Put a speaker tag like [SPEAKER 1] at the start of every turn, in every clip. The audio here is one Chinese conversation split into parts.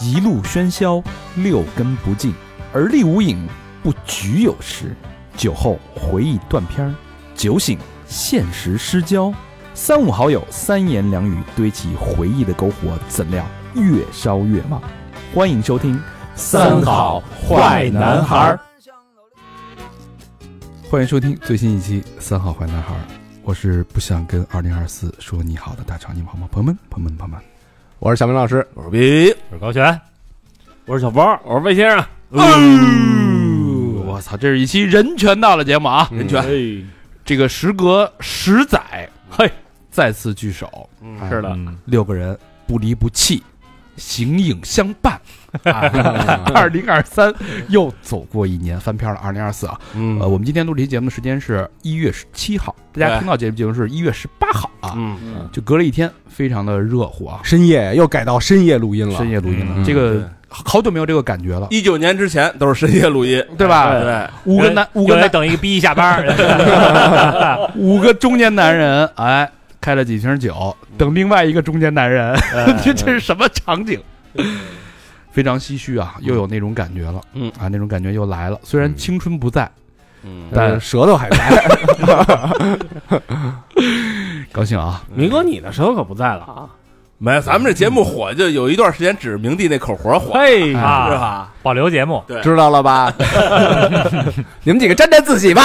[SPEAKER 1] 一路喧嚣，六根不净，而立无影，不局有时。酒后回忆断片儿，酒醒现实失焦。三五好友，三言两语堆起回忆的篝火，怎料越烧越旺。欢迎收听《
[SPEAKER 2] 三好坏男孩儿》，
[SPEAKER 3] 欢迎收听最新一期《三好坏男孩》，我是不想跟二零二四说你好的大长今朋友们，朋友们，朋友们，朋友们，
[SPEAKER 2] 我是小明老师，
[SPEAKER 4] 我是 B，
[SPEAKER 5] 我是高璇，
[SPEAKER 4] 我是小包，嗯
[SPEAKER 5] 我是魏先生。
[SPEAKER 1] 嗯
[SPEAKER 3] 我操，这是一期人权到了节目啊！
[SPEAKER 2] 人
[SPEAKER 4] 权
[SPEAKER 3] 这个时隔十载，
[SPEAKER 5] 嘿，
[SPEAKER 3] 再次聚首，啊
[SPEAKER 5] 嗯是的，
[SPEAKER 3] 六个人不离不弃，形影相伴。啊
[SPEAKER 5] 嗯
[SPEAKER 3] 二零二三又走过一年，翻篇了。二零二四啊，呃，
[SPEAKER 2] 嗯
[SPEAKER 3] 我们今天录这期节目的时间是一月十七号，大家
[SPEAKER 5] 对
[SPEAKER 3] 听到这期节目是一月十八号啊，
[SPEAKER 5] 嗯，
[SPEAKER 3] 就隔了一天，非常的热乎啊，
[SPEAKER 2] 深夜又改到深夜录音了，
[SPEAKER 3] 深夜录音了，
[SPEAKER 2] 嗯
[SPEAKER 3] 这个好久没有这个感觉了，
[SPEAKER 4] 一九年之前都是深夜录音，
[SPEAKER 3] 对吧？
[SPEAKER 5] 对
[SPEAKER 4] 对，
[SPEAKER 3] 五个男五
[SPEAKER 5] 又
[SPEAKER 3] 个
[SPEAKER 5] 得
[SPEAKER 3] 男
[SPEAKER 5] 等一个逼下班儿，
[SPEAKER 3] 五个中年男人，哎，开了几瓶酒，等另外一个中年男人， 这这是什么场景？非常唏嘘啊，又有那种感觉了，
[SPEAKER 4] 嗯
[SPEAKER 3] 啊，那种感觉又来了。虽然
[SPEAKER 2] 嗯
[SPEAKER 3] 青春不在，
[SPEAKER 4] 嗯
[SPEAKER 2] 但是呃舌头还在。
[SPEAKER 3] 高兴啊，
[SPEAKER 5] 明哥，你的时候可不在了啊！
[SPEAKER 4] 没有，咱们这节目火就有一段时间指着明帝那口活火，
[SPEAKER 5] 嘿
[SPEAKER 4] 是
[SPEAKER 5] 啊，
[SPEAKER 4] 吧？
[SPEAKER 5] 保留节目，
[SPEAKER 4] 对，
[SPEAKER 2] 知道了吧？你们几个沾沾自喜吧。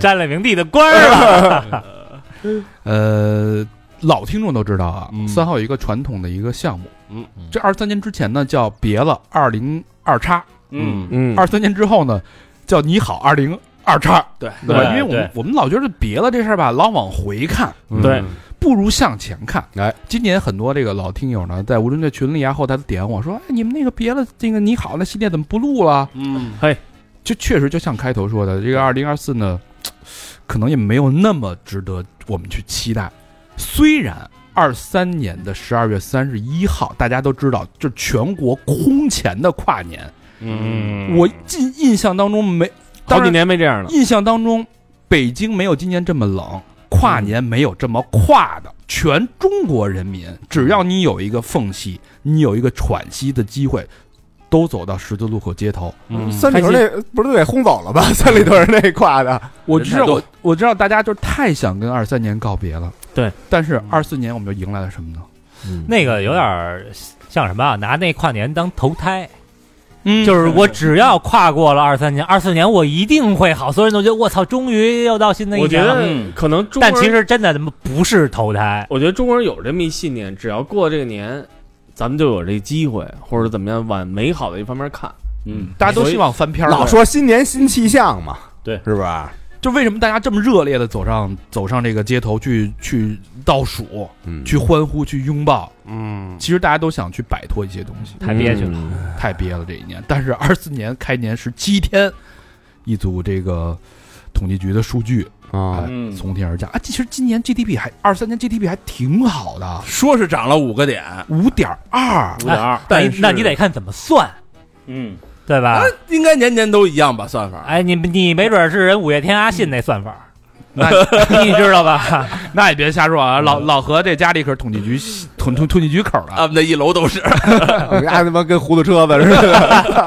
[SPEAKER 5] 沾了明帝的官儿了。
[SPEAKER 3] 呃，老听众都知道啊，
[SPEAKER 4] 嗯
[SPEAKER 3] 三号有一个传统的一个项目，
[SPEAKER 4] 嗯，
[SPEAKER 3] 这二三年之前呢叫别了二零二叉，
[SPEAKER 4] 嗯，
[SPEAKER 2] 嗯，
[SPEAKER 3] 二三年之后呢叫你好二零二叉，
[SPEAKER 4] 对
[SPEAKER 3] 对吧？
[SPEAKER 5] 对
[SPEAKER 3] 因为我们
[SPEAKER 5] 对
[SPEAKER 3] 我们老觉得别了这事儿吧，老往回看，
[SPEAKER 5] 对
[SPEAKER 3] 不如向前看。
[SPEAKER 2] 哎，
[SPEAKER 3] 今年很多这个老听友呢，在无论在群里啊后台都点我说，哎，你们那个别了这个你好那系列怎么不录了？
[SPEAKER 4] 嗯，
[SPEAKER 3] 就确实就像开头说的，这个二零二四呢，可能也没有那么值得我们去期待。虽然二三年的十二月三十一号，大家都知道，这全国空前的跨年，
[SPEAKER 4] 嗯
[SPEAKER 3] 我印印象当中没，
[SPEAKER 6] 好
[SPEAKER 3] 当
[SPEAKER 6] 几
[SPEAKER 3] 然
[SPEAKER 6] 年没这样了。
[SPEAKER 3] 印象当中，北京没有今年这么冷，跨年没有这么跨的。全中国人民，只要你有一个缝隙，你有一个喘息的机会，都走到十字路口街头。
[SPEAKER 5] 嗯
[SPEAKER 2] 三里屯那不是都给轰走了吧？ 三里屯那挂的，
[SPEAKER 3] 我
[SPEAKER 4] 人
[SPEAKER 3] 知
[SPEAKER 4] 太
[SPEAKER 3] 道，
[SPEAKER 4] 多
[SPEAKER 3] 我我知道大家就是太想跟二三年告别了。
[SPEAKER 6] 对，
[SPEAKER 3] 但是二四年我们就迎来了什么呢？
[SPEAKER 5] 那个有点儿像什么啊？拿那跨年当投胎，
[SPEAKER 3] 嗯
[SPEAKER 5] 就是我只要跨过了二三年，二四年我一定会好。所有人都觉得我操，终于又到新的一
[SPEAKER 6] 我觉
[SPEAKER 5] 年了。嗯
[SPEAKER 6] 得
[SPEAKER 4] 嗯
[SPEAKER 6] 可能中国
[SPEAKER 5] 但
[SPEAKER 6] 人，
[SPEAKER 5] 其实真的他妈不是投胎，
[SPEAKER 6] 我觉得中国人有这么一信念，只要过这个年，咱们就有这机会，或者怎么样往美好的一方面看。
[SPEAKER 4] 嗯，
[SPEAKER 3] 大家都希望翻篇儿。
[SPEAKER 2] 老说新年新气象嘛，
[SPEAKER 6] 对
[SPEAKER 2] 是吧？
[SPEAKER 3] 就为什么大家这么热烈的走上走上这个街头去去倒数、
[SPEAKER 2] 嗯
[SPEAKER 3] 去欢呼、去拥抱？
[SPEAKER 4] 嗯，
[SPEAKER 3] 其实大家都想去摆脱一些东西，
[SPEAKER 5] 太憋屈了。
[SPEAKER 3] 太憋了这一年。但是二四年开年十七天，一组这个统计局的数据
[SPEAKER 2] 啊
[SPEAKER 3] 哎，从天而降啊！其实今年 GDP 还二三年 GDP 还挺好的，
[SPEAKER 4] 说是涨了五个点，
[SPEAKER 3] 五点二。
[SPEAKER 6] 五点二，
[SPEAKER 5] 那
[SPEAKER 4] 但
[SPEAKER 5] 你
[SPEAKER 4] 是
[SPEAKER 5] 那你得看怎么算，
[SPEAKER 6] 嗯，
[SPEAKER 5] 对吧？
[SPEAKER 4] 啊，应该年年都一样吧？算法，
[SPEAKER 5] 哎，你你没准是人五月天阿信那算法，那 你知道吧？
[SPEAKER 3] 那也别瞎说啊！老老何这家里可是统计局统统统计局口
[SPEAKER 4] 俺
[SPEAKER 2] 啊
[SPEAKER 3] 了，
[SPEAKER 4] 啊们那一楼都是，
[SPEAKER 2] 我们家他妈跟糊涂车子似的。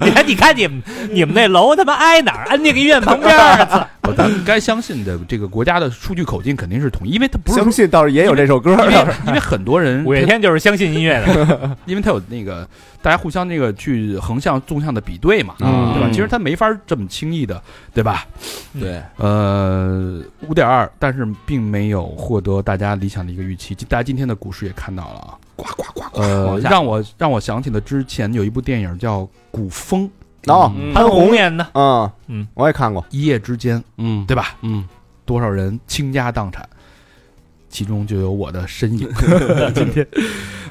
[SPEAKER 5] 你看，你看你们你们那楼他妈挨哪儿？安定医院旁边儿。操
[SPEAKER 3] 不啊咱们该相信的这个国家的数据口径肯定是统一，因为它不是
[SPEAKER 2] 相
[SPEAKER 3] 说
[SPEAKER 2] 信倒是也有这首歌
[SPEAKER 3] 因为因为很多人
[SPEAKER 5] 五月天就是相信音乐 的，
[SPEAKER 3] 因为它有那个大家互相那个去横向纵向的比对嘛，
[SPEAKER 2] 嗯
[SPEAKER 3] 对吧？其实它没法这么轻易的，对吧？
[SPEAKER 4] 对，
[SPEAKER 3] 呃，五点二，但是并没有获得大家理想的一个预期。大家今天的股市也看到了啊，呱呱呱呱，呃，
[SPEAKER 4] 往下
[SPEAKER 3] 让我让我想起了之前有一部电影叫《古风》，
[SPEAKER 2] 哦，
[SPEAKER 4] 嗯
[SPEAKER 5] 潘虹演的。
[SPEAKER 2] 嗯
[SPEAKER 5] 嗯，
[SPEAKER 2] 我也看过，
[SPEAKER 3] 一夜之间，
[SPEAKER 4] 嗯，
[SPEAKER 3] 对吧？
[SPEAKER 4] 嗯，
[SPEAKER 3] 多少人倾家荡产，其中就有我的身 影。 今天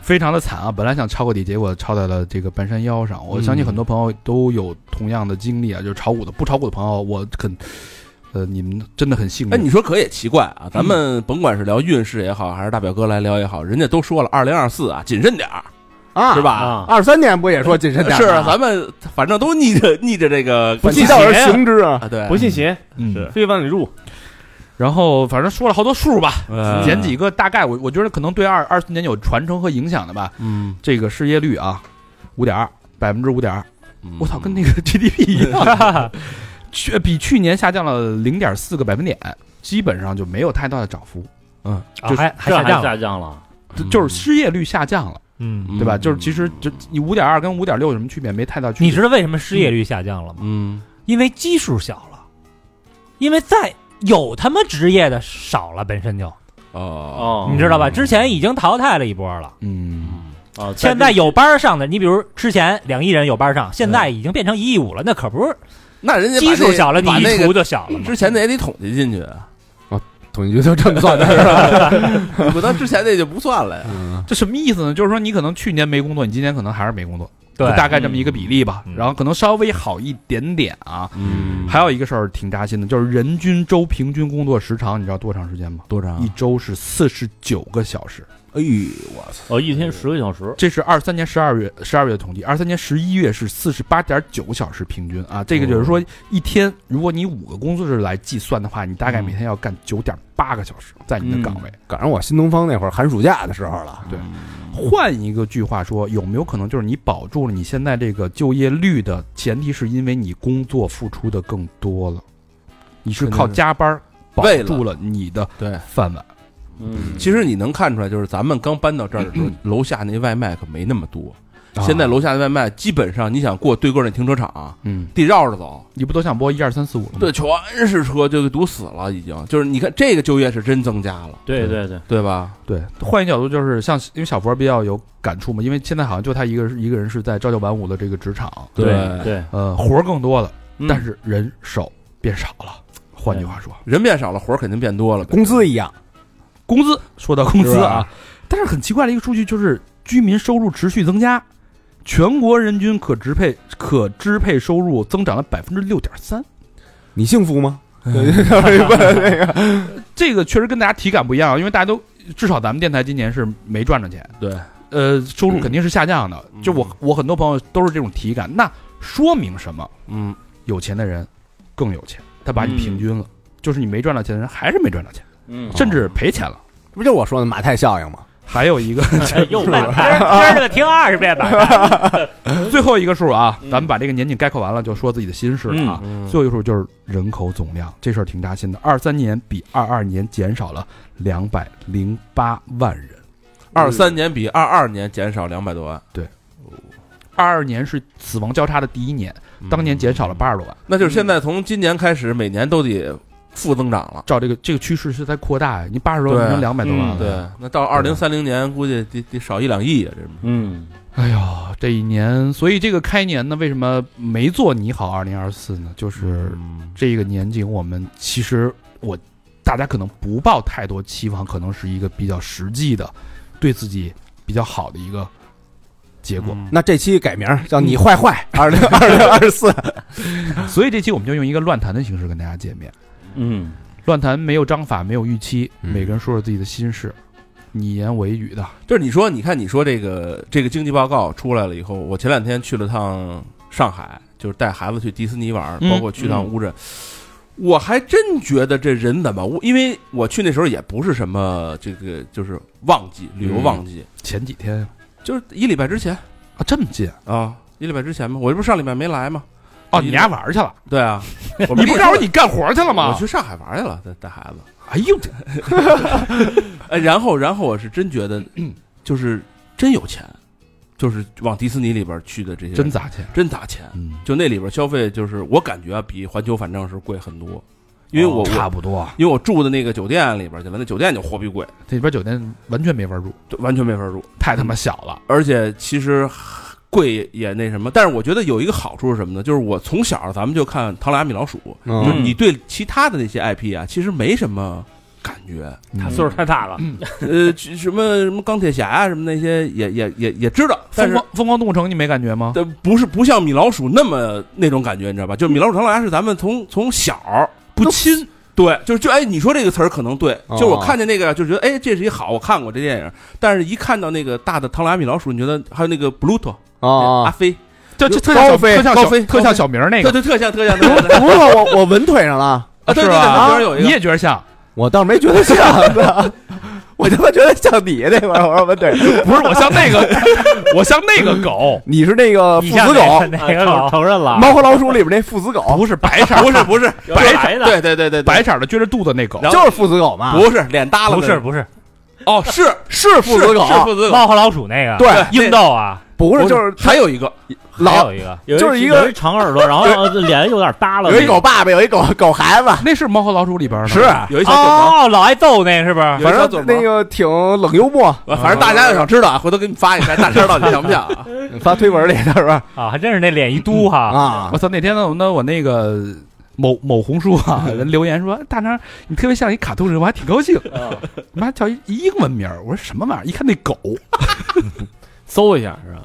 [SPEAKER 3] 非常的惨啊！本来想抄个底，结果抄在了这个半山腰上。我相信很多朋友都有同样的经历啊，就是炒股的、不炒股的朋友，我很，呃，你们真的很幸
[SPEAKER 5] 嗯
[SPEAKER 3] 运。
[SPEAKER 4] 哎，你说可也奇怪啊，咱们甭管是聊运势也好，还是大表哥来聊也好，人家都说了，二零二四啊，谨慎点儿，
[SPEAKER 2] 啊，
[SPEAKER 4] 是 吧？
[SPEAKER 5] 啊
[SPEAKER 2] 二三年不也说谨慎点儿
[SPEAKER 4] 是啊，
[SPEAKER 2] 吗？
[SPEAKER 4] 咱们反正都逆着逆着这个
[SPEAKER 2] 不
[SPEAKER 4] 反
[SPEAKER 2] 计
[SPEAKER 4] 向
[SPEAKER 2] 较而行之啊！
[SPEAKER 4] 啊，对，
[SPEAKER 6] 不信邪，
[SPEAKER 3] 嗯，
[SPEAKER 6] 非往里入。
[SPEAKER 3] 然后反正说了好多数吧，
[SPEAKER 4] 嗯
[SPEAKER 3] 捡几个大概，我我觉得可能对二二四年有传承和影响的吧。
[SPEAKER 4] 嗯，
[SPEAKER 3] 这个失业率啊，五点二，百分之五点二，
[SPEAKER 4] 嗯
[SPEAKER 3] 我操，跟那个 GDP 一样，
[SPEAKER 5] 哦
[SPEAKER 3] 去比去年下降了零点四个百分点，基本上就没有太大的涨幅，
[SPEAKER 5] 啊
[SPEAKER 3] 就
[SPEAKER 5] 还还
[SPEAKER 7] 这
[SPEAKER 5] 下
[SPEAKER 7] 还
[SPEAKER 5] 降了，
[SPEAKER 7] 下降了，
[SPEAKER 3] 就就是失业率下降了，
[SPEAKER 5] 嗯，
[SPEAKER 3] 对吧？就是其实就你五点二跟五点六有什么区别？没太大区别。
[SPEAKER 5] 你知道为什么失业率下降了吗？
[SPEAKER 4] 嗯
[SPEAKER 5] 因为基数小了，因为在有他妈职业的少了，本身就
[SPEAKER 4] 哦
[SPEAKER 6] 哦
[SPEAKER 7] 嗯
[SPEAKER 5] 你知道吧？之前已经淘汰了一波了，
[SPEAKER 3] 嗯，
[SPEAKER 6] 哦，
[SPEAKER 5] 现在有班上的，你比如之前两亿人有班上，现在已经变成一亿五了，那可不是
[SPEAKER 4] 那人家把
[SPEAKER 5] 基
[SPEAKER 4] 那
[SPEAKER 5] 数小了，你
[SPEAKER 4] 把
[SPEAKER 5] 一
[SPEAKER 4] 那
[SPEAKER 5] 除
[SPEAKER 4] 个
[SPEAKER 5] 就小了嘛。
[SPEAKER 4] 之前的也得统计进去， 啊
[SPEAKER 2] 统计局就这么算 的，
[SPEAKER 4] 不，咱之前那就不算了呀。
[SPEAKER 2] 嗯
[SPEAKER 3] 这什么意思呢？就是说你可能去年没工作，你今年可能还是没工作，
[SPEAKER 5] 对
[SPEAKER 3] 就大概这么一个比例吧。
[SPEAKER 7] 嗯
[SPEAKER 3] 然后可能稍微好一点点啊。
[SPEAKER 4] 嗯
[SPEAKER 3] 还有一个事儿挺扎心的，就是人均周平均工作时长，你知道多长时间吗？
[SPEAKER 4] 多
[SPEAKER 5] 啊
[SPEAKER 4] 长
[SPEAKER 3] 一周是四十九个小时，
[SPEAKER 4] 哎呦，我操！
[SPEAKER 7] 哦，一天十个小时，
[SPEAKER 3] 这是二三年十二月十二月的统计，二三年十一月是四十八点九个小时平均啊。这个就是
[SPEAKER 4] 哦
[SPEAKER 3] 说一天，如果你五个工作日来计算的话，你大概每天要干九点八个小时在你的岗位。
[SPEAKER 2] 赶上我新东方那会儿寒暑假的时候了。
[SPEAKER 3] 对
[SPEAKER 4] 嗯
[SPEAKER 3] 换一个句话说，有没有可能就是你保住了你现在这个就业率的前提，是因为你工作付出的更多了，你是靠加班保
[SPEAKER 4] 为了
[SPEAKER 3] 住了你的
[SPEAKER 4] 对，
[SPEAKER 3] 饭碗。
[SPEAKER 6] 嗯，
[SPEAKER 4] 其实你能看出来，就是咱们刚搬到这儿的时候，楼下那外卖可没那么多。现在
[SPEAKER 3] 啊
[SPEAKER 4] 楼下的外卖基本上，你想过对过那停车场，
[SPEAKER 3] 嗯，
[SPEAKER 4] 得绕着走，
[SPEAKER 3] 你不都想播一二三四五了吗？
[SPEAKER 4] 对，全是车，就给堵死了，已经。就是你看这个就业是真增加了，
[SPEAKER 7] 对对对，
[SPEAKER 4] 对吧？
[SPEAKER 3] 对，换一角度就是像，因为小佛比较有感触嘛，因为现在好像就他一个一个人是在朝九晚五的这个职场，
[SPEAKER 7] 对对，
[SPEAKER 3] 呃，活儿更多了，
[SPEAKER 4] 嗯
[SPEAKER 3] 但是人手变少了。换句话说，
[SPEAKER 4] 人变少了，活儿肯定变多了呗。
[SPEAKER 2] 工资一样，
[SPEAKER 3] 工资说到工资
[SPEAKER 2] 是
[SPEAKER 3] 啊
[SPEAKER 2] 吧，
[SPEAKER 3] 但是很奇怪的一个数据就是居民收入持续增加，全国人均可支配可支配收入增长了百分之六点三，
[SPEAKER 2] 你幸福吗？
[SPEAKER 3] 这个确实跟大家体感不一样，因为大家都至少咱们电台今年是没赚着钱，
[SPEAKER 4] 对，
[SPEAKER 3] 呃，收入肯定是下降的。
[SPEAKER 4] 嗯
[SPEAKER 3] 就我我很多朋友都是这种体感，那说明什么？
[SPEAKER 4] 嗯，
[SPEAKER 3] 有钱的人更有钱，他把你平均了，就是你没赚到钱的人还是没赚到钱，
[SPEAKER 6] 嗯
[SPEAKER 3] 甚至赔钱
[SPEAKER 4] 哦
[SPEAKER 3] 了。
[SPEAKER 2] 这不就我说的马太效应吗？
[SPEAKER 3] 还有 一个
[SPEAKER 7] 哎又来了，
[SPEAKER 5] 今儿这个听二十遍 吧，
[SPEAKER 3] 最后一个数啊，
[SPEAKER 6] 嗯
[SPEAKER 3] 咱们把这个年景概括完了，就说自己的心事了啊。
[SPEAKER 4] 嗯
[SPEAKER 3] 最后一个数就是人口总量，这事儿挺扎心的。二三年比二二年减少了两百零八万人，
[SPEAKER 4] 二三年比二二年减少两百多万，
[SPEAKER 3] 二二年是死亡交叉的第一年，
[SPEAKER 4] 嗯
[SPEAKER 3] 当年减少了八十多万。
[SPEAKER 4] 那就是现在从今年开始，每年都得负增长了。
[SPEAKER 3] 照这个这个趋势是在扩大呀，啊你八十多
[SPEAKER 4] 对
[SPEAKER 3] 万变成两百多万了。
[SPEAKER 6] 嗯
[SPEAKER 4] 对，那到二零三零年，估计得得少一两亿啊，这
[SPEAKER 7] 嗯，
[SPEAKER 3] 哎呦，这一年，所以这个开年呢，为什么没做你好二零二四呢？就是这个年景，我们其实我大家可能不抱太多期望，可能是一个比较实际的，对自己比较好的一个结果。
[SPEAKER 6] 嗯
[SPEAKER 2] 那这期改名儿叫你坏坏二零二零二四，
[SPEAKER 3] 所以这期我们就用一个乱谈的形式跟大家见面。
[SPEAKER 7] 嗯，
[SPEAKER 3] 乱谈没有章法，没有预期，
[SPEAKER 2] 嗯
[SPEAKER 3] 每个人说说自己的心事，你言我一语的。
[SPEAKER 4] 就是你说，你看，你说这个这个经济报告出来了以后，我前两天去了趟上海，就是带孩子去迪士尼玩，
[SPEAKER 3] 嗯
[SPEAKER 4] 包括去趟乌镇，我还真觉得这人怎么，因为我去那时候也不是什么这个就是旺季旅游旺季，
[SPEAKER 3] 前几天
[SPEAKER 4] 就是一礼拜之前
[SPEAKER 3] 嗯啊，这么近
[SPEAKER 4] 啊，一礼拜之前嘛，我这不是上礼拜没来吗？
[SPEAKER 3] 哦，
[SPEAKER 4] 一
[SPEAKER 3] 你家玩儿去了？
[SPEAKER 4] 对啊，我
[SPEAKER 3] 你不告诉
[SPEAKER 4] 告
[SPEAKER 3] 我
[SPEAKER 4] 诉
[SPEAKER 3] 你干活儿去了
[SPEAKER 4] 我
[SPEAKER 3] 吗？
[SPEAKER 4] 去上海玩去了，带带孩子。
[SPEAKER 3] 哎呦，这
[SPEAKER 4] 哎，然后然后我是真觉得，就是真有钱，就是往迪士尼里边去的这些
[SPEAKER 3] 真砸钱。
[SPEAKER 4] 真砸钱，
[SPEAKER 3] 嗯，
[SPEAKER 4] 就那里边消费就是我感觉啊，比环球反正是贵很多，因为我、我
[SPEAKER 3] 哦差不多，啊
[SPEAKER 4] 因为我住的那个酒店里边去了，那酒店就货比贵，
[SPEAKER 3] 这里边酒店完全没法住，
[SPEAKER 4] 就完全没法住，
[SPEAKER 3] 太他妈小了。
[SPEAKER 4] 而且其实贵也那什么，但是我觉得有一个好处是什么呢？就是我从小咱们就看《唐老鸭米老鼠》
[SPEAKER 2] 嗯
[SPEAKER 4] 就是你对其他的那些 IP 啊，其实没什么。感觉，
[SPEAKER 3] 嗯
[SPEAKER 7] 他岁数太大了，
[SPEAKER 4] 呃，其什么什么钢铁侠啊，什么那些也也也也知道，但
[SPEAKER 3] 疯
[SPEAKER 4] 是
[SPEAKER 3] 狂疯狂动物城你没感觉吗？
[SPEAKER 4] 但不是不像米老鼠那么那种感觉，你知道吧？就是米老鼠唐老鸭是咱们从从小
[SPEAKER 3] 不亲，
[SPEAKER 4] 对，就是就哎，你说这个词儿可能对，
[SPEAKER 2] 哦
[SPEAKER 4] 就是我看见那个就觉得哎，这是一好，我看过这电影，但是一看到那个大的唐老鸭米老鼠，你觉得还有那个布鲁托阿
[SPEAKER 2] 啊，
[SPEAKER 4] 飞，
[SPEAKER 3] 这这特像小
[SPEAKER 2] 高飞
[SPEAKER 3] 特像
[SPEAKER 4] 高
[SPEAKER 3] 小
[SPEAKER 4] 飞
[SPEAKER 3] 特像小明儿那
[SPEAKER 4] 特
[SPEAKER 3] 个，
[SPEAKER 4] 特特像特像特像
[SPEAKER 2] 哦不是我我纹腿上了，
[SPEAKER 4] 啊，对对对，
[SPEAKER 3] 是吧
[SPEAKER 4] 那边有
[SPEAKER 3] 你
[SPEAKER 4] 一个
[SPEAKER 3] 也觉得像？
[SPEAKER 2] 我倒是没觉得像的， 我他妈觉得像你那玩意儿。我说不对，
[SPEAKER 3] 不是我像那个， 我像那个 狗，
[SPEAKER 2] 你是那个
[SPEAKER 5] 你
[SPEAKER 2] 父
[SPEAKER 5] 像
[SPEAKER 2] 子
[SPEAKER 5] 哪
[SPEAKER 2] 狗
[SPEAKER 5] 个，哪个
[SPEAKER 7] 哎承
[SPEAKER 5] 狗？
[SPEAKER 7] 承认了，
[SPEAKER 2] 猫和老鼠里边那父子狗，
[SPEAKER 3] 不是白色，不是不是
[SPEAKER 7] 白
[SPEAKER 3] 白
[SPEAKER 7] 的，
[SPEAKER 4] 对对对对，对
[SPEAKER 3] 白色的撅着肚子那狗，
[SPEAKER 2] 就是父子狗
[SPEAKER 6] 啊
[SPEAKER 2] 嘛？
[SPEAKER 4] 不是脸耷拉的，
[SPEAKER 5] 不是不哦是，
[SPEAKER 4] 哦，是
[SPEAKER 2] 是 父子狗，
[SPEAKER 4] 是父子狗，
[SPEAKER 5] 猫和老鼠那个
[SPEAKER 2] 对，
[SPEAKER 5] 硬斗啊，
[SPEAKER 2] 不是
[SPEAKER 4] 不
[SPEAKER 2] 就是
[SPEAKER 4] 还有一个
[SPEAKER 5] 还
[SPEAKER 2] 老
[SPEAKER 5] 有一个
[SPEAKER 7] 有
[SPEAKER 2] 就是一个
[SPEAKER 7] 有一长耳朵，然后呃脸有点耷拉，
[SPEAKER 2] 有一狗爸爸，有一狗狗孩子，
[SPEAKER 3] 那是猫啊和老鼠里边的，
[SPEAKER 2] 是
[SPEAKER 4] 有一小狗毛，
[SPEAKER 5] 哦，老爱揍那个是不是？
[SPEAKER 4] 有一
[SPEAKER 2] 反
[SPEAKER 4] 小狗
[SPEAKER 2] 正那
[SPEAKER 4] 毛。
[SPEAKER 2] 个挺冷幽默，
[SPEAKER 4] 反正大家要想知道啊，回头给你发一下，大家到底像不像啊？
[SPEAKER 2] 发推文里的是吧？
[SPEAKER 5] 啊，还真是那脸一嘟哈，
[SPEAKER 2] 啊
[SPEAKER 3] 我，操！那天呢，那我那个某某红书啊，人留言说：“大张，你特别像一卡通人，我还挺高兴。你妈叫一一英文名儿，我说什么玩意儿？一看那狗，
[SPEAKER 6] 搜一下是吧？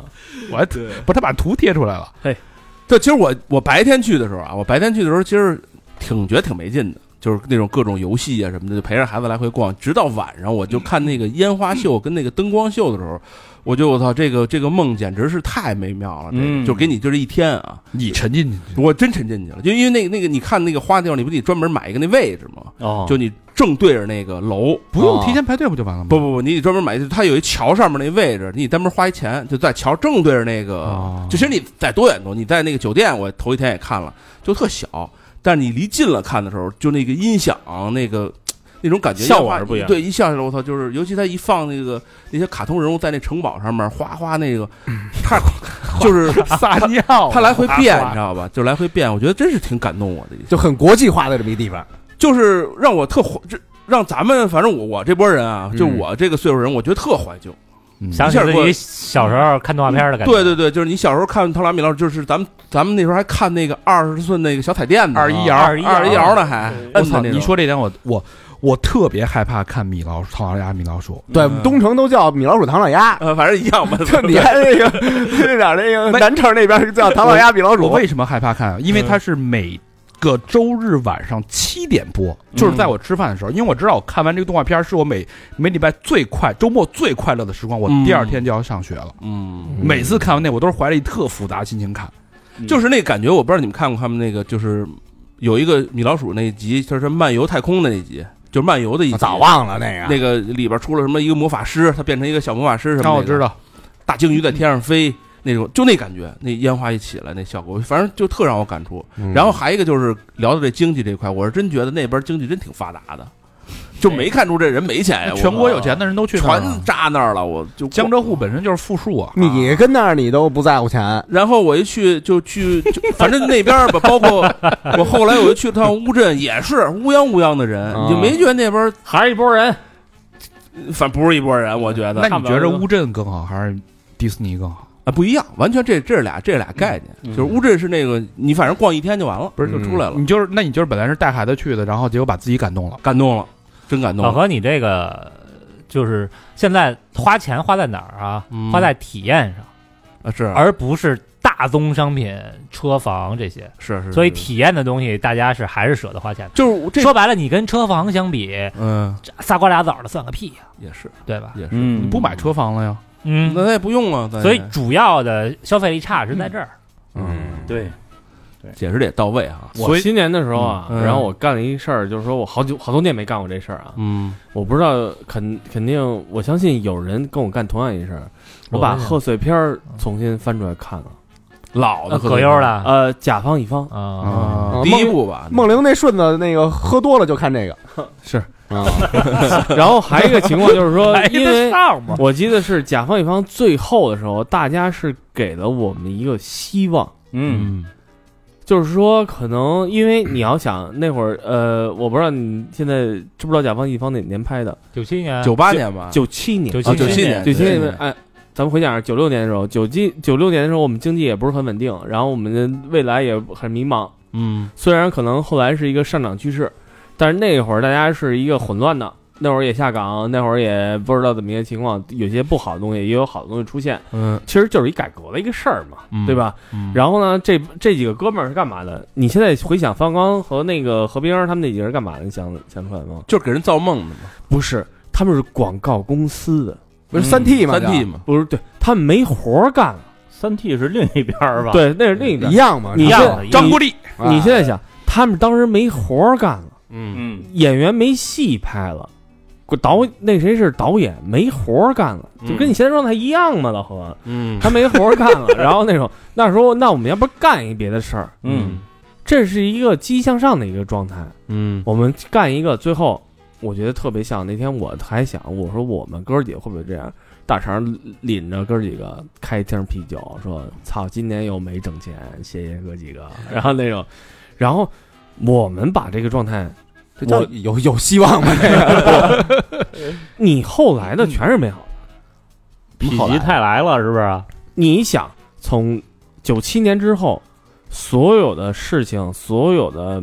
[SPEAKER 3] 我还特不是他把图贴出来了。
[SPEAKER 4] 对，其实我我白天去的时候啊，我白天去的时候，其实挺觉得挺没劲的，就是那种各种游戏啊什么的，就陪着孩子来回逛，直到晚上，我
[SPEAKER 7] 嗯
[SPEAKER 4] 就看那个烟花秀跟那个灯光秀的时候，我觉得我操，这个这个梦简直是太美妙了，这个
[SPEAKER 7] 嗯
[SPEAKER 4] 就给你就是一天啊，
[SPEAKER 3] 你沉浸进去，
[SPEAKER 4] 我真沉浸去了，就因为那个那个你看那个花地方，你不得专门买一个那位置吗？
[SPEAKER 7] 哦，
[SPEAKER 4] 就你正对着那个楼。
[SPEAKER 3] 不用提前排队不就完了吗？
[SPEAKER 4] 不不不，你得专门买，它有一桥上面那位置，你得专门花一钱，就在桥正对着那个
[SPEAKER 3] 哦
[SPEAKER 4] 就其实你在多远都，你在那个酒店，我头一天也看了，就特小，但是你离近了看的时候，就那个音响那个。那种感觉
[SPEAKER 7] 效果是不一样
[SPEAKER 4] 对，一下来我操，就是尤其他一放那个那些卡通人物在那城堡上面哗哗那个，
[SPEAKER 7] 嗯
[SPEAKER 4] 他就是
[SPEAKER 3] 撒尿，
[SPEAKER 4] 他来回变，你知道吧？就来回变，我觉得真是挺感动我的一
[SPEAKER 2] 就很国际化的这么一地方。
[SPEAKER 4] 就是让我特怀，这让咱们反正我我这波人啊，就
[SPEAKER 2] 嗯
[SPEAKER 4] 我这个岁数人，我觉得特怀旧。
[SPEAKER 3] 嗯
[SPEAKER 5] 想起
[SPEAKER 4] 一下
[SPEAKER 5] 自
[SPEAKER 4] 过
[SPEAKER 5] 己小时候看动画片的感觉。
[SPEAKER 4] 对对对，就是你小时候看《唐拉米老师》，就是咱们咱们那时候还看那个二十寸那个小彩电呢，
[SPEAKER 3] 嗯二一摇
[SPEAKER 5] 二一
[SPEAKER 4] 二一啊摇呢还。
[SPEAKER 3] 我
[SPEAKER 4] 摁的
[SPEAKER 3] 操！
[SPEAKER 4] 那种
[SPEAKER 3] 你说这点我我我特别害怕看米老鼠，唐老鸭米老
[SPEAKER 6] 嗯
[SPEAKER 3] 鼠。
[SPEAKER 2] 对，东城都叫米老鼠、唐老 鸭，
[SPEAKER 4] 呃，反正一 样吧。
[SPEAKER 2] 就你看那个那点儿那个南城那边是叫唐老鸭、米老
[SPEAKER 3] 我
[SPEAKER 2] 鼠，
[SPEAKER 3] 为什么害怕看啊？因为
[SPEAKER 4] 嗯
[SPEAKER 3] 它是每个周日晚上七点播，
[SPEAKER 4] 嗯
[SPEAKER 3] 就是在我吃饭的时候，因为我知道我看完这个动画片儿是我每每礼拜最快周末最快乐的时光，我
[SPEAKER 4] 嗯
[SPEAKER 3] 第二天就要上学了。
[SPEAKER 4] 嗯，
[SPEAKER 3] 每次看完那，我都是怀着一特复杂心情看。
[SPEAKER 4] 就是那感觉，我不知道你们看过他们那个，就是有一个米老鼠那一集，就是漫游太空的那一集，就是漫游的
[SPEAKER 3] 啊
[SPEAKER 4] 一集。
[SPEAKER 2] 早忘了那个
[SPEAKER 4] 那个里边出了什么一个魔法师，他变成一个小魔法师什么的。
[SPEAKER 3] 让哦我知道，嗯
[SPEAKER 4] 大鲸鱼在天上飞那种，就那感觉，那烟花一起来那效果，反正就特让我感触。
[SPEAKER 2] 嗯
[SPEAKER 3] 嗯
[SPEAKER 4] 然后还一个就是聊到这经济这块，我是真觉得那边经济真挺发达的，就没看出这人没钱呀。
[SPEAKER 3] 全国有钱的人都去那儿
[SPEAKER 4] 全
[SPEAKER 3] 了。
[SPEAKER 4] 扎那儿了，我就
[SPEAKER 3] 江浙沪。本身就是富庶啊，
[SPEAKER 2] 你跟那儿你都不在乎钱，
[SPEAKER 4] 然后我一去就去，就反正那边儿吧，包括我后来我又去趟乌镇，也是乌泱乌泱的人，
[SPEAKER 2] 啊
[SPEAKER 4] 你就没觉得那边儿
[SPEAKER 6] 还是一拨人，
[SPEAKER 4] 反不是一拨人，我觉得
[SPEAKER 3] 那你觉着乌镇更好还是迪士尼更好？
[SPEAKER 4] 啊不一样，完全这这是俩这是俩概念，
[SPEAKER 7] 嗯
[SPEAKER 4] 就是乌镇是那个你反正逛一天就完了，不是就出来了，
[SPEAKER 5] 嗯
[SPEAKER 4] 嗯
[SPEAKER 3] 你就是那你就是本来是带孩子去的，然后结果把自己感动了。
[SPEAKER 4] 感动了，真感动
[SPEAKER 5] 老
[SPEAKER 4] 了。
[SPEAKER 5] 何，你这个就是现在花钱花在哪儿啊？
[SPEAKER 4] 嗯
[SPEAKER 5] 花在体验上，
[SPEAKER 4] 啊是
[SPEAKER 5] 而不是大宗商品、车房这些。
[SPEAKER 4] 是是，
[SPEAKER 5] 所以
[SPEAKER 4] 是
[SPEAKER 5] 体验的东西，大家是还是舍得花钱的。
[SPEAKER 4] 就是这
[SPEAKER 5] 说白了，你跟车房相比，
[SPEAKER 4] 嗯
[SPEAKER 5] 这仨瓜俩枣的算个屁呀、
[SPEAKER 4] 也是
[SPEAKER 5] 对吧？
[SPEAKER 4] 也是，
[SPEAKER 7] 嗯，
[SPEAKER 3] 你不买车房了呀？
[SPEAKER 5] 嗯，
[SPEAKER 4] 那咱也不用啊，咱也
[SPEAKER 5] 所以主要的消费力差是在这儿。
[SPEAKER 4] 嗯，
[SPEAKER 7] 对，
[SPEAKER 4] 解释的也到位啊，
[SPEAKER 6] 我新年的时候啊，
[SPEAKER 4] 嗯嗯
[SPEAKER 6] 然后我干了一事儿，就是说我好久好多年没干过这事儿啊，
[SPEAKER 4] 嗯
[SPEAKER 6] 我不知道肯肯定，我相信有人跟我干同样一事儿，我把贺岁片儿重新翻出来看了，
[SPEAKER 4] 老的
[SPEAKER 5] 葛优
[SPEAKER 4] 啊
[SPEAKER 3] 嗯
[SPEAKER 5] 了
[SPEAKER 6] 呃，甲方乙方，
[SPEAKER 5] 啊，
[SPEAKER 3] 啊
[SPEAKER 2] 啊
[SPEAKER 4] 第一部吧，
[SPEAKER 2] 梦玲那顺子那个喝多了就看这个，
[SPEAKER 6] 是
[SPEAKER 2] 啊，
[SPEAKER 6] 然后还有一个情况就是 说
[SPEAKER 5] 来，
[SPEAKER 6] 因为
[SPEAKER 5] 得上吗？
[SPEAKER 6] 我记得是甲方乙方最后的时候，大家是给了我们一个希望，
[SPEAKER 7] 嗯，
[SPEAKER 6] 就是说可能因为你要想那会儿，呃，我不知道你现在知不知道甲方乙方哪年拍的，
[SPEAKER 5] 九
[SPEAKER 3] 嗯
[SPEAKER 5] 七年，
[SPEAKER 4] 九八年吧，
[SPEAKER 6] 九七年，
[SPEAKER 5] 九九
[SPEAKER 4] 啊九七年
[SPEAKER 6] 九七年
[SPEAKER 4] 对，
[SPEAKER 6] 哎，咱们回想九六年的时候，九七九六年的时候，我们经济也不是很稳定，然后我们的未来也很迷茫。
[SPEAKER 4] 嗯
[SPEAKER 6] 虽然可能后来是一个上涨趋势，但是那会儿大家是一个混乱的，那会儿也下岗，那会儿也不知道怎么一个情况，有些不好的东西，也有好的东西出现。
[SPEAKER 4] 嗯，
[SPEAKER 6] 其实就是一改革的一个事儿嘛，
[SPEAKER 4] 嗯
[SPEAKER 6] 对吧？
[SPEAKER 4] 嗯
[SPEAKER 6] 然后呢，这这几个哥们儿是干嘛的？你现在回想方刚和那个何冰儿他们那几个人干嘛的？你想想出来吗？
[SPEAKER 4] 就是给人造梦的嘛，
[SPEAKER 6] 不是，他们是广告公司的，
[SPEAKER 2] 不是三 T 嘛，
[SPEAKER 4] 三 T 嘛，
[SPEAKER 6] 不是，对他们没活儿干了。
[SPEAKER 7] 三 T 是另一边儿吧？，
[SPEAKER 6] 对，那是另一
[SPEAKER 2] 这
[SPEAKER 6] 边
[SPEAKER 2] 一。样嘛，
[SPEAKER 6] 你
[SPEAKER 2] 是吧啊
[SPEAKER 5] 一
[SPEAKER 6] 现
[SPEAKER 5] 样
[SPEAKER 6] 张
[SPEAKER 3] 张国立
[SPEAKER 6] 你现在想，他们当时没活儿干了，嗯，
[SPEAKER 2] 嗯，
[SPEAKER 6] 演员没戏拍了，导那谁是导演没活儿干了，就跟你现在状态一样嘛，老何，
[SPEAKER 4] 嗯，
[SPEAKER 6] 他没活儿干了，然后那种那时候那我们要不干一别的事儿，
[SPEAKER 2] 嗯，
[SPEAKER 6] 这是一个积极向上的一个状态，
[SPEAKER 4] 嗯
[SPEAKER 6] 我们干一个，最后我觉得特别像那天我还想，我说我们哥几个会不会这样？大肠领着哥几个开一听啤酒，说：“操，今年又没挣钱，谢谢哥几个。”然后那种，然后我们把这个状态，
[SPEAKER 2] 这叫
[SPEAKER 6] 我
[SPEAKER 2] 有有希望吗？
[SPEAKER 6] 你后来的全是
[SPEAKER 3] 嗯
[SPEAKER 6] 美好的。
[SPEAKER 7] 否极泰来了，是不是？
[SPEAKER 6] 你想，从九七年之后，所有的事情，所有的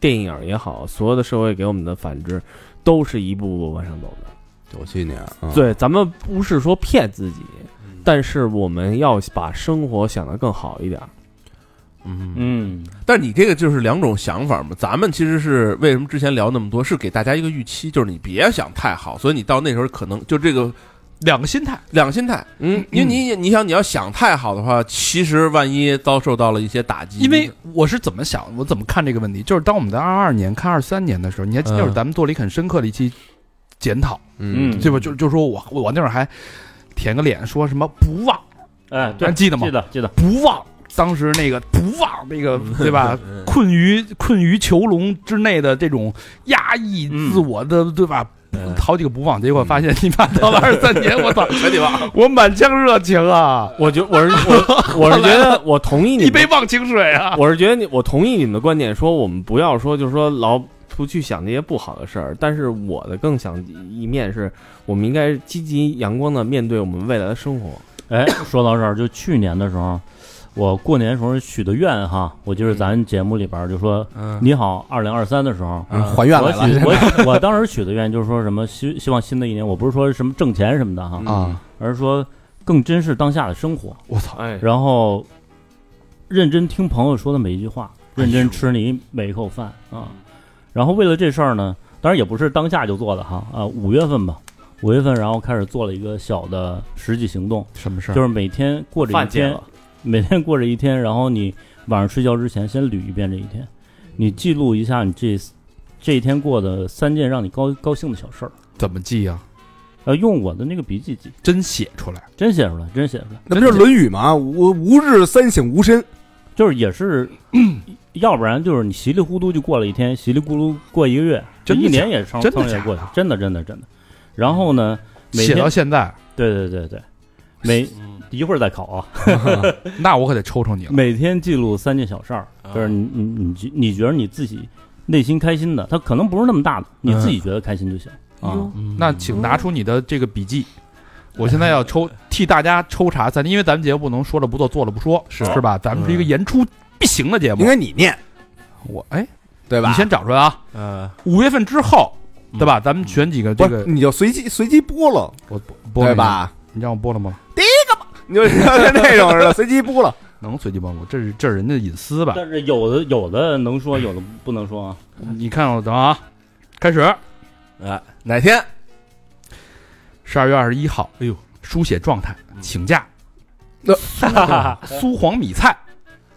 [SPEAKER 6] 电影也好，所有的社会给我们的反制，都是一步步往上走的。
[SPEAKER 2] 九七年，嗯，
[SPEAKER 6] 对，咱们不是说骗自己，但是我们要把生活想得更好一点。
[SPEAKER 4] 嗯，
[SPEAKER 7] 嗯，
[SPEAKER 4] 但你这个就是两种想法嘛。咱们其实是为什么之前聊那么多，是给大家一个预期，就是你别想太好，所以你到那时候可能就这个
[SPEAKER 3] 两个心态，
[SPEAKER 4] 两个心态，
[SPEAKER 6] 嗯，
[SPEAKER 4] 因为你你想你要想太好的话，其实万一遭受到了一些打击，
[SPEAKER 3] 因为
[SPEAKER 6] 嗯
[SPEAKER 3] 我是怎么想，我怎么看这个问题，就是当我们在二二年看二三年的时候，你还记得
[SPEAKER 4] 嗯
[SPEAKER 3] 就是咱们做了一个很深刻的一期检讨，
[SPEAKER 2] 嗯
[SPEAKER 7] 嗯
[SPEAKER 3] 对吧？就就说我我我那会儿还舔个脸说什么不忘，
[SPEAKER 7] 哎，对
[SPEAKER 3] 还，记得吗
[SPEAKER 7] 记？得记得，
[SPEAKER 3] 不忘。当时那个不忘那个对吧？困于困于囚笼之内的这种压抑
[SPEAKER 7] 嗯
[SPEAKER 3] 自我的、对吧？好几个不忘，结果发现你妈到了二三年，我操，全得忘，我满腔热情啊，
[SPEAKER 6] 我觉我是我我是觉得我同意 你
[SPEAKER 3] 一杯
[SPEAKER 6] 们，
[SPEAKER 3] 忘情水啊，
[SPEAKER 6] 我是觉得你我同意你们的观点，说我们不要说就是说老不去想那些不好的事儿，但是我的更想一面是我们应该积极阳光的面对我们未来的生活。
[SPEAKER 7] 哎， 说到这儿，就去年的时候，我过年时候许的愿哈，我就是咱节目里边儿就说
[SPEAKER 3] 嗯
[SPEAKER 7] “你好，二零二三”的时候，
[SPEAKER 2] 嗯还愿
[SPEAKER 7] 我
[SPEAKER 2] 来
[SPEAKER 7] 许
[SPEAKER 2] 了
[SPEAKER 7] 我我当时许的愿就是说什么希希望新的一年，我不是说什么挣钱什
[SPEAKER 4] 嗯
[SPEAKER 7] 么的哈，
[SPEAKER 3] 啊，
[SPEAKER 7] 而是说更珍视当下的生活，
[SPEAKER 3] 我操，
[SPEAKER 6] 哎，
[SPEAKER 7] 然后认真听朋友说的每一句话，认真吃你每一口饭啊。然后为了这事儿呢，当然也不是当下就做的哈，啊，五月份吧，五月份然后开始做了一个小的实际行动，
[SPEAKER 3] 什么事
[SPEAKER 7] 就是每天过着一
[SPEAKER 6] 饭见
[SPEAKER 7] 天
[SPEAKER 6] 了，，
[SPEAKER 7] 每天过着一天，然后你晚上睡觉之前先捋一遍这一天，你记录一下你这这一天过的三件让你高高兴的小事儿，
[SPEAKER 3] 怎么记啊？
[SPEAKER 7] 呃，用我的那个笔记记，
[SPEAKER 3] 真写出来，
[SPEAKER 7] 真写出来，真写出来，
[SPEAKER 2] 那不就是
[SPEAKER 6] 嗯
[SPEAKER 2] 《论语》吗？无无日三省吾身，
[SPEAKER 7] 就是 也是，要不然就是你稀里糊涂就过了一天，稀里糊涂过一个月，这
[SPEAKER 3] 真的
[SPEAKER 7] 一年也上
[SPEAKER 3] 真的
[SPEAKER 7] 上
[SPEAKER 3] 假
[SPEAKER 7] 月
[SPEAKER 3] 的
[SPEAKER 7] 过去，真的真的真的。然后呢，每
[SPEAKER 3] 写
[SPEAKER 7] 天
[SPEAKER 3] 到现在，
[SPEAKER 7] 对对对对，每
[SPEAKER 4] 嗯
[SPEAKER 7] 一会儿再考啊，
[SPEAKER 3] 那我可得抽抽你了。
[SPEAKER 7] 每天记录三件小事儿，就是你你你觉你觉得你自己内心开心的，它可能不是那么大的，你自己觉得开心就行啊。
[SPEAKER 3] 那
[SPEAKER 2] 嗯
[SPEAKER 3] 请拿出你的这个笔记，我现在要抽替大家抽查三，因为咱们节目不能说了不做，做了不说，是是吧？咱们是一个言出必行的节
[SPEAKER 2] 应
[SPEAKER 3] 目。
[SPEAKER 2] 该你念，
[SPEAKER 3] 我哎，
[SPEAKER 2] 对吧？
[SPEAKER 3] 你先找出来啊！
[SPEAKER 4] 呃，
[SPEAKER 3] 五月份之后，对吧？咱们选几个
[SPEAKER 2] 不
[SPEAKER 3] 这
[SPEAKER 2] 是
[SPEAKER 3] 个，
[SPEAKER 2] 你就随机随机播了，
[SPEAKER 3] 我播播
[SPEAKER 2] 对
[SPEAKER 3] 了吗？
[SPEAKER 2] 吧？
[SPEAKER 3] 你让我播了吗？
[SPEAKER 2] 你就跟那种似的，随机 播了。
[SPEAKER 3] 能随机播吗？这是这是人家隐私吧？
[SPEAKER 7] 但是有的有的能说，有的不能说啊。
[SPEAKER 3] 你看我等啊，开始
[SPEAKER 4] 哎，哪天
[SPEAKER 3] 十二月二十一号，
[SPEAKER 4] 哎呦，
[SPEAKER 3] 书写状态，请假。
[SPEAKER 2] 那
[SPEAKER 3] 苏黄米菜，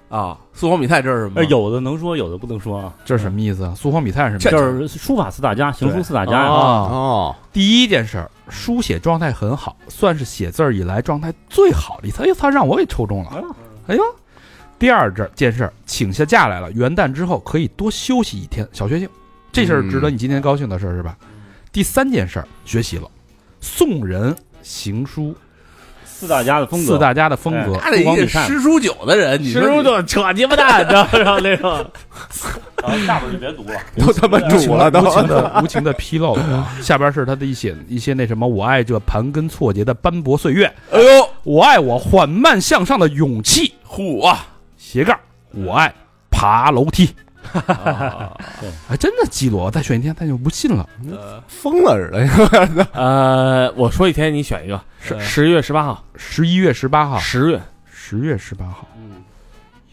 [SPEAKER 4] 啊，苏黄米菜这是什么
[SPEAKER 7] 呃，？有的能说，有的不能说啊。
[SPEAKER 3] 这是什么意思啊？苏黄米菜是什么意思？
[SPEAKER 7] 就是书法四大家，行书四大家呀。
[SPEAKER 3] 啊，
[SPEAKER 2] 哦，
[SPEAKER 3] 第一件事儿，书写状态很好，算是写字儿以来状态最好的一次。哎呦，他让我给抽中
[SPEAKER 7] 啊
[SPEAKER 3] 了，哎呦。第二件件事儿，请下假来了，元旦之后可以多休息一天，小确幸，这事儿值得你今天高兴的事儿是
[SPEAKER 7] 嗯
[SPEAKER 3] 吧？第三件事儿，学习了，送人行书
[SPEAKER 7] 四大家的风格，哎
[SPEAKER 3] 四大家的风
[SPEAKER 2] 啊
[SPEAKER 3] 格，
[SPEAKER 4] 他得一个诗书酒的人，你
[SPEAKER 7] 师
[SPEAKER 4] 说你
[SPEAKER 7] 傅就扯鸡巴蛋，你知道吗？那 个，然后啊下边就别读了。
[SPEAKER 2] 都他妈煮了 都
[SPEAKER 3] 无。情的无情的披露了啊。 下边是他的一些一些那什么，我爱这盘根错节的斑驳岁月，
[SPEAKER 4] 哎呦，
[SPEAKER 3] 我爱我缓慢向上的勇气，
[SPEAKER 4] 嚯啊！
[SPEAKER 3] 斜杠，我爱爬楼梯。
[SPEAKER 7] 对
[SPEAKER 3] 哎，真的记录，我再选一天，他就不信了。
[SPEAKER 2] 疯了似的，
[SPEAKER 6] 呃，我说一天，你选一个，十
[SPEAKER 4] 哎
[SPEAKER 6] 十月十八号，
[SPEAKER 3] 十一月十八号，
[SPEAKER 6] 十月
[SPEAKER 3] 十月十八号，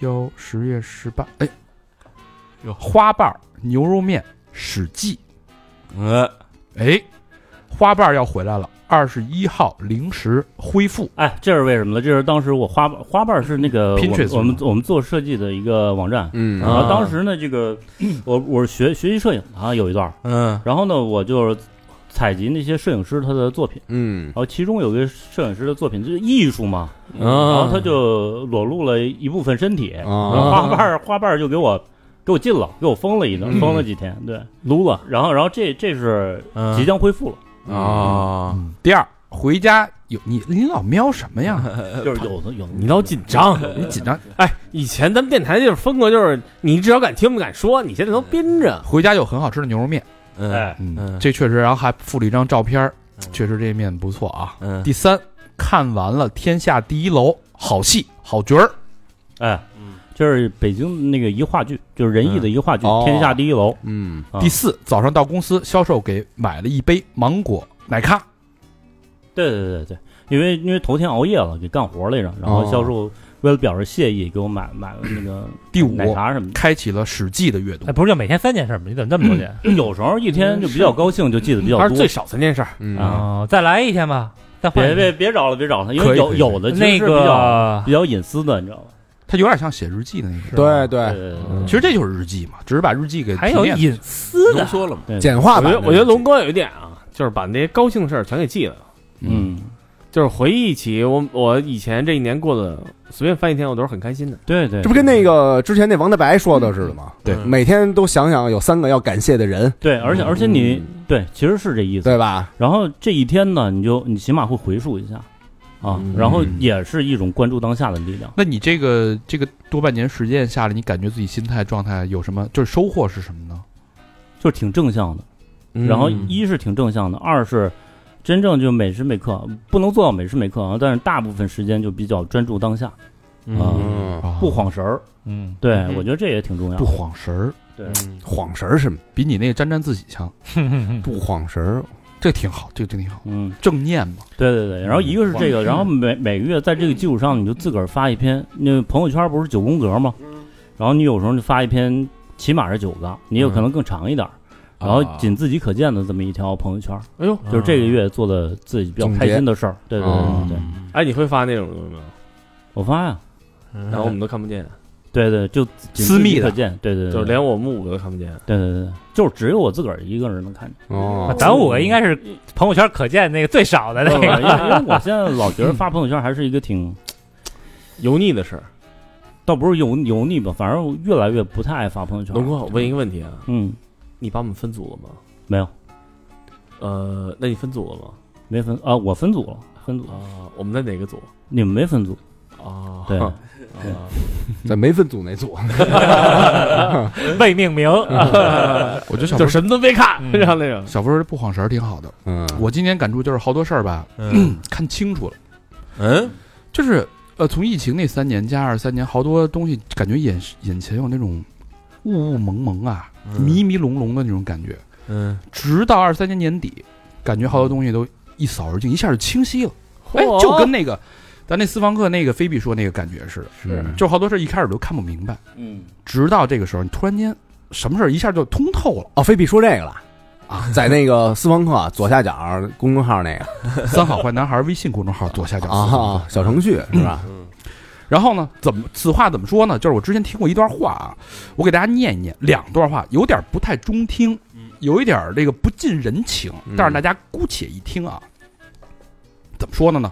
[SPEAKER 3] 哟，十月十八，哎，有花瓣儿牛肉面《史记
[SPEAKER 4] 嗯，》，
[SPEAKER 2] 呃
[SPEAKER 3] 哎，花瓣儿要回来了，二十一号零时恢复。
[SPEAKER 7] 哎，这是为什么呢？这是当时我花花瓣是那个
[SPEAKER 3] Pinterest
[SPEAKER 7] 我们我们
[SPEAKER 3] 吗
[SPEAKER 7] 我们做设计的一个网站，
[SPEAKER 2] 嗯
[SPEAKER 7] 然后
[SPEAKER 6] 啊
[SPEAKER 7] 当时呢，这 个我我是学学习摄影的啊，有一段儿，
[SPEAKER 4] 嗯
[SPEAKER 7] 然后呢，我就是采集那些摄影师他的作品，
[SPEAKER 2] 嗯
[SPEAKER 7] 然后其中有一个摄影师的作品就是艺术嘛，然后
[SPEAKER 6] 啊，
[SPEAKER 7] 他就裸露了一部分身体，
[SPEAKER 6] 嗯
[SPEAKER 7] 然后
[SPEAKER 2] 啊
[SPEAKER 7] 花瓣儿花瓣儿就给我给我禁了，给我封了一段，
[SPEAKER 2] 嗯
[SPEAKER 7] 封了几天，对，
[SPEAKER 6] 撸了，
[SPEAKER 7] 然后然后这这是
[SPEAKER 4] 嗯
[SPEAKER 7] 即将恢复了，
[SPEAKER 4] 啊，
[SPEAKER 3] 嗯，第二，回家有你，你老喵什么 呀？
[SPEAKER 7] 就是有的有的
[SPEAKER 6] 你老紧张。
[SPEAKER 3] 你紧张，
[SPEAKER 6] 哎，以前咱们电台就是风格就是你只要敢听不敢说，你现在都憋着。
[SPEAKER 3] 回家有很好吃的牛肉面。
[SPEAKER 4] 嗯
[SPEAKER 7] 哎
[SPEAKER 3] 嗯，
[SPEAKER 4] 嗯
[SPEAKER 3] 这确实，然后还附了一张照片儿，
[SPEAKER 4] 嗯
[SPEAKER 3] 确实这面不错啊。
[SPEAKER 4] 嗯
[SPEAKER 3] 第三，看完了《天下第一楼》，好戏，好角儿。
[SPEAKER 7] 哎，这是北京那个一话剧，就是仁义的一个话剧，
[SPEAKER 2] 嗯哦
[SPEAKER 7] 天下第一楼》
[SPEAKER 2] 嗯
[SPEAKER 7] 啊
[SPEAKER 3] 第四，早上到公司，销售给买了一杯芒果奶咖。
[SPEAKER 7] 对对对对，因为因为头天熬夜了，给干活来着，然后
[SPEAKER 2] 哦
[SPEAKER 7] 销售为了表示谢意，给我买买了那个
[SPEAKER 3] 第五，
[SPEAKER 7] 奶茶什么的。
[SPEAKER 3] 开启了《史记》的阅读
[SPEAKER 5] 哎，。不是就每天三件事吗？你怎么这么多件？
[SPEAKER 7] 有时候一天就比较高兴，就记得比较
[SPEAKER 6] 嗯还是
[SPEAKER 7] 多
[SPEAKER 6] 最。少三件事儿，
[SPEAKER 2] 嗯
[SPEAKER 7] 啊
[SPEAKER 5] 哦，再来一天吧，再换一
[SPEAKER 7] 别
[SPEAKER 5] 天
[SPEAKER 7] 别别找了，别找了，因
[SPEAKER 3] 可
[SPEAKER 7] 为
[SPEAKER 3] 以
[SPEAKER 7] 有
[SPEAKER 3] 可以
[SPEAKER 7] 有的其实
[SPEAKER 5] 那
[SPEAKER 7] 是比较
[SPEAKER 5] 个
[SPEAKER 7] 比较隐私的，你知道吧？
[SPEAKER 3] 它有点像写日记的那个。
[SPEAKER 2] 对
[SPEAKER 4] 哎
[SPEAKER 2] 对，
[SPEAKER 7] 对
[SPEAKER 3] 其实这就是日记嘛，只是把日记给
[SPEAKER 5] 还有
[SPEAKER 3] 提炼
[SPEAKER 5] 隐私
[SPEAKER 4] 浓
[SPEAKER 5] 的，
[SPEAKER 4] 缩了嘛，
[SPEAKER 7] 对
[SPEAKER 2] 简化
[SPEAKER 6] 我觉
[SPEAKER 2] 版
[SPEAKER 6] 得
[SPEAKER 2] 的。
[SPEAKER 6] 我觉得龙哥有一点啊，就是把那些高兴的事儿全给记了，
[SPEAKER 7] 嗯，
[SPEAKER 6] 就是回忆起我我以前这一年过的，随便翻一天我都是很开心的。
[SPEAKER 7] 对对，
[SPEAKER 2] 这不跟那个之前那王大白说的似的吗？
[SPEAKER 3] 对
[SPEAKER 2] 嗯每天都想想有三个要感谢的人，
[SPEAKER 7] 对，而且而且你
[SPEAKER 3] 嗯
[SPEAKER 7] 对，其实是这意思。
[SPEAKER 2] 对吧？
[SPEAKER 7] 然后这一天呢，你就你起码会回溯一下啊，
[SPEAKER 3] 嗯
[SPEAKER 7] 然后也是一种关注当下的力量。
[SPEAKER 3] 那你这个这个多半年时间下来，你感觉自己心态状态有什么？就是收获是什么呢？
[SPEAKER 7] 就是挺正向的。
[SPEAKER 2] 嗯
[SPEAKER 3] 嗯
[SPEAKER 7] 然后一是挺正向的，二是真正就每时每刻不能做到每时每刻啊，但是大部分时间就比较专注当下啊、
[SPEAKER 2] 嗯，
[SPEAKER 7] 不晃神儿。
[SPEAKER 5] 嗯，
[SPEAKER 7] 对、
[SPEAKER 4] 嗯
[SPEAKER 7] 我觉得这也挺重要
[SPEAKER 3] 啊哦不。晃神儿，
[SPEAKER 2] 晃神儿是吗？
[SPEAKER 3] 比你那个沾沾自喜强，
[SPEAKER 2] 不晃神儿，
[SPEAKER 3] 这挺好，这个挺好，
[SPEAKER 7] 嗯，
[SPEAKER 3] 正念嘛。
[SPEAKER 7] 对对对，然后一个是这个，然后每每个月在这个基础上，你就自个儿发一篇。那朋友圈不是九宫格吗？然后你有时候就发一篇，起码是九个，你有可能更长一点儿，
[SPEAKER 4] 嗯
[SPEAKER 7] 然后
[SPEAKER 4] 啊
[SPEAKER 7] 仅自己可见的这么一条朋友圈，
[SPEAKER 6] 哎呦，
[SPEAKER 7] 就是这个月做的自己比较
[SPEAKER 2] 总结
[SPEAKER 7] 开心的事儿。对对嗯
[SPEAKER 3] 嗯
[SPEAKER 7] 对对对，
[SPEAKER 6] 哎，你会发那种东西吗？
[SPEAKER 7] 我发呀、
[SPEAKER 6] 嗯然后我们都看不见，
[SPEAKER 7] 对对，就仅
[SPEAKER 3] 私密
[SPEAKER 7] 自己
[SPEAKER 3] 的
[SPEAKER 7] 可见，对对对，
[SPEAKER 6] 就是连我们五个都看不见。
[SPEAKER 7] 对对对，就是只有我自个儿一个人能看见。
[SPEAKER 2] 哦
[SPEAKER 5] 啊咱五个应该是朋友圈可见那个最少的那
[SPEAKER 7] 因为
[SPEAKER 5] 个。
[SPEAKER 7] 因为我现在老觉得发朋友圈还是一个挺，
[SPEAKER 6] 油腻的事儿，
[SPEAKER 7] 倒不是油油腻吧，反正我越来越不太爱发朋友圈。
[SPEAKER 6] 龙哥，我问一个问题啊，
[SPEAKER 7] 嗯，
[SPEAKER 6] 你把我们分组了吗？
[SPEAKER 7] 没有，
[SPEAKER 6] 呃，那你分组了吗？
[SPEAKER 7] 没分啊，我分组了，分组了，
[SPEAKER 6] 啊，我们在哪个组？
[SPEAKER 7] 你们没分组，
[SPEAKER 6] 啊，
[SPEAKER 7] 对，
[SPEAKER 6] 啊，
[SPEAKER 2] 在没分组那组，
[SPEAKER 5] 未命名，啊
[SPEAKER 3] 我觉得小
[SPEAKER 6] 就
[SPEAKER 3] 波
[SPEAKER 6] 是什么都没看，
[SPEAKER 5] 嗯
[SPEAKER 6] 然后那种
[SPEAKER 3] 小波不晃神儿挺好的。
[SPEAKER 2] 嗯，
[SPEAKER 3] 我今年感触就是好多事儿吧，
[SPEAKER 4] 嗯
[SPEAKER 3] 看清楚了，
[SPEAKER 4] 嗯
[SPEAKER 3] 就是呃，从疫情那三年加二三年，好多东西感觉眼眼前有那种雾雾蒙蒙啊、迷迷胧胧的那种感觉。
[SPEAKER 4] 嗯
[SPEAKER 3] 直到二三年年底，感觉好多东西都一扫而尽，一下就清晰了。哎，就跟那个咱那私房课那个菲比说那个感觉似的，
[SPEAKER 2] 是
[SPEAKER 3] 就好多事儿一开始都看不明白，
[SPEAKER 7] 嗯，
[SPEAKER 3] 直到这个时候，你突然间什么事儿一下就通透 了。
[SPEAKER 2] 哦，菲比说这个了啊，在那个私房课左下角公众号那个
[SPEAKER 3] 三好坏男孩微信公众号左下角私房课
[SPEAKER 2] 啊，小程序是吧？
[SPEAKER 3] 然后呢，怎么此话怎么说呢？就是我之前听过一段话啊，我给大家念一念，两段话有点不太中听，有一点儿这个不近人情，
[SPEAKER 2] 嗯
[SPEAKER 3] 但是大家姑且一听啊。怎么说的呢？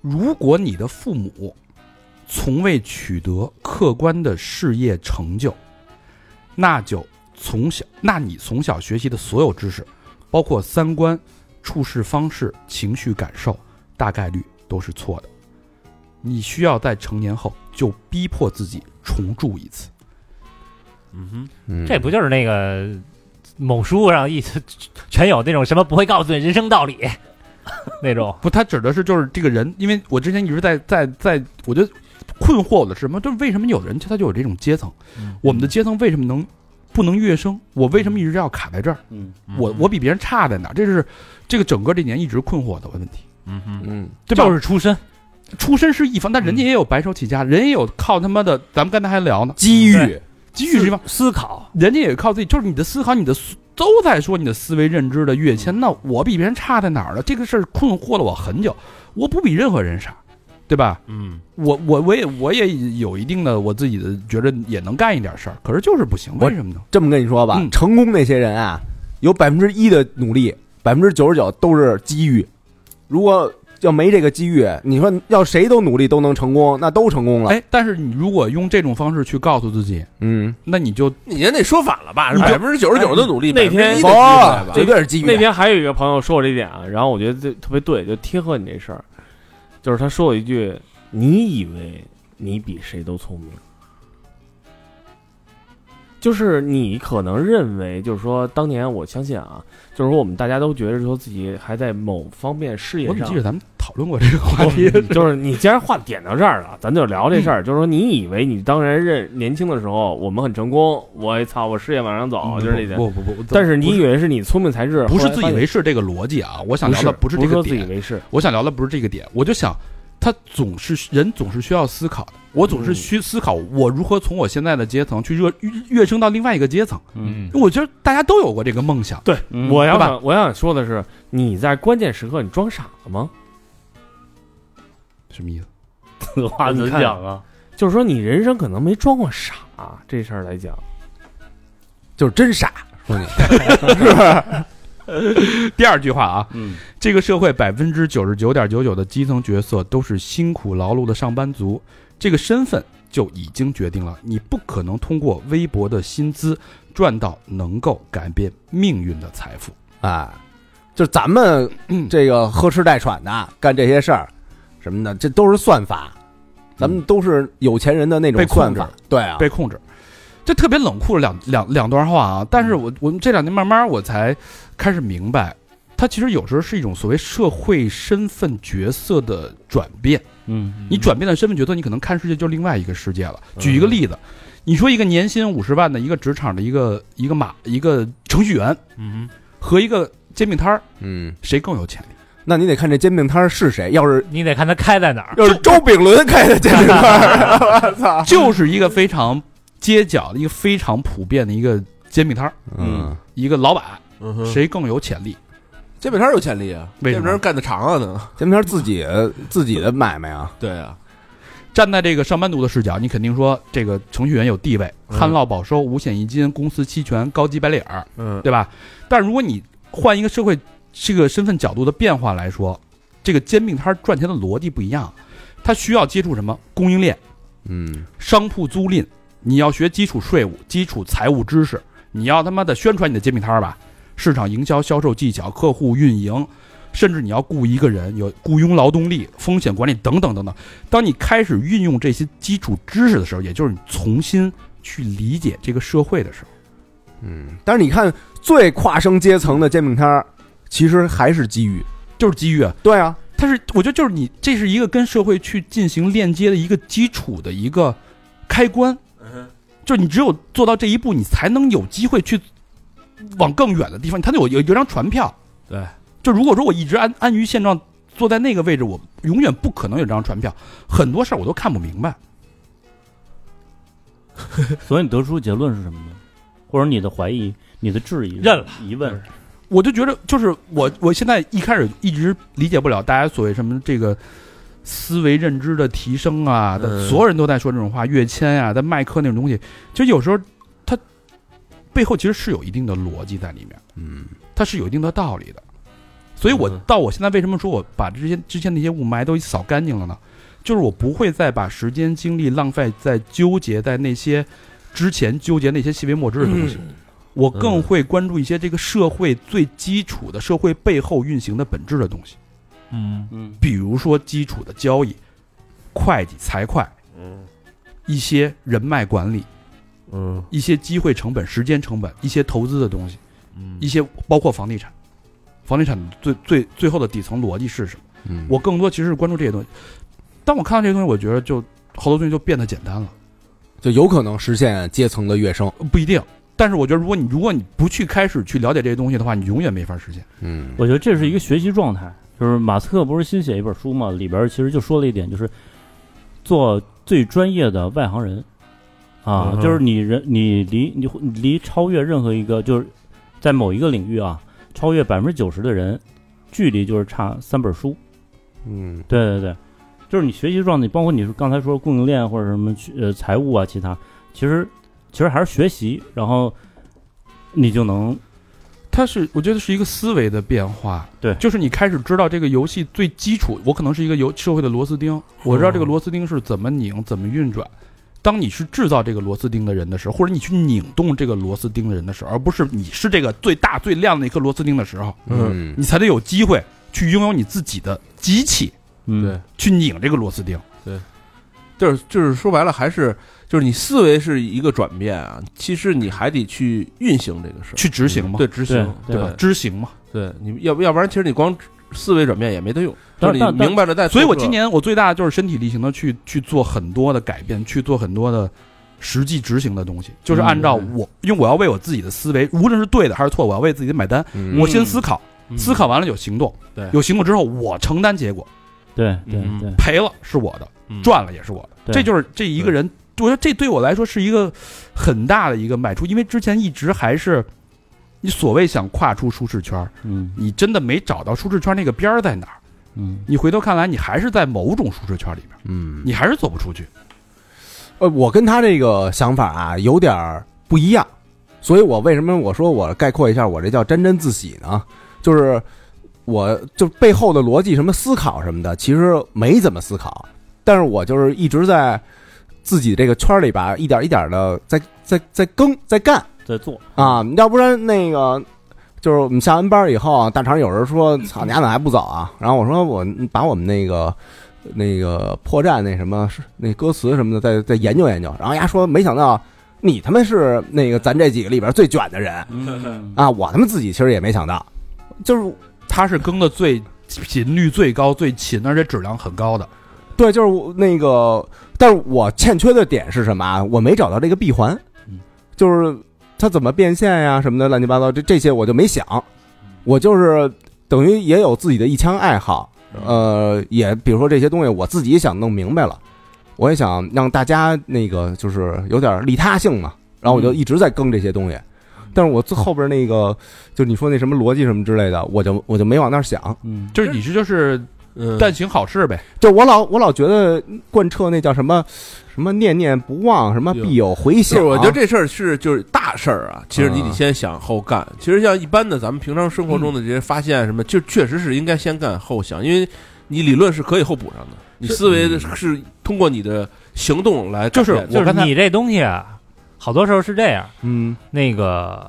[SPEAKER 3] 如果你的父母从未取得客观的事业成就，那就从小，那你从小学习的所有知识，包括三观、处事方式、情绪感受，大概率都是错的。你需要在成年后就逼迫自己重铸一次。
[SPEAKER 4] 嗯哼，
[SPEAKER 2] 嗯
[SPEAKER 5] 这不就是那个某书上一 全有那种什么不会告诉你人生道 理那种？
[SPEAKER 3] 不，他指的是就是这个人，因为我之前一直在在在，我就困惑我的是什么？就是为什么有的人他就有这种阶层，我们的阶层为什么能不能跃升？我为什么一直要卡在这儿？
[SPEAKER 7] 嗯，
[SPEAKER 3] 我我比别人差在哪儿？这是这个整个这年一直困惑我的问题，
[SPEAKER 4] 嗯哼，
[SPEAKER 2] 嗯
[SPEAKER 3] 对吧？
[SPEAKER 5] 就是出身，
[SPEAKER 3] 出身是一方，但人家也有白手起家，人也有靠他妈的，咱们刚才还聊呢，
[SPEAKER 2] 机遇
[SPEAKER 3] 机遇是一方，
[SPEAKER 5] 思考，
[SPEAKER 3] 人家也靠自己，就是你的思考，你的思都在说你的思维认知的跃
[SPEAKER 6] 嗯
[SPEAKER 3] 迁。那我比别人差在哪儿呢？这个事儿困惑了我很久，我不比任何人傻，对吧？
[SPEAKER 5] 嗯，
[SPEAKER 3] 我我我也我也有一定的我自己的觉着也能干一点事儿，可是就是不行，
[SPEAKER 2] 我
[SPEAKER 3] 为什么呢？
[SPEAKER 2] 这么跟你说吧
[SPEAKER 3] 嗯，
[SPEAKER 2] 成功那些人啊，有百分之一的努力，百分之九十九都是机遇。如果要没这个机遇，你说要谁都努力都能成功，那都成功了。
[SPEAKER 3] 哎，但是你如果用这种方式去告诉自己，
[SPEAKER 2] 嗯，
[SPEAKER 3] 那你就
[SPEAKER 4] 你人得说反了吧？
[SPEAKER 3] 你就
[SPEAKER 4] 百分之九十九的努力，
[SPEAKER 6] 那天
[SPEAKER 4] 1%的机
[SPEAKER 2] 不
[SPEAKER 4] 会吧
[SPEAKER 2] 哦绝对是机遇。啊
[SPEAKER 6] 那天还有一个朋友说我这一点啊，然后我觉得这特别对，就贴合你这事儿，就是他说我一句：“你以为你比谁都聪明？”就是你可能认为，就是说，当年我相信啊，就是说我们大家都觉得说自己还在某方面事业
[SPEAKER 3] 我怎么
[SPEAKER 6] 上
[SPEAKER 3] 记得咱们讨论过这个 话题？
[SPEAKER 6] 啊就是你既然话点到这儿了，咱就聊这事儿。就是说，你以为你当然认年轻的时候我们很成功，我操，我事业往上走，哦就是这点。
[SPEAKER 3] 不不嗯不，
[SPEAKER 6] 但是你以
[SPEAKER 3] 为
[SPEAKER 6] 为是你聪明才智，
[SPEAKER 3] 不是
[SPEAKER 6] 后来
[SPEAKER 3] 自
[SPEAKER 6] 发
[SPEAKER 3] 以
[SPEAKER 6] 现
[SPEAKER 3] 为是这个逻辑啊？我想
[SPEAKER 6] 不
[SPEAKER 3] 聊
[SPEAKER 6] 是
[SPEAKER 3] 的不是这个
[SPEAKER 6] 说自以
[SPEAKER 3] 点，
[SPEAKER 6] 为是，
[SPEAKER 3] 我想聊的不是这个点，我就想，他总是人总是需要思考的，我总
[SPEAKER 7] 嗯
[SPEAKER 3] 是需思考我如何从我现在的阶层去跃跃升到另外一个阶层。
[SPEAKER 7] 嗯，
[SPEAKER 3] 我觉得大家都有过这个梦想，
[SPEAKER 7] 嗯
[SPEAKER 6] 我要
[SPEAKER 3] 对吧
[SPEAKER 6] 想我想说的是，你在关键时刻你装傻了吗？
[SPEAKER 3] 什么意思？
[SPEAKER 7] 此话怎讲啊？
[SPEAKER 6] 就是说你人生可能没装过傻、这事儿来讲，
[SPEAKER 2] 就是真傻，
[SPEAKER 3] 第二句话啊，
[SPEAKER 7] 嗯，
[SPEAKER 3] 这个社会百分之九十九点九九的基层角色都是辛苦劳碌的上班族，这个身份就已经决定了你不可能通过微薄的薪资赚到能够改变命运的财富。
[SPEAKER 2] 啊，就是咱们
[SPEAKER 3] 嗯
[SPEAKER 2] 这个呵吃带喘的干这些事儿什么的，这都是算法，咱们都是有钱人的那种
[SPEAKER 3] 被控
[SPEAKER 2] 算
[SPEAKER 3] 制
[SPEAKER 2] 法。对啊，
[SPEAKER 3] 被控制。这特别冷酷的两两两段话啊，但是我我这两年慢慢我才开始明白，它其实有时候是一种所谓社会身份角色的转变。
[SPEAKER 7] 嗯，
[SPEAKER 3] 你转变了身份角色，你可能看世界就另外一个世界了。举一个例子，你说一个年薪五十万的一个职场的一个一个马一个程序员
[SPEAKER 4] 嗯，
[SPEAKER 3] 和一个煎饼摊儿，
[SPEAKER 2] 嗯，
[SPEAKER 3] 谁更有潜力？
[SPEAKER 2] 那你得看这煎饼摊儿是谁。要是
[SPEAKER 5] 你得看他开在哪儿。
[SPEAKER 2] 要是周炳伦开的煎饼摊儿，我操！
[SPEAKER 3] 就是一个非常街角的一个非常普遍的一个煎饼摊儿，
[SPEAKER 2] 嗯，
[SPEAKER 3] 一个老板，
[SPEAKER 4] 嗯哼，
[SPEAKER 3] 谁更有潜力？
[SPEAKER 4] 煎饼摊儿有潜力啊，
[SPEAKER 3] 为什
[SPEAKER 4] 煎饼
[SPEAKER 3] 么
[SPEAKER 4] 摊儿干得长啊呢。
[SPEAKER 2] 煎饼摊儿自己自己的买卖啊，
[SPEAKER 4] 对啊，
[SPEAKER 3] 站在这个上班族的视角，你肯定说这个程序员有地位，
[SPEAKER 4] 嗯
[SPEAKER 3] 旱涝保收，五险一金，公司期权，高级白领儿，
[SPEAKER 4] 嗯，
[SPEAKER 3] 对吧？但如果你换一个社会这个身份角度的变化来说，这个煎饼摊儿赚钱的逻辑不一样，它需要接触什么供应链、
[SPEAKER 2] 嗯，
[SPEAKER 3] 商铺租赁，你要学基础税务、基础财务知识，你要他妈的宣传你的煎饼摊儿吧，市场营销、销售技巧、客户运营，甚至你要雇一个人，有雇佣劳动力、风险管理等等等等。当你开始运用这些基础知识的时候，也就是你重新去理解这个社会的时候，
[SPEAKER 2] 嗯，但是你看最跨生阶层的煎饼摊儿，其实还是机遇。
[SPEAKER 3] 就是机遇啊。
[SPEAKER 2] 对啊，
[SPEAKER 3] 它是，我觉得就是你，这是一个跟社会去进行链接的一个基础的一个开关。就是你只有做到这一步，你才能有机会去往更远的地方。它就有有有张船票。
[SPEAKER 4] 对，
[SPEAKER 3] 就如果说我一直安安于现状，坐在那个位置，我永远不可能有这张船票。很多事儿我都看不明白。
[SPEAKER 7] 所以你得出结论是什么呢？或者你的怀疑、你的质疑、
[SPEAKER 5] 认了
[SPEAKER 7] 疑问，
[SPEAKER 3] 我就觉得，就是我我现在一开始一直理解不了大家所谓什么这个思维认知的提升啊，的
[SPEAKER 4] 嗯
[SPEAKER 3] 所有人都在说这种话，跃迁啊，在卖课那种东西，其实有时候它背后其实是有一定的逻辑在里面，
[SPEAKER 2] 嗯，
[SPEAKER 3] 它是有一定的道理的。所以我
[SPEAKER 4] 嗯
[SPEAKER 3] 到我现在为什么说我把这些之前那些雾霾都扫干净了呢？就是我不会再把时间精力浪费在纠结在那些之前纠结那些细微末至的东西。我更会关注一些这个社会最基础的社会背后运行的本质的东西，
[SPEAKER 5] 嗯，
[SPEAKER 7] 嗯
[SPEAKER 3] 比如说基础的交易、会计、财会，
[SPEAKER 4] 嗯
[SPEAKER 3] 一些人脉管理，
[SPEAKER 4] 嗯
[SPEAKER 3] 一些机会成本、时间成本，一些投资的东西，
[SPEAKER 4] 嗯
[SPEAKER 3] 一些包括房地产。房地产最最最后的底层逻辑是什么？
[SPEAKER 2] 嗯
[SPEAKER 3] 我更多其实是关注这些东西。当我看到这些东西，我觉得就好多东西就变得简单了。
[SPEAKER 2] 就有可能实现阶层的跃升。
[SPEAKER 3] 不一定，但是我觉得如果你如果你不去开始去了解这些东西的话，你永远没法实现。
[SPEAKER 2] 嗯，
[SPEAKER 7] 我觉得这是一个学习状态。就是马斯克不是新写一本书嘛，里边其实就说了一点，就是做最专业的外行人。啊，就是你人你离你你离超越任何一个就是在某一个领域啊，超越百分之九十的人，距离就是差三本书。
[SPEAKER 2] 嗯，
[SPEAKER 7] 对对对，就是你学习状态，包括你说刚才说供应链或者什么呃财务啊，其他其实其实还是学习，然后你就能
[SPEAKER 3] 它是我觉得是一个思维的变化，
[SPEAKER 7] 对
[SPEAKER 3] 就是你开始知道这个游戏最基础，我可能是一个游社会的螺丝钉，我知道这个螺丝钉是怎么拧、怎么运转。当你是制造这个螺丝钉的人的时候，或者你去拧动这个螺丝钉的人的时候，而不是你是这个最大最亮的一颗螺丝钉的时候，
[SPEAKER 2] 嗯
[SPEAKER 3] 你才得有机会去拥有你自己的机器
[SPEAKER 7] 嗯
[SPEAKER 4] 对
[SPEAKER 3] 去拧这个螺丝钉。
[SPEAKER 4] 就是就是说白了，还是就是你思维是一个转变啊，其实你还得去运行这个事儿，
[SPEAKER 3] 去执行嘛，
[SPEAKER 4] 对执行，
[SPEAKER 7] 对
[SPEAKER 4] 吧
[SPEAKER 3] 吧？？执行嘛。
[SPEAKER 4] 对，你要不要不然，其实你光思维转变也没得用，就
[SPEAKER 7] 但
[SPEAKER 4] 是你
[SPEAKER 7] 但但
[SPEAKER 4] 明白了再
[SPEAKER 3] 所
[SPEAKER 4] 做出来。
[SPEAKER 3] 以我今年我最大的就是身体力行的去去做很多的改变，去做很多的实际执行的东西，就是按照我，因为我要为我自己的思维，无论是对的还是错，我要为自己买单。
[SPEAKER 2] 嗯
[SPEAKER 3] 我先思考，
[SPEAKER 6] 嗯
[SPEAKER 3] 思考完了有行动，
[SPEAKER 4] 对
[SPEAKER 3] 有行动之后我承担结果，
[SPEAKER 7] 对对
[SPEAKER 4] 嗯
[SPEAKER 7] 对，
[SPEAKER 3] 赔了是我的，赚了也是我的，
[SPEAKER 7] 对
[SPEAKER 3] 这就是这一个人，我觉得这对我来说是一个很大的一个迈出，因为之前一直还是。你所谓想跨出舒适圈，
[SPEAKER 7] 嗯
[SPEAKER 3] 你真的没找到舒适圈那个边儿在哪儿。
[SPEAKER 7] 嗯
[SPEAKER 3] 你回头看来，你还是在某种舒适圈里边，
[SPEAKER 2] 嗯，
[SPEAKER 3] 你还是走不出去。
[SPEAKER 2] 呃，我跟他这个想法啊有点儿不一样，所以我为什么我说我概括一下，我这叫沾沾自喜呢？就是我就背后的逻辑什么思考什么的，其实没怎么思考，但是我就是一直在自己这个圈儿里吧，一点一点的在在在更在干
[SPEAKER 7] 在做
[SPEAKER 2] 啊，要不然那个。就是我们下完班以后啊，大厂有人说：“操，你丫怎么还不走啊？”然后我说：“我把我们那个那个破绽那什么是那歌词什么的，再再研究研究。然后丫说，没想到你他妈是那个咱这几个里边最卷的人
[SPEAKER 7] 嗯
[SPEAKER 2] 啊！我他妈自己其实也没想到，就是
[SPEAKER 3] 它是更的最频率最高、最勤，而且质量很高的。
[SPEAKER 2] 对，就是我那个，但是我欠缺的点是什么啊？我没找到这个闭环
[SPEAKER 7] 嗯，
[SPEAKER 2] 就是它怎么变现呀什么的乱七八糟，这这些我就没想，我就是等于也有自己的一腔爱好，呃，也比如说这些东西我自己想弄明白了，我也想让大家那个就是有点利他性嘛，然后我就一直在更这些东西。但是我最后边那个，就你说那什么逻辑什么之类的，我就我就没往那儿想，
[SPEAKER 7] 嗯，
[SPEAKER 3] 就是你是就是
[SPEAKER 4] 嗯
[SPEAKER 3] 但行好事呗，
[SPEAKER 2] 就我老我老觉得贯彻那叫什么什么念念不忘，什么必有回
[SPEAKER 4] 就是
[SPEAKER 2] 响。
[SPEAKER 3] 啊
[SPEAKER 4] 我觉得这事儿是就是大事儿啊，其实
[SPEAKER 3] 嗯
[SPEAKER 4] 你得先想后干。其实像一般的咱们平常生活中的这些发现什么，就确实是应该先干后想，因为你理论是可以后补上的，你思维是通过你的行动来改变的。
[SPEAKER 3] 就
[SPEAKER 5] 就是
[SPEAKER 3] 刚才
[SPEAKER 5] 你这东西啊，好多时候是这样，
[SPEAKER 2] 嗯
[SPEAKER 5] 那个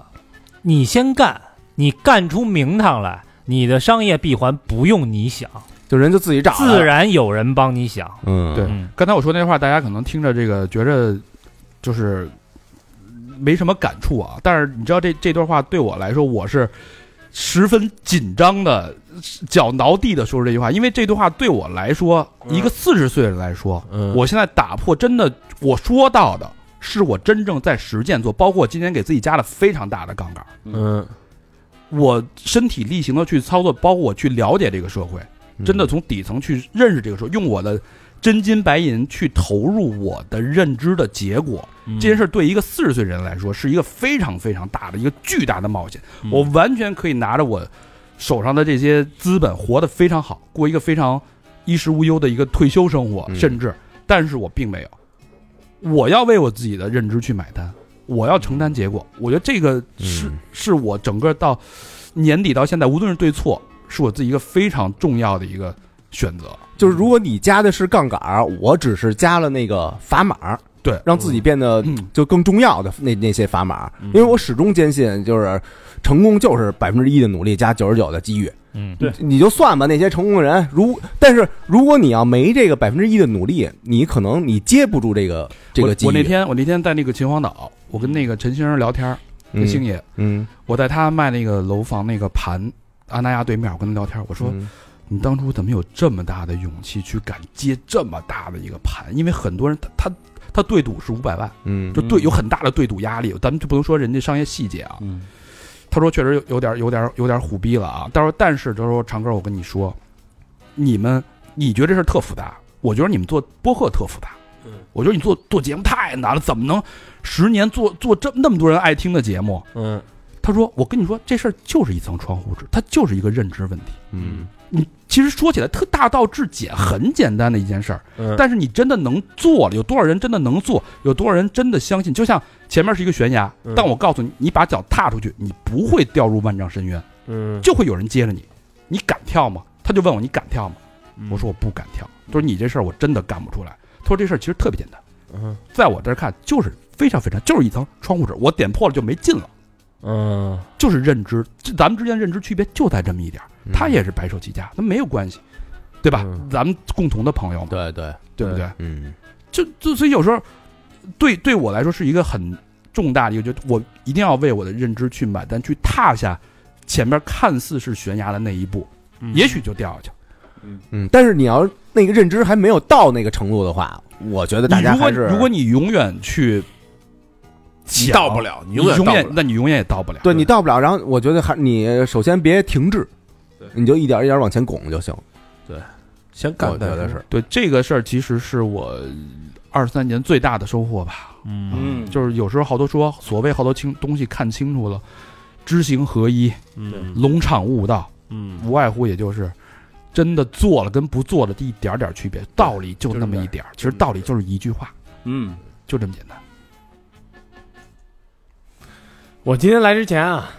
[SPEAKER 5] 你先干，你干出名堂来，你的商业闭环不用你想，
[SPEAKER 2] 就人就自己找的
[SPEAKER 5] 自，然有人帮你想。
[SPEAKER 2] 嗯，
[SPEAKER 3] 对
[SPEAKER 5] 嗯
[SPEAKER 3] 刚才我说那话，大家可能听着这个觉着就是没什么感触啊，但是你知道这这段话对我来说，我是十分紧张的，脚挠地的说出这句话，因为这句话对我来说，一个四十岁的人来说，
[SPEAKER 4] 嗯，
[SPEAKER 3] 我现在打破真的我说到的。是我真正在实践做，包括我今年给自己加了非常大的杠杆。
[SPEAKER 4] 嗯
[SPEAKER 3] 我身体力行的去操作，包括我去了解这个社会，真的从底层去认识这个社会，用我的真金白银去投入我的认知的结果。这件事对一个四十岁人来说，是一个非常非常大的一个巨大的冒险。
[SPEAKER 2] 嗯
[SPEAKER 3] 我完全可以拿着我手上的这些资本，活得非常好，过一个非常衣食无忧的一个退休生活，
[SPEAKER 2] 嗯
[SPEAKER 3] 甚至，但是我并没有。我要为我自己的认知去买单，我要承担结果。我觉得这个是、
[SPEAKER 2] 嗯
[SPEAKER 3] 是我整个到年底到现在，无论是对错，是我自己一个非常重要的一个选择。
[SPEAKER 2] 就是如果你加的是杠杆儿，我只是加了那个砝码，
[SPEAKER 3] 对
[SPEAKER 2] 让自己变得
[SPEAKER 3] 嗯，
[SPEAKER 2] 就更重要的那那些砝码，因为我始终坚信，就是成功就是百分之一的努力加九十九的机遇。
[SPEAKER 5] 嗯，
[SPEAKER 7] 对
[SPEAKER 2] 你就算吧，那些成功的人，如但是如果你要没这个百分之一的努力，你可能你接不住这个这个机遇。
[SPEAKER 3] 我我那天我那天在那个秦皇岛，我跟那个陈先生聊天儿，跟星
[SPEAKER 2] 嗯
[SPEAKER 3] 爷，
[SPEAKER 2] 嗯，
[SPEAKER 3] 我在他卖那个楼房那个盘，阿那亚对面，我跟他聊天，我说、
[SPEAKER 2] 嗯
[SPEAKER 3] 你当初怎么有这么大的勇气去敢接这么大的一个盘？因为很多人他他他对赌是五百万，
[SPEAKER 2] 嗯
[SPEAKER 3] 就对有很大的对赌压力，咱们就不能说人家商业细节啊。
[SPEAKER 7] 嗯
[SPEAKER 3] 他说确实有有点有点有点虎逼了啊。他说但是他说长哥，我跟你说，你们你觉得这事儿特复杂，我觉得你们做播客特复杂，
[SPEAKER 2] 嗯
[SPEAKER 3] 我觉得你做做节目太难了，怎么能十年做做这那么多人爱听的节目？
[SPEAKER 6] 嗯
[SPEAKER 3] 他说：“我跟你说，这事儿就是一层窗户纸，它就是一个认知问题。
[SPEAKER 2] 嗯，
[SPEAKER 3] 你其实说起来特大道至简，很简单的一件事儿，
[SPEAKER 6] 嗯
[SPEAKER 3] 但是你真的能做了，有多少人真的能做？有多少人真的相信？就像前面是一个悬崖
[SPEAKER 6] 嗯，
[SPEAKER 3] 但我告诉你，你把脚踏出去，你不会掉入万丈深渊，
[SPEAKER 6] 嗯，
[SPEAKER 3] 就会有人接着你。你敢跳吗？他就问我你敢跳吗？
[SPEAKER 6] 嗯
[SPEAKER 3] 我说我不敢跳。他说你这事儿我真的干不出来。他说这事儿其实特别简单，
[SPEAKER 6] 嗯
[SPEAKER 3] 在我这儿看就是非常非常就是一层窗户纸，我点破了就没劲了。”
[SPEAKER 6] 嗯
[SPEAKER 3] 就是认知，这咱们之间认知区别就在这么一点儿。
[SPEAKER 2] 嗯
[SPEAKER 3] 他也是白手起家，那没有关系，对吧？
[SPEAKER 6] 嗯
[SPEAKER 3] 咱们共同的朋友嘛，
[SPEAKER 2] 对对，
[SPEAKER 3] 对不对？
[SPEAKER 2] 嗯
[SPEAKER 3] 就就所以有时候，对对我来说是一个很重大的一个，就我一定要为我的认知去买单，去踏下前面看似是悬崖的那一步，
[SPEAKER 6] 嗯
[SPEAKER 3] 也许就掉下去了。
[SPEAKER 2] 嗯，但是你要那个认知还没有到那个程度的话，我觉得大
[SPEAKER 3] 你
[SPEAKER 2] 家
[SPEAKER 3] 如果
[SPEAKER 2] 还是
[SPEAKER 3] 如果你永远去
[SPEAKER 4] 你
[SPEAKER 3] 想，
[SPEAKER 4] 到不了，你
[SPEAKER 3] 你
[SPEAKER 4] 永远
[SPEAKER 3] 永
[SPEAKER 4] 到不
[SPEAKER 3] 远
[SPEAKER 4] 了。
[SPEAKER 3] 那你永远也到不了。
[SPEAKER 2] 对你到不了，然后我觉得还你首先别停滞，你就一点一点往前拱就行。
[SPEAKER 4] 先
[SPEAKER 2] 我
[SPEAKER 4] 干
[SPEAKER 2] 觉
[SPEAKER 4] 再
[SPEAKER 2] 得
[SPEAKER 4] 说
[SPEAKER 2] 是，
[SPEAKER 3] 对这个事儿，其实是我二三年最大的收获吧。
[SPEAKER 6] 嗯
[SPEAKER 3] 就是有时候好多说所谓好多清东西看清楚了，知行合一，
[SPEAKER 6] 嗯
[SPEAKER 3] 龙场悟道，
[SPEAKER 6] 嗯
[SPEAKER 3] 无外乎也就是真的做了跟不做了的一点点区别，道理就那么一点儿。其实道理就是一句话，
[SPEAKER 7] 嗯，
[SPEAKER 3] 就这么简单。
[SPEAKER 6] 我今天来之前啊，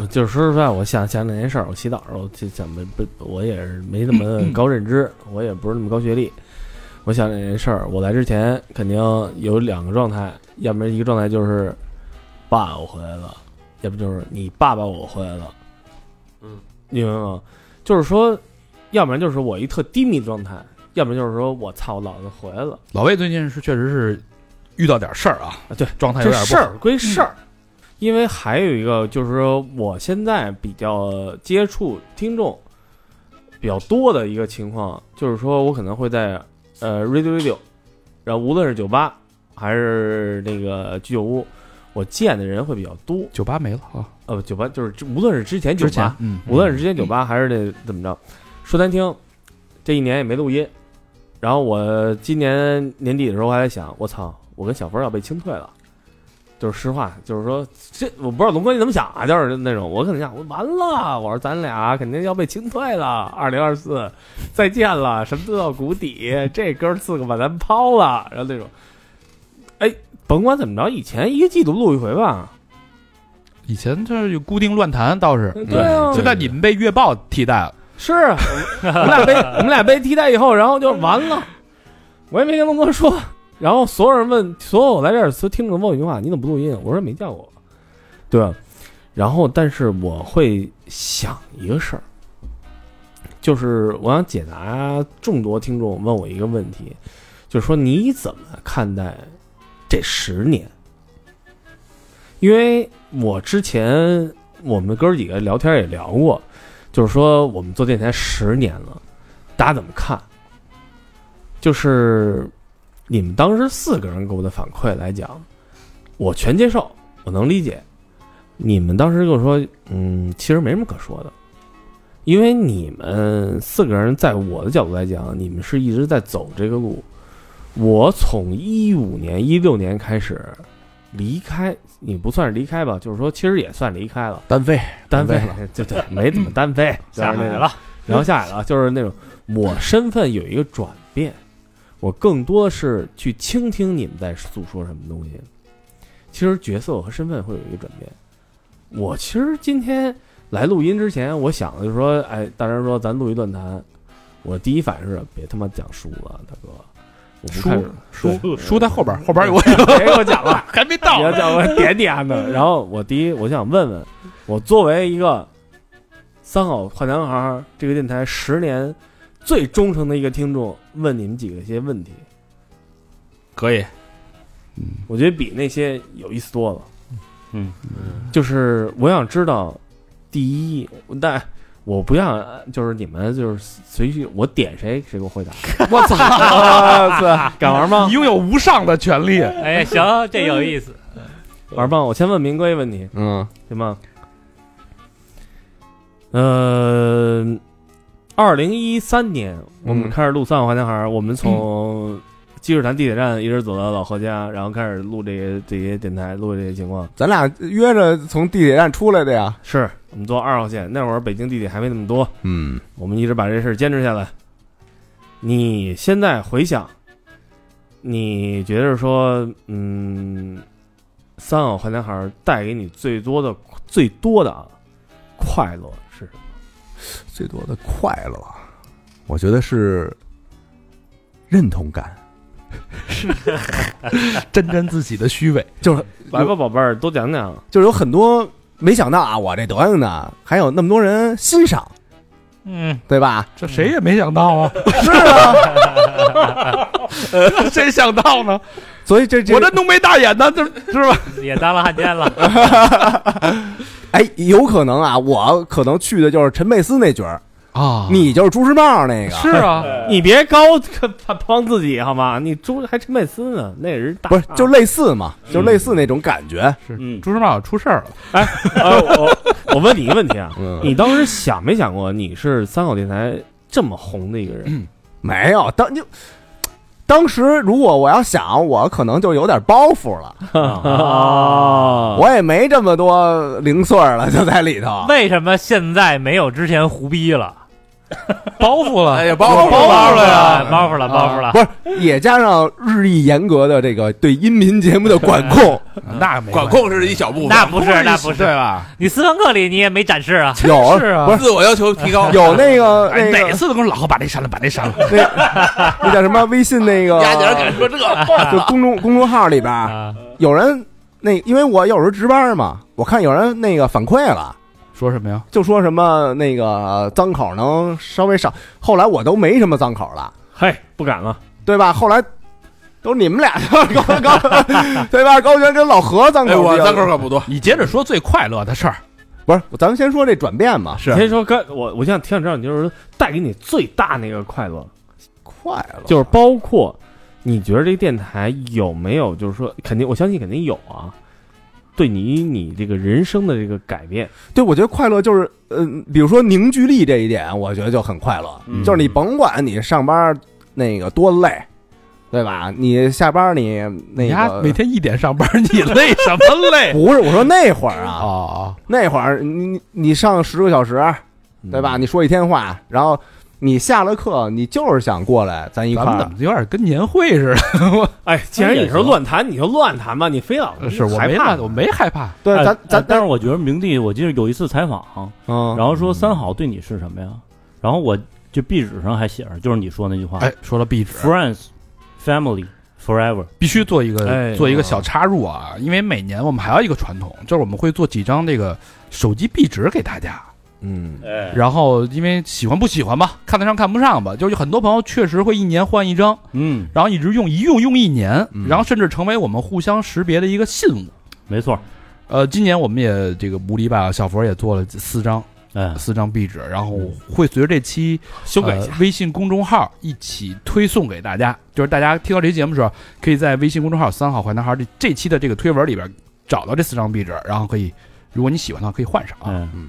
[SPEAKER 6] 我就是说实话，我想想两件事儿。我洗澡的时候就想没不，我也是没那么高认知，我也不是那么高学历。我想两件事儿，我来之前肯定有两个状态，要不然一个状态就是爸我回来了，要不就是你爸爸我回来了。
[SPEAKER 4] 嗯，
[SPEAKER 6] 你明白吗？就是说，要不然就是我一特低迷的状态，要不然就是说我操，我老子回来了。
[SPEAKER 3] 老魏最近是确实是遇到点事儿啊，
[SPEAKER 6] 啊对，
[SPEAKER 3] 状态有
[SPEAKER 6] 这
[SPEAKER 3] 点不
[SPEAKER 6] 事
[SPEAKER 3] 好。嗯
[SPEAKER 6] 儿归事儿，因为还有一个就是说，我现在比较接触听众比较多的一个情况，就是说我可能会在呃 Radio Radio，然后无论是酒吧还是那个居酒屋，我见的人会比较多。
[SPEAKER 3] 酒吧没了啊，
[SPEAKER 6] 呃，不酒吧就是之无论是之前酒
[SPEAKER 3] 之前
[SPEAKER 6] 吧，
[SPEAKER 3] 嗯，
[SPEAKER 6] 无论是之前酒吧还是那怎么着，说难听，这一年也没录音。然后我今年年底的时候，我还在想，我操，我跟小峰要被清退了。就是实话，就是说，这我不知道龙哥你怎么想啊，就是那种我可能想，我完了，我说咱俩肯定要被清退了，二零二四再见了，什么都到谷底，这哥儿四个把咱抛了，然后那种，哎，甭管怎么着，以前一个季度录一回吧，
[SPEAKER 3] 以前就是有固定乱谈倒是，
[SPEAKER 6] 对啊，
[SPEAKER 3] 现在你们被月报替代了，
[SPEAKER 6] 是，啊我们俩被我们俩被替代以后，然后就完了。我也没跟龙哥说，然后所有人问，所有我来这儿所有听众问我一句话：“你怎么不录音？”我说没叫我，对吧？然后，但是我会想一个事儿，就是我想解答众多听众问我一个问题，就是说你怎么看待这十年？因为我之前我们哥儿几个聊天也聊过，就是说我们做电台十年了，大家怎么看？就是你们当时四个人给我的反馈来讲，我全接受，我能理解。你们当时跟我说，嗯，其实没什么可说的，因为你们四个人，在我的角度来讲，你们是一直在走这个路。我从一五年、一六年开始离开，你不算是离开吧，就是说，其实也算离开了。
[SPEAKER 2] 单飞，
[SPEAKER 6] 单
[SPEAKER 2] 飞
[SPEAKER 6] 飞了，就对，没怎么单飞，
[SPEAKER 5] 下
[SPEAKER 6] 就是那
[SPEAKER 5] 来
[SPEAKER 6] 种
[SPEAKER 5] 了，
[SPEAKER 6] 然后下来了，就是那种我身份有一个转变，我更多的是去倾听你们在诉说什么东西。其实角色和身份会有一个转变。我其实今天来录音之前，我想的就是说，哎，大家说咱录一段谈，我第一反应是别他妈讲书了，大哥，我不看
[SPEAKER 3] 书
[SPEAKER 6] 对
[SPEAKER 3] 书在后边，后边有我
[SPEAKER 6] 别给我讲了。
[SPEAKER 3] 还没到
[SPEAKER 6] 你要叫我点点呢。然后我第一，我想问问，我作为一个三好坏男孩儿这个电台十年最忠诚的一个听众，问你们几个一些问题，
[SPEAKER 4] 可以，
[SPEAKER 6] 我觉得比那些有意思多了。
[SPEAKER 7] 嗯，
[SPEAKER 6] 就是我想知道，第一，但我不想就是你们就是随意我点谁谁给我回答。
[SPEAKER 4] 呃
[SPEAKER 3] 我操！
[SPEAKER 6] 敢玩吗
[SPEAKER 3] 你？啊拥有无上的权利。
[SPEAKER 5] 哎，行，这有意思，
[SPEAKER 6] 玩吧，我先问明哥一个问题。
[SPEAKER 2] 嗯
[SPEAKER 6] 行吗？呃，二零一三年我们开始录《三好坏男孩》，我们从积水潭地铁站一直走到老何家，然后开始录这些这些电台，录这些情况。
[SPEAKER 2] 咱俩约着从地铁站出来的呀。
[SPEAKER 6] 是我们坐二号线，那会儿北京地铁还没那么多，
[SPEAKER 2] 嗯，
[SPEAKER 6] 我们一直把这事儿坚持下来。你现在回想，你觉得说，嗯，三好坏男孩带给你最多的、最多的啊快乐是什么？
[SPEAKER 2] 最多的快乐，我觉得是认同感。
[SPEAKER 3] 沾沾自喜的虚伪，
[SPEAKER 2] 就是
[SPEAKER 6] 来吧，宝贝儿，多讲讲。
[SPEAKER 2] 就是有很多没想到啊，我这德行呢，还有那么多人欣赏，
[SPEAKER 3] 嗯，
[SPEAKER 2] 对吧？
[SPEAKER 3] 这谁也没想到啊，
[SPEAKER 2] 是啊，
[SPEAKER 3] 这 谁想到呢？
[SPEAKER 2] 所以这这
[SPEAKER 3] 我这浓眉大眼的，这是吧？
[SPEAKER 5] 嗯也当了汉奸了。
[SPEAKER 2] 哎，有可能啊，我可能去的就是陈佩斯那角儿，
[SPEAKER 3] 啊
[SPEAKER 2] 你就是朱时茂那个，
[SPEAKER 3] 是啊，
[SPEAKER 2] 呃
[SPEAKER 6] 你别高他帮自己好吗？你猪还陈佩斯呢，那人大啊
[SPEAKER 2] 不是 就类似嘛，
[SPEAKER 3] 啊
[SPEAKER 2] 就类似那种感觉。
[SPEAKER 6] 嗯。
[SPEAKER 3] 朱时茂出事儿了，
[SPEAKER 6] 哎，我我问你一个问题啊，
[SPEAKER 2] 嗯，
[SPEAKER 6] 你当时想没想过你是三好电台这么红的一个
[SPEAKER 2] 嗯
[SPEAKER 6] 人？
[SPEAKER 2] 没有当就。当时如果我要想，我可能就有点包袱了，
[SPEAKER 6] 啊
[SPEAKER 3] 啊
[SPEAKER 6] 哦
[SPEAKER 2] 我也没这么多零碎儿了，就在 里头。
[SPEAKER 5] 为什么现在没有之前胡逼了？
[SPEAKER 3] 包袱了，
[SPEAKER 4] 哎呀，包
[SPEAKER 2] 包
[SPEAKER 5] 袱了
[SPEAKER 2] 袱了
[SPEAKER 5] 呀，啊
[SPEAKER 2] 呀
[SPEAKER 5] 包袱了，包袱了。
[SPEAKER 2] 不是，也加上日益严格的这个对音频节目的管 控，
[SPEAKER 3] 那没
[SPEAKER 4] 管控是一小部分，
[SPEAKER 5] 那不是，那不
[SPEAKER 3] 对
[SPEAKER 5] 是，
[SPEAKER 3] 吧？
[SPEAKER 5] 你斯文克里你也没展示啊。
[SPEAKER 2] 有
[SPEAKER 3] 是啊
[SPEAKER 2] 不是
[SPEAKER 4] 自我要求提高，
[SPEAKER 2] 有那个
[SPEAKER 3] 哎，
[SPEAKER 2] 那
[SPEAKER 3] 哪
[SPEAKER 2] 个
[SPEAKER 3] 次都跟老何把这删了，把这删了，
[SPEAKER 2] 那叫什么微信那个，
[SPEAKER 4] 压点敢说这
[SPEAKER 2] 就公众公众号里边儿
[SPEAKER 5] 啊，
[SPEAKER 2] 有人那，因为我有时候值班嘛，我看有人那个反馈了。
[SPEAKER 3] 说什么呀？
[SPEAKER 2] 就说什么那个脏口能稍微少，后来我都没什么脏口了，
[SPEAKER 6] 嘿，不敢了。
[SPEAKER 2] 对吧？后来都是你们俩 高高，对吧？高原跟老何脏口
[SPEAKER 4] 哎，
[SPEAKER 2] 比较，
[SPEAKER 4] 我三口可不多，
[SPEAKER 3] 你接着说最快乐的事儿，
[SPEAKER 2] 不是，咱们先说这转变嘛，
[SPEAKER 6] 你先说刚我我想听知道你就是带给你最大那个快乐，
[SPEAKER 2] 快了，
[SPEAKER 6] 就是包括你觉得这个电台有没有就是说肯定我相信肯定有啊，对你你这个人生的这个改变。
[SPEAKER 2] 对，我觉得快乐就是，嗯、比如说凝聚力这一点，我觉得就很快乐。
[SPEAKER 6] 嗯
[SPEAKER 2] 就是你甭管你上班那个多累，对吧？你下班你那
[SPEAKER 3] 你丫
[SPEAKER 2] 个
[SPEAKER 3] 每天一点上班，你累什么累？
[SPEAKER 2] 不是我说那会儿 啊，
[SPEAKER 3] 哦，
[SPEAKER 2] 那会儿你你你上十个小时，对吧？
[SPEAKER 6] 嗯
[SPEAKER 2] 你说一天话，然后你下了课，你就是想过来咱一块
[SPEAKER 3] 咱们怎
[SPEAKER 2] 儿。
[SPEAKER 3] 么有点跟年会似
[SPEAKER 6] 哎， 既然你是乱谈，你就乱谈吧，你非老
[SPEAKER 3] 的？呃是我
[SPEAKER 6] 害
[SPEAKER 3] 没
[SPEAKER 6] 怕
[SPEAKER 3] 怕，我没害怕，
[SPEAKER 2] 对，
[SPEAKER 7] 哎
[SPEAKER 2] 咱咱
[SPEAKER 7] 但是我觉得明帝，我记得有一次采访，
[SPEAKER 2] 嗯，
[SPEAKER 7] 然后说三好对你是什么呀？然后我就壁纸上还写着，就是你说那句话
[SPEAKER 3] 哎，说了壁纸，
[SPEAKER 7] ，Friends, Family, Forever。
[SPEAKER 3] 必须做一个、
[SPEAKER 6] 哎
[SPEAKER 3] 做一个小插入啊，因为每年我们还有一个传统，就是我们会做几张这个手机壁纸给大家。
[SPEAKER 2] 嗯，
[SPEAKER 3] 然后因为喜欢不喜欢吧，看得上看不上吧，就是有很多朋友确实会一年换一张，
[SPEAKER 7] 嗯，
[SPEAKER 3] 然后一直用一用用一年，
[SPEAKER 2] 嗯
[SPEAKER 3] 然后甚至成为我们互相识别的一个信物。
[SPEAKER 7] 没错，
[SPEAKER 3] 呃，今年我们也这个无理吧，小佛也做了四张
[SPEAKER 7] 哎，
[SPEAKER 3] 四张壁纸，然后会随着这期修改、微信公众号一起推送给大家。就是大家听到这期节目的时候，可以在微信公众号“三好坏男孩”这这期的这个推文里边找到这四张壁纸，然后可以，如果你喜欢的话可以换上啊。
[SPEAKER 7] 嗯，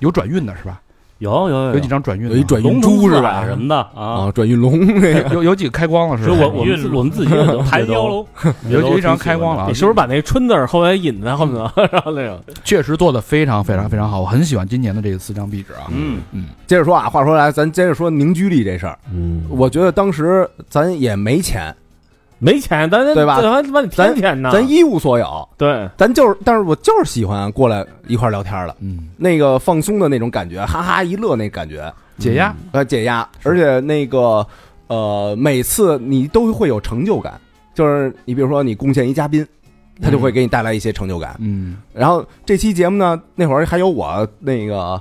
[SPEAKER 3] 有转运的是吧？
[SPEAKER 7] 有有有
[SPEAKER 3] 有几张转运的，
[SPEAKER 2] 有一转
[SPEAKER 7] 龙
[SPEAKER 2] 运
[SPEAKER 7] 珠
[SPEAKER 2] 珠
[SPEAKER 7] 是
[SPEAKER 2] 是
[SPEAKER 7] 吧？
[SPEAKER 2] 吧？
[SPEAKER 7] 什么的啊？
[SPEAKER 2] 啊，转运龙 那个，
[SPEAKER 3] 有有几个开光了是
[SPEAKER 7] 所
[SPEAKER 3] 吧？
[SPEAKER 7] 以我我
[SPEAKER 5] 运
[SPEAKER 7] 们我们自己也都
[SPEAKER 5] 盘
[SPEAKER 7] 也都
[SPEAKER 5] 妖龙，
[SPEAKER 3] 有有一张开光了啊
[SPEAKER 6] 你，是不是把那个“春”字儿后来引在后面了？然后那种
[SPEAKER 3] 确实做的非常非常非常好，我很喜欢今年的这四张壁纸啊。
[SPEAKER 7] 嗯，
[SPEAKER 2] 接着说啊，话说来，咱接着说凝聚力这事儿。
[SPEAKER 6] 嗯
[SPEAKER 2] 我觉得当时咱也没钱，
[SPEAKER 6] 没钱，咱咱
[SPEAKER 2] 对吧
[SPEAKER 6] 咱咱天天呢，
[SPEAKER 2] 咱一无所有，
[SPEAKER 6] 对，
[SPEAKER 2] 咱就是，但是我就是喜欢过来一块儿聊天儿了，
[SPEAKER 3] 嗯，
[SPEAKER 2] 那个放松的那种感觉，哈哈一乐那感觉，
[SPEAKER 3] 解压，
[SPEAKER 2] 呃，解压，而且那个呃，每次你都会有成就感，就是你比如说你贡献一嘉宾，他就会给你带来一些成就感。
[SPEAKER 3] 嗯，
[SPEAKER 2] 然后这期节目呢，那会儿还有我那个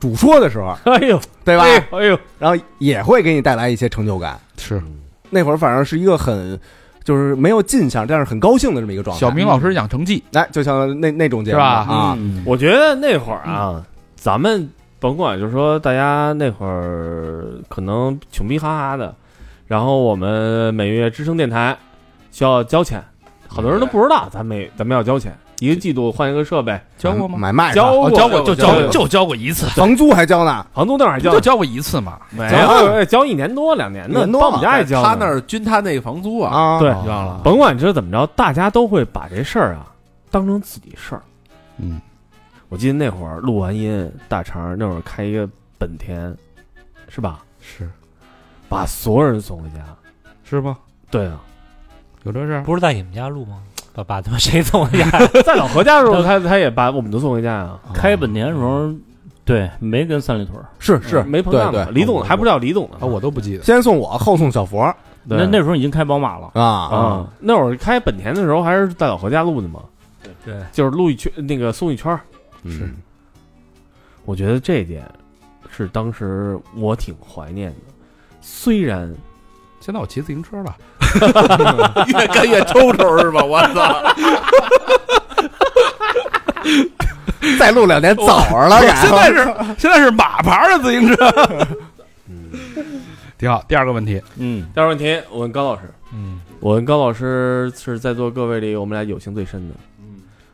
[SPEAKER 2] 主说的时候，
[SPEAKER 6] 哎呦，
[SPEAKER 2] 对吧？
[SPEAKER 6] 哎呦，哎呦，
[SPEAKER 2] 然后也会给你带来一些成就感。
[SPEAKER 3] 是
[SPEAKER 2] 那会儿反正是一个很就是没有劲向，但是很高兴的这么一个状态。
[SPEAKER 3] 小明老师养成记，
[SPEAKER 2] 哎，就像那那种节目
[SPEAKER 3] 是吧
[SPEAKER 2] 啊，
[SPEAKER 7] 嗯
[SPEAKER 6] 我觉得那会儿啊，咱们甭管，就是说大家那会儿可能穷逼哈哈的，然后我们每月支撑电台需要交钱，很多人都不知道咱每咱们要交钱，一个季度换一个设备，
[SPEAKER 3] 教过吗？
[SPEAKER 2] 买麦克
[SPEAKER 6] 交
[SPEAKER 3] 哦
[SPEAKER 6] 过
[SPEAKER 3] 教过就
[SPEAKER 6] 交
[SPEAKER 3] 教
[SPEAKER 6] 过
[SPEAKER 3] 过，就教过一次，
[SPEAKER 2] 房租还交呢，
[SPEAKER 6] 房租那会儿还交
[SPEAKER 3] 就教过一次嘛。
[SPEAKER 6] 没
[SPEAKER 2] 交
[SPEAKER 6] 有哎交一年多两年
[SPEAKER 2] 一
[SPEAKER 6] 的，
[SPEAKER 2] 年多
[SPEAKER 6] 到我们家也交呢。
[SPEAKER 4] 哎他那儿均摊那个房租啊，
[SPEAKER 2] 啊，
[SPEAKER 6] 对
[SPEAKER 4] 知道了。
[SPEAKER 6] 甭管你知道怎么着，大家都会把这事儿啊当成自己事儿。
[SPEAKER 3] 嗯，
[SPEAKER 6] 我记得那会儿录完音，大肠那会儿开一个本田，是吧？
[SPEAKER 3] 是
[SPEAKER 6] 把所有人送回家。
[SPEAKER 3] 是吗？
[SPEAKER 6] 对啊，
[SPEAKER 3] 有这事儿？
[SPEAKER 5] 不是在你们家录吗？把把他妈谁送回家？
[SPEAKER 6] 在老何家的时候，他他也把我们都送回家啊。
[SPEAKER 7] 开本田的时候，对，没跟三里屯儿，
[SPEAKER 2] 是是，
[SPEAKER 6] 没碰
[SPEAKER 2] 对
[SPEAKER 6] 上过
[SPEAKER 2] 对
[SPEAKER 6] 李总还不叫李总呢
[SPEAKER 3] 啊，。我都不记得。
[SPEAKER 2] 先送我，后送小佛
[SPEAKER 6] 对
[SPEAKER 7] 那那时候已经开宝马了。
[SPEAKER 2] 啊，
[SPEAKER 6] 啊，那会儿开本田的时候还是在老何家录的嘛。对，就是录一圈，那个送一圈儿。
[SPEAKER 2] 是
[SPEAKER 6] 我觉得这一点是当时我挺怀念的，虽然
[SPEAKER 3] 现在我骑自行车了，
[SPEAKER 4] 越干越抽抽是吧？我操！
[SPEAKER 2] 再录两年枣儿了，
[SPEAKER 3] 现
[SPEAKER 2] 然后
[SPEAKER 3] 在是现在是马牌的自行车，
[SPEAKER 6] 嗯，
[SPEAKER 3] 挺好。第二个问题，
[SPEAKER 7] 嗯，
[SPEAKER 6] 第二问题，我问高老师，
[SPEAKER 3] 嗯，
[SPEAKER 6] 我跟高老师是在座各位里，我们俩友情最深的，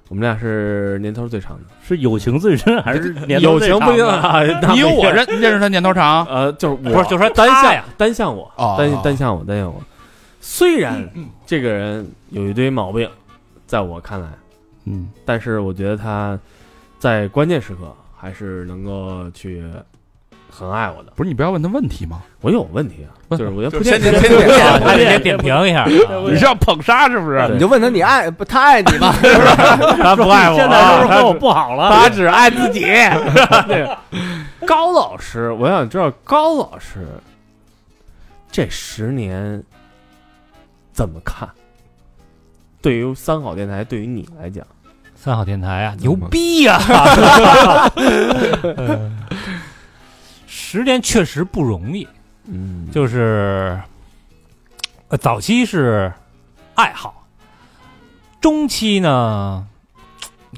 [SPEAKER 6] 我们俩是年头最长的，
[SPEAKER 7] 是友情最深还是年头
[SPEAKER 6] 友
[SPEAKER 7] 最
[SPEAKER 6] 情不一定
[SPEAKER 7] 长的
[SPEAKER 6] 啊，那
[SPEAKER 3] 你有
[SPEAKER 6] 没
[SPEAKER 3] 我
[SPEAKER 6] 事
[SPEAKER 3] 认认识他年头长，
[SPEAKER 6] 呃，就是我
[SPEAKER 5] 不是，就说
[SPEAKER 6] 单
[SPEAKER 5] 他
[SPEAKER 6] 向
[SPEAKER 5] 呀，
[SPEAKER 6] 单向我，
[SPEAKER 3] 哦嗯
[SPEAKER 6] 单单向我，单向我。虽然这个人有一堆毛病，在我看来，
[SPEAKER 3] 嗯，
[SPEAKER 6] 但是我觉得他在关键时刻还是能够去很爱我的。
[SPEAKER 3] 不是你不要问他问题吗？
[SPEAKER 6] 我有问题啊，
[SPEAKER 3] 不
[SPEAKER 6] 就是我觉得
[SPEAKER 4] 就
[SPEAKER 6] 铺
[SPEAKER 4] 是
[SPEAKER 6] 垫
[SPEAKER 4] 先
[SPEAKER 6] 铺
[SPEAKER 4] 先
[SPEAKER 6] 垫
[SPEAKER 4] 先
[SPEAKER 5] 他得 先点评一下。
[SPEAKER 3] 你是要捧杀是不是？
[SPEAKER 2] 你就问他你爱不？他爱你 吗？
[SPEAKER 6] 他不爱我啊，
[SPEAKER 5] 现在都是啊
[SPEAKER 6] 他
[SPEAKER 5] 说我不好了，
[SPEAKER 6] 他只爱自己。对，高老师，我想知道高老师这十年怎么看？对于三好电台，对于你来讲，
[SPEAKER 5] 三好电台啊，牛逼呀、 呃十年确实不容易，
[SPEAKER 6] 嗯就
[SPEAKER 5] 就是呃，早期是爱好，中期呢，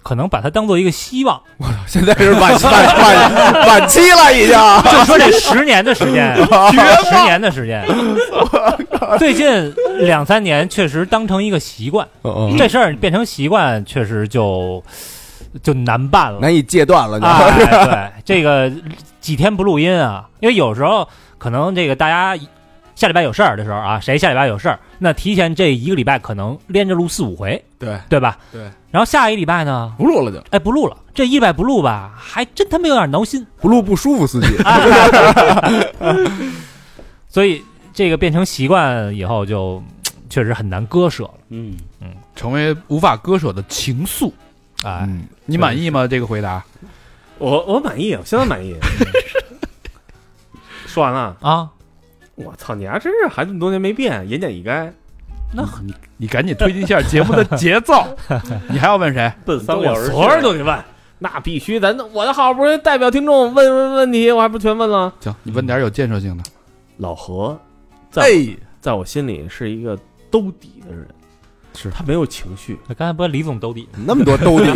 [SPEAKER 5] 可能把它当做一个希望。
[SPEAKER 2] 现在是 晚晚晚晚期了， 已经。
[SPEAKER 5] 就说这十年的时间，十年的时间，最近两三年确实当成一个习惯，
[SPEAKER 4] 嗯
[SPEAKER 5] 这事儿变成习惯，确实就就难办了。
[SPEAKER 2] 难以戒断了，你知道 吗
[SPEAKER 5] 哎，对，这个几天不录音啊，因为有时候可能这个大家下礼拜有事儿的时候啊，谁下礼拜有事儿，那提前这一个礼拜可能连着录四五回，
[SPEAKER 4] 对
[SPEAKER 5] 对吧？
[SPEAKER 4] 对。
[SPEAKER 5] 然后下一礼拜呢，
[SPEAKER 4] 不录了就
[SPEAKER 5] 哎，不录了，这一礼拜不录吧，还真他妈有点挠心。
[SPEAKER 2] 不录不舒服，司机。
[SPEAKER 5] 所以这个变成习惯以后就，确实很难割舍了。
[SPEAKER 7] 嗯，
[SPEAKER 3] 成为无法割舍的情愫。
[SPEAKER 5] 哎，
[SPEAKER 3] 嗯，你满意吗？这个回答？
[SPEAKER 6] 我我满意，我相当满意。 说完了，
[SPEAKER 5] 啊，
[SPEAKER 6] 我操，你还真是还这么多年没变，言简意赅。
[SPEAKER 5] 那
[SPEAKER 3] 你你赶紧推进一下节 目的节奏。你还要问谁？
[SPEAKER 7] 奔三个小时，
[SPEAKER 6] 昨儿都得问，那必须，咱我的好不容易代表听众问问问题，我还不全问了。
[SPEAKER 3] 行，你问点有建设性的。
[SPEAKER 6] 老何，在我、
[SPEAKER 4] 哎，
[SPEAKER 6] 在我心里是一个兜底的人，
[SPEAKER 3] 是
[SPEAKER 6] 他没有情绪。
[SPEAKER 5] 刚才不是李总兜底
[SPEAKER 2] 那么多兜 底，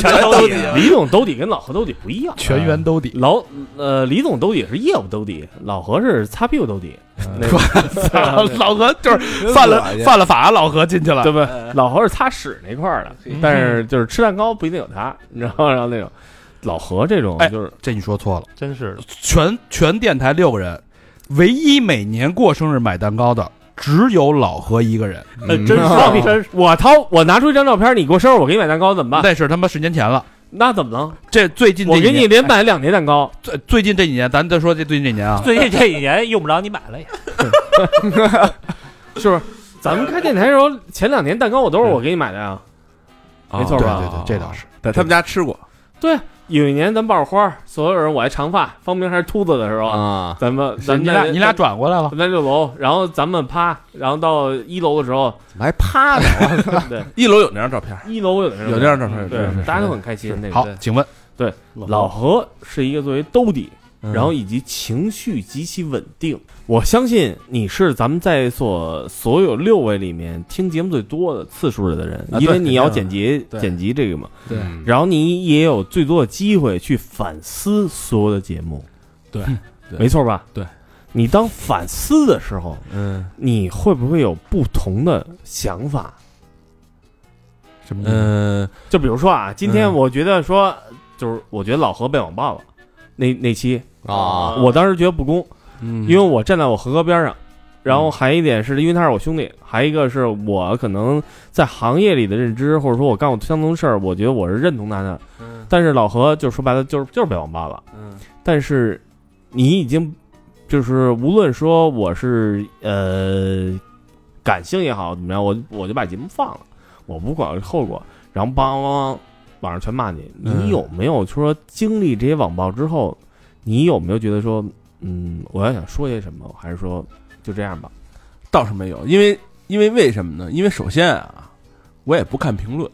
[SPEAKER 4] 全都你
[SPEAKER 6] 李总兜底跟老何兜底不一样，
[SPEAKER 3] 全员兜底，
[SPEAKER 6] 老呃李总兜底是业务兜底，老何是擦屁股兜底，那个
[SPEAKER 3] 老何就是呃犯 了
[SPEAKER 2] 真恶心
[SPEAKER 3] 犯了法，老何进去了
[SPEAKER 6] 对。不？老何是擦屎那块儿的，但是就是吃蛋糕不一定有他，你知道吗？然后那种老何这种
[SPEAKER 3] 哎
[SPEAKER 6] 就是、
[SPEAKER 3] 这你说错了，
[SPEAKER 5] 真是的，
[SPEAKER 3] 全全电台六个人，唯一每年过生日买蛋糕的只有老何一个人，
[SPEAKER 5] 呃
[SPEAKER 2] 嗯
[SPEAKER 5] 真是
[SPEAKER 2] 啊
[SPEAKER 5] 真是
[SPEAKER 6] 我掏我拿出一张照片，你过生日我给你买蛋糕怎么办？
[SPEAKER 3] 那是他妈十年前了。
[SPEAKER 6] 那怎么了？
[SPEAKER 3] 这最近这
[SPEAKER 6] 我
[SPEAKER 3] 几
[SPEAKER 6] 给你
[SPEAKER 3] 年
[SPEAKER 6] 连买两年蛋糕，
[SPEAKER 3] 最最近这几年，咱再说这最近这几年啊，
[SPEAKER 5] 最近这一年用不着你买了也，
[SPEAKER 6] 是不是？咱们开电台的时候，前两年蛋糕我都是我给你买的啊呀。没错
[SPEAKER 3] 对
[SPEAKER 6] 吧
[SPEAKER 3] 对对，这倒是。
[SPEAKER 4] 在哦他们家吃过，
[SPEAKER 6] 有一年咱抱着花儿，所有人我还长发，方明还是秃子的时候，
[SPEAKER 2] 啊，
[SPEAKER 6] 咱们咱们
[SPEAKER 3] 你
[SPEAKER 6] 在
[SPEAKER 3] 俩你俩转过来了
[SPEAKER 6] 咱，们在六楼，然后咱们趴，然后到一楼的时候，
[SPEAKER 2] 怎么还趴着？
[SPEAKER 6] 对，
[SPEAKER 4] 一楼有那张照片，
[SPEAKER 6] 一楼有人
[SPEAKER 4] 有那张照片，
[SPEAKER 6] 对
[SPEAKER 4] 是是，
[SPEAKER 6] 大家都很开心。那个
[SPEAKER 3] 好
[SPEAKER 6] 对，
[SPEAKER 3] 请问
[SPEAKER 6] 老何是一个作为兜底，
[SPEAKER 4] 嗯
[SPEAKER 6] 然后以及情绪极其稳定。我相信你是咱们在所所有六位里面听节目最多的次数的人，
[SPEAKER 4] 啊
[SPEAKER 6] 因
[SPEAKER 4] 对
[SPEAKER 6] 为你要
[SPEAKER 4] 肯
[SPEAKER 6] 剪辑
[SPEAKER 4] 对
[SPEAKER 6] 剪辑这个嘛，
[SPEAKER 4] 对
[SPEAKER 2] 嗯
[SPEAKER 6] 然后你也有最多的机会去反思所有的节目，
[SPEAKER 4] 对对
[SPEAKER 6] 没错吧？
[SPEAKER 4] 对，
[SPEAKER 6] 你当反思的时候，
[SPEAKER 4] 嗯，
[SPEAKER 6] 你会不会有不同的想法？
[SPEAKER 1] 什么意思？
[SPEAKER 4] 嗯
[SPEAKER 6] 就比如说啊，今天
[SPEAKER 4] 嗯
[SPEAKER 6] 我觉得说，就是我觉得老何被网暴了，那那期
[SPEAKER 2] 啊，
[SPEAKER 6] 我当时觉得不公，
[SPEAKER 4] 嗯，
[SPEAKER 6] 因为我站在我合哥边上，然后还一点是因为他是我兄弟，还一个是我可能在行业里的认知，或者说我干过相同事儿，我觉得我是认同他的。但是老何就说白了就是就是被网暴了，
[SPEAKER 4] 嗯
[SPEAKER 6] 但是你已经就是无论说我是呃感性也好怎么样，我我就把节目放了，我不管后果，然后梆梆梆网上全骂你，
[SPEAKER 4] 嗯
[SPEAKER 6] 你有没有说经历这些网暴之后，你有没有觉得说嗯我要想说些什么，还是说就这样吧？
[SPEAKER 4] 倒是没有，因为因为为什么呢？因为首先啊，我也不看评论，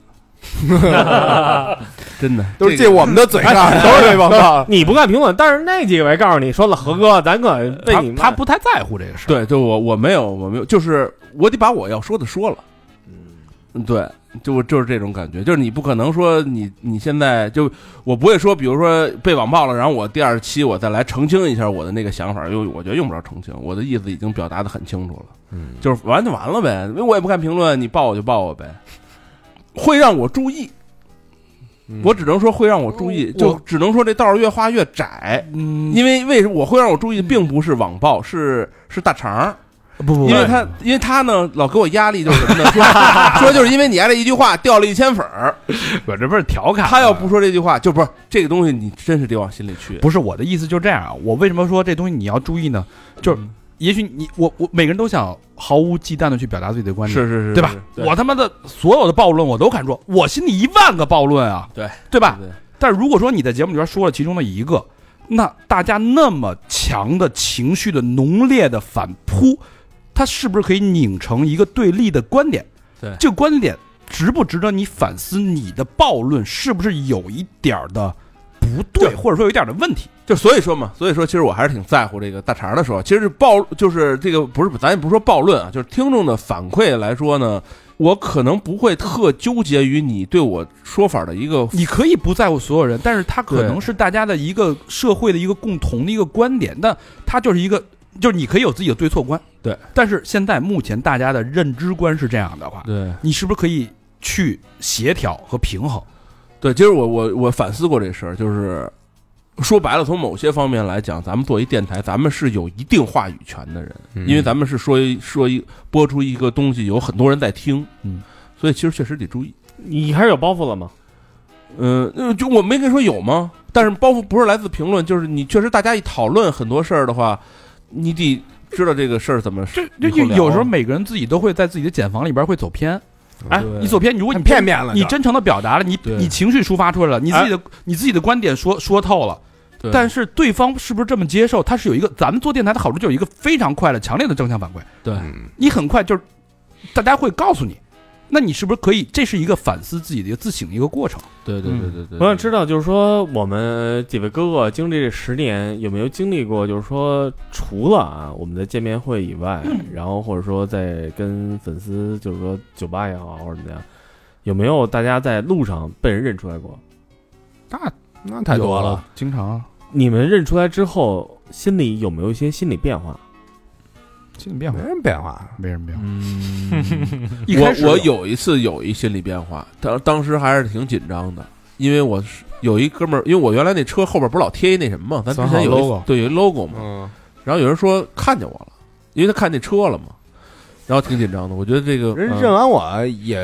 [SPEAKER 4] 真的
[SPEAKER 2] 都是借我们的嘴上，都是被网暴。
[SPEAKER 6] 你不看评论，但是那几位告诉你说了，何哥，咱可被
[SPEAKER 3] 他
[SPEAKER 6] 你骂
[SPEAKER 3] 他不太在乎这个事儿，
[SPEAKER 4] 对，就我我没有我没有，就是我得把我要说的说了。嗯，对，就就是这种感觉，就是你不可能说你你现在就我不会说，比如说被网暴了，然后我第二期我再来澄清一下我的那个想法，因为我觉得用不着澄清，我的意思已经表达的很清楚了。
[SPEAKER 2] 嗯，
[SPEAKER 4] 就是完就完了呗，因为我也不看评论，你报我就报我呗，会让我注意。我只能说会让我注意，就只能说这道儿越画越窄。
[SPEAKER 3] 嗯，
[SPEAKER 4] 因为为什么我会让我注意，并不是网暴，是是大肠儿，
[SPEAKER 3] 不不
[SPEAKER 4] 因为他因为他呢老给我压力就是什么呢？说说就是因为你挨这一句话掉了一千粉儿，
[SPEAKER 3] 我这不是调侃吗，啊
[SPEAKER 4] 他要不说这句话，就不是这个东西，你真是得往心里去。
[SPEAKER 3] 不是我的意思，就这样啊。我为什么说这东西你要注意呢？就是也许你我我每个人都想毫无忌惮的去表达自己的观点，
[SPEAKER 4] 是是是，
[SPEAKER 3] 对吧
[SPEAKER 4] 是？
[SPEAKER 3] 我他妈的所有的暴论我都敢说，我心里一万个暴论啊，
[SPEAKER 4] 对
[SPEAKER 3] 对吧？
[SPEAKER 4] 对
[SPEAKER 3] 但如果说你在节目里边说了其中的一个，那大家那么强的情绪的浓烈的反扑，它是不是可以拧成一个对立的观点？
[SPEAKER 4] 对
[SPEAKER 3] 这个观点值不值得你反思？你的暴论是不是有一点儿的不对，
[SPEAKER 4] 对
[SPEAKER 3] 或者说有一点儿的问题？
[SPEAKER 4] 就所以说嘛，所以说其实我还是挺在乎这个大肠儿的说法。其实暴就是这个不是，咱也不是说暴论啊，就是听众的反馈来说呢，我可能不会特纠结于你对我说法的一个
[SPEAKER 3] 你可以不在乎所有人，但是他可能是大家的一个社会的一个共同的一个观点，那他就是一个，就是你可以有自己的对错观，
[SPEAKER 4] 对。
[SPEAKER 3] 但是现在目前大家的认知观是这样的话，
[SPEAKER 4] 对
[SPEAKER 3] 你是不是可以去协调和平衡？
[SPEAKER 4] 对。其实我我我反思过这事儿，就是说白了，从某些方面来讲，咱们做一电台，咱们是有一定话语权的人。
[SPEAKER 2] 嗯
[SPEAKER 4] 因为咱们是说一说一播出一个东西，有很多人在听，
[SPEAKER 3] 嗯，
[SPEAKER 4] 所以其实确实得注意。
[SPEAKER 6] 你还是有包袱了吗？
[SPEAKER 4] 嗯、呃，就我没跟你说有吗？但是包袱不是来自评论，就是你确实大家一讨论很多事儿的话，你得知道这个事儿怎么
[SPEAKER 3] 这
[SPEAKER 4] 以后
[SPEAKER 3] 就
[SPEAKER 4] 聊
[SPEAKER 3] 有时候每个人自己都会在自己的茧房里边会走偏，哎，你走偏，你如果你
[SPEAKER 2] 很片面了就
[SPEAKER 3] 你真诚的表达了，你
[SPEAKER 4] 对
[SPEAKER 3] 你情绪抒发出来了，你自己
[SPEAKER 4] 哎
[SPEAKER 3] 的、你自己的观点说说透了。
[SPEAKER 4] 对
[SPEAKER 3] 但是对方是不是这么接受？他是有一个，咱们做电台的好处就是有一个非常快的、强烈的正向反馈。
[SPEAKER 4] 对
[SPEAKER 2] 嗯
[SPEAKER 3] 你很快就是大家会告诉你，那你是不是可以？这是一个反思自己的一个自省的一个过程。
[SPEAKER 4] 对对对对对
[SPEAKER 6] 我想知道，就是说我们几位哥哥经历这十年，有没有经历过，就是说除了啊我们的见面会以外，然后或者说在跟粉丝，就是说酒吧也好或者怎么样，有没有大家在路上被人认出来过？
[SPEAKER 2] 那太多了，，
[SPEAKER 3] 啊经常
[SPEAKER 6] 你们认出来之后，心里有没有一些心理变化？
[SPEAKER 3] 心理变
[SPEAKER 2] 没，什么变化。
[SPEAKER 3] 没什么变化。一开始
[SPEAKER 4] 我我有一次有一心理变化，当当时还是挺紧张的，因为我是有一哥们儿，因为我原来那车后边不是老贴一那什么嘛，咱之前
[SPEAKER 3] 三
[SPEAKER 4] 有一
[SPEAKER 3] 号 logo
[SPEAKER 4] 对有一 logo 嘛，
[SPEAKER 2] 嗯，
[SPEAKER 4] 然后有人说看见我了，因为他看见车了嘛，然后挺紧张的。我觉得这个
[SPEAKER 2] 人
[SPEAKER 4] 嗯
[SPEAKER 2] 认完我也，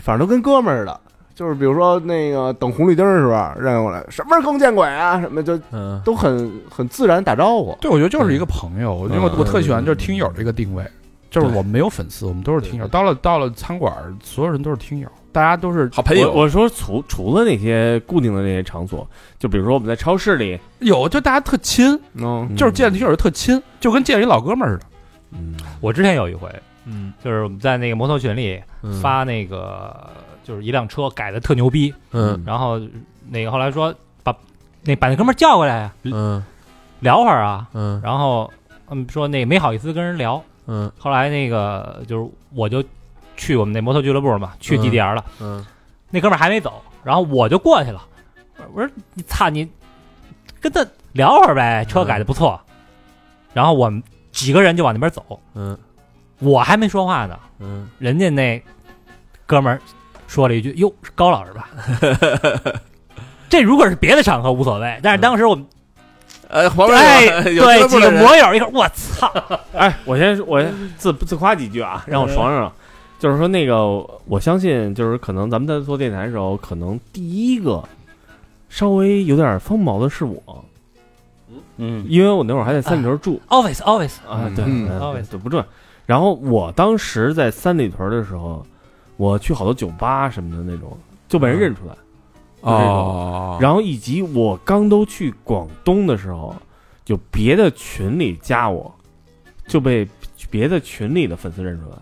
[SPEAKER 2] 反正都跟哥们儿似的。就是比如说那个等红绿灯的时候认过来，什么时候更见鬼啊？什么就
[SPEAKER 4] 嗯
[SPEAKER 2] 都很很自然打招呼。
[SPEAKER 3] 对，我觉得就是一个朋友，因为我
[SPEAKER 4] 嗯
[SPEAKER 3] 我特喜欢就是听友这个定位，就是我们没有粉丝，我们都是听友。
[SPEAKER 4] 对对
[SPEAKER 3] 到了到了餐馆，所有人都是听友，大家都是
[SPEAKER 4] 好朋友，
[SPEAKER 6] 我我说除除了那些固定的那些场所，就比如说我们在超市里，
[SPEAKER 3] 有，就大家特亲，
[SPEAKER 2] 嗯，
[SPEAKER 3] 就是见听友就特亲，就跟见一老哥们儿似的。
[SPEAKER 6] 嗯，
[SPEAKER 5] 我之前有一回，
[SPEAKER 4] 嗯
[SPEAKER 5] 就是我们在那个摩托群里
[SPEAKER 4] 嗯
[SPEAKER 5] 发那个，就是一辆车改的特牛逼，
[SPEAKER 4] 嗯
[SPEAKER 5] 然后那个后来说把那把那哥们儿叫过来呀，
[SPEAKER 4] 嗯
[SPEAKER 5] 聊会儿啊，
[SPEAKER 4] 嗯
[SPEAKER 5] 然后嗯说那没好意思跟人聊，
[SPEAKER 4] 嗯
[SPEAKER 5] 后来那个就是我就去我们那摩托俱乐部嘛，去
[SPEAKER 4] 嗯
[SPEAKER 5] GDR 了，
[SPEAKER 4] 嗯，
[SPEAKER 5] 那哥们儿还没走，然后我就过去了，我说你操你，跟他聊会儿呗，车改的不错，
[SPEAKER 4] 嗯
[SPEAKER 5] 然后我们几个人就往那边走，
[SPEAKER 4] 嗯
[SPEAKER 5] 我还没说话呢，
[SPEAKER 4] 嗯
[SPEAKER 5] 人家那哥们儿说了一句：“哟，是高老师 吧？”这如果是别的场合无所谓，但是当时我们
[SPEAKER 4] 呃，旁边
[SPEAKER 5] 哎，
[SPEAKER 4] 嗯有有俱
[SPEAKER 5] 对
[SPEAKER 4] 乐部
[SPEAKER 5] 几
[SPEAKER 4] 的
[SPEAKER 5] 个
[SPEAKER 4] 人
[SPEAKER 5] 摩友一块儿，我操，
[SPEAKER 6] 哎，我先我先自自夸几句啊，
[SPEAKER 2] 嗯
[SPEAKER 6] 让我爽爽。就是说，那个我相信，就是可能咱们在做电台的时候，可能第一个稍微有点锋毛的是我，
[SPEAKER 7] 嗯，
[SPEAKER 6] 因为我那会儿还在三里屯住
[SPEAKER 5] always always，
[SPEAKER 6] 啊，对，
[SPEAKER 2] 嗯
[SPEAKER 6] 嗯
[SPEAKER 5] ，always
[SPEAKER 6] 对不重要。然后我当时在三里屯的时候，我去好多酒吧什么的那种，就
[SPEAKER 2] 嗯
[SPEAKER 6] 被人认出来。
[SPEAKER 4] 哦，
[SPEAKER 6] 然后以及我刚都去广东的时候，有别的群里加我，就被别的群里的粉丝认出来，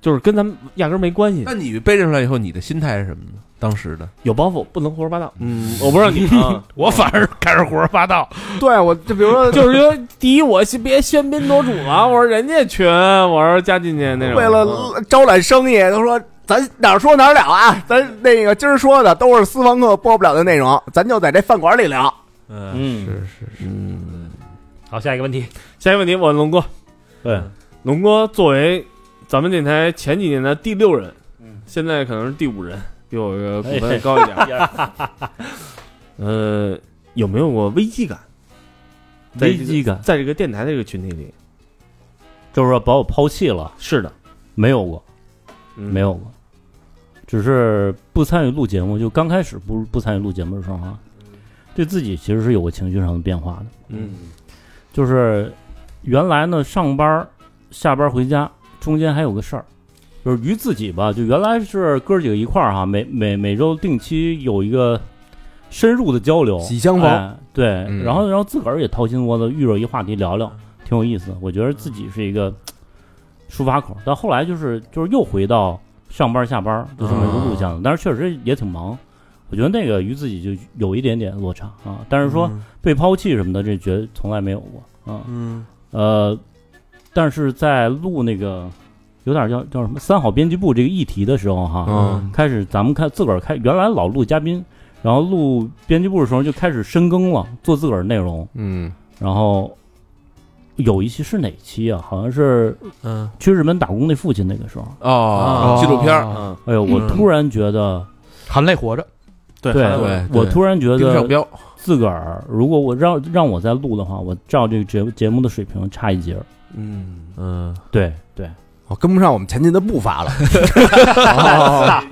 [SPEAKER 6] 就是跟咱们压根儿没关系
[SPEAKER 4] 那，你被认出来以后，你的心态是什么呢？当时的
[SPEAKER 6] 有包袱不能胡说八道。嗯，我不知道你啊，
[SPEAKER 3] 我反而开始胡说八道，
[SPEAKER 2] 对我就比如 说，
[SPEAKER 6] 就是说，第一我先别喧宾夺主了，我说人家群，我说加进去那种，
[SPEAKER 2] 为了招揽生意，他说咱哪儿说哪儿了啊，咱那个今儿说的都是私房课播不了的内容，咱就在这饭馆里聊。
[SPEAKER 4] 嗯，
[SPEAKER 7] 嗯，
[SPEAKER 6] 嗯。
[SPEAKER 5] 好，下一个问题，
[SPEAKER 6] 下一个问题，我龙哥，
[SPEAKER 7] 对，
[SPEAKER 6] 龙哥作为咱们电台前几年的第六人，现在可能是第五人，比我个股份高一点。 呃，有没有过危机感？在
[SPEAKER 7] 危机感，
[SPEAKER 6] 在这个电台的这个群体里，
[SPEAKER 7] 就是说把我抛弃了，
[SPEAKER 6] 是的，
[SPEAKER 7] 没有过，
[SPEAKER 6] 嗯
[SPEAKER 7] 没有过，只是不参与录节目，就刚开始不不参与录节目的时候啊，对自己其实是有个情绪上的变化的，
[SPEAKER 6] 嗯
[SPEAKER 7] 就是原来呢上班儿下班儿回家中间还有个事儿，就是于自己吧，就原来是哥几个一块儿哈，每每每周定期有一个深入的交流，
[SPEAKER 2] 喜相逢
[SPEAKER 7] 哎对，
[SPEAKER 2] 嗯
[SPEAKER 7] 然后然后自个儿也掏心窝子，遇着一话题聊聊，挺有意思。我觉得自己是一个抒发口，但后来就是就是又回到上班下班就这么一个路线了，但是确实也挺忙。我觉得那个与自己就有一点点落差啊，但是说被抛弃什么的，这绝从来没有过啊。
[SPEAKER 4] 嗯，
[SPEAKER 7] 呃，但是在录那个有点叫叫什么“三好编辑部”这个议题的时候哈，
[SPEAKER 4] 嗯
[SPEAKER 7] 开始咱们开自个儿开，原来老录嘉宾，然后录编辑部的时候就开始深耕了，做自个儿内容，
[SPEAKER 2] 嗯，
[SPEAKER 7] 然后有一期是哪期啊？好像是
[SPEAKER 4] 嗯，
[SPEAKER 7] 去日本打工那父亲那个时候，
[SPEAKER 3] 啊
[SPEAKER 4] 哦，纪录片儿，
[SPEAKER 6] 嗯，
[SPEAKER 7] 哎呦，我
[SPEAKER 4] 嗯
[SPEAKER 7] 突然觉得，
[SPEAKER 3] 含泪活着，
[SPEAKER 6] 对
[SPEAKER 7] 对
[SPEAKER 4] 对
[SPEAKER 7] 我突然觉
[SPEAKER 4] 冰上
[SPEAKER 7] 得
[SPEAKER 4] 标，
[SPEAKER 7] 自个儿如果我让让我再录的话，我照这个节节目的水平差一截儿，
[SPEAKER 6] 嗯，
[SPEAKER 4] 嗯，
[SPEAKER 7] 对对。
[SPEAKER 2] 我哦跟不上我们前进的步伐了。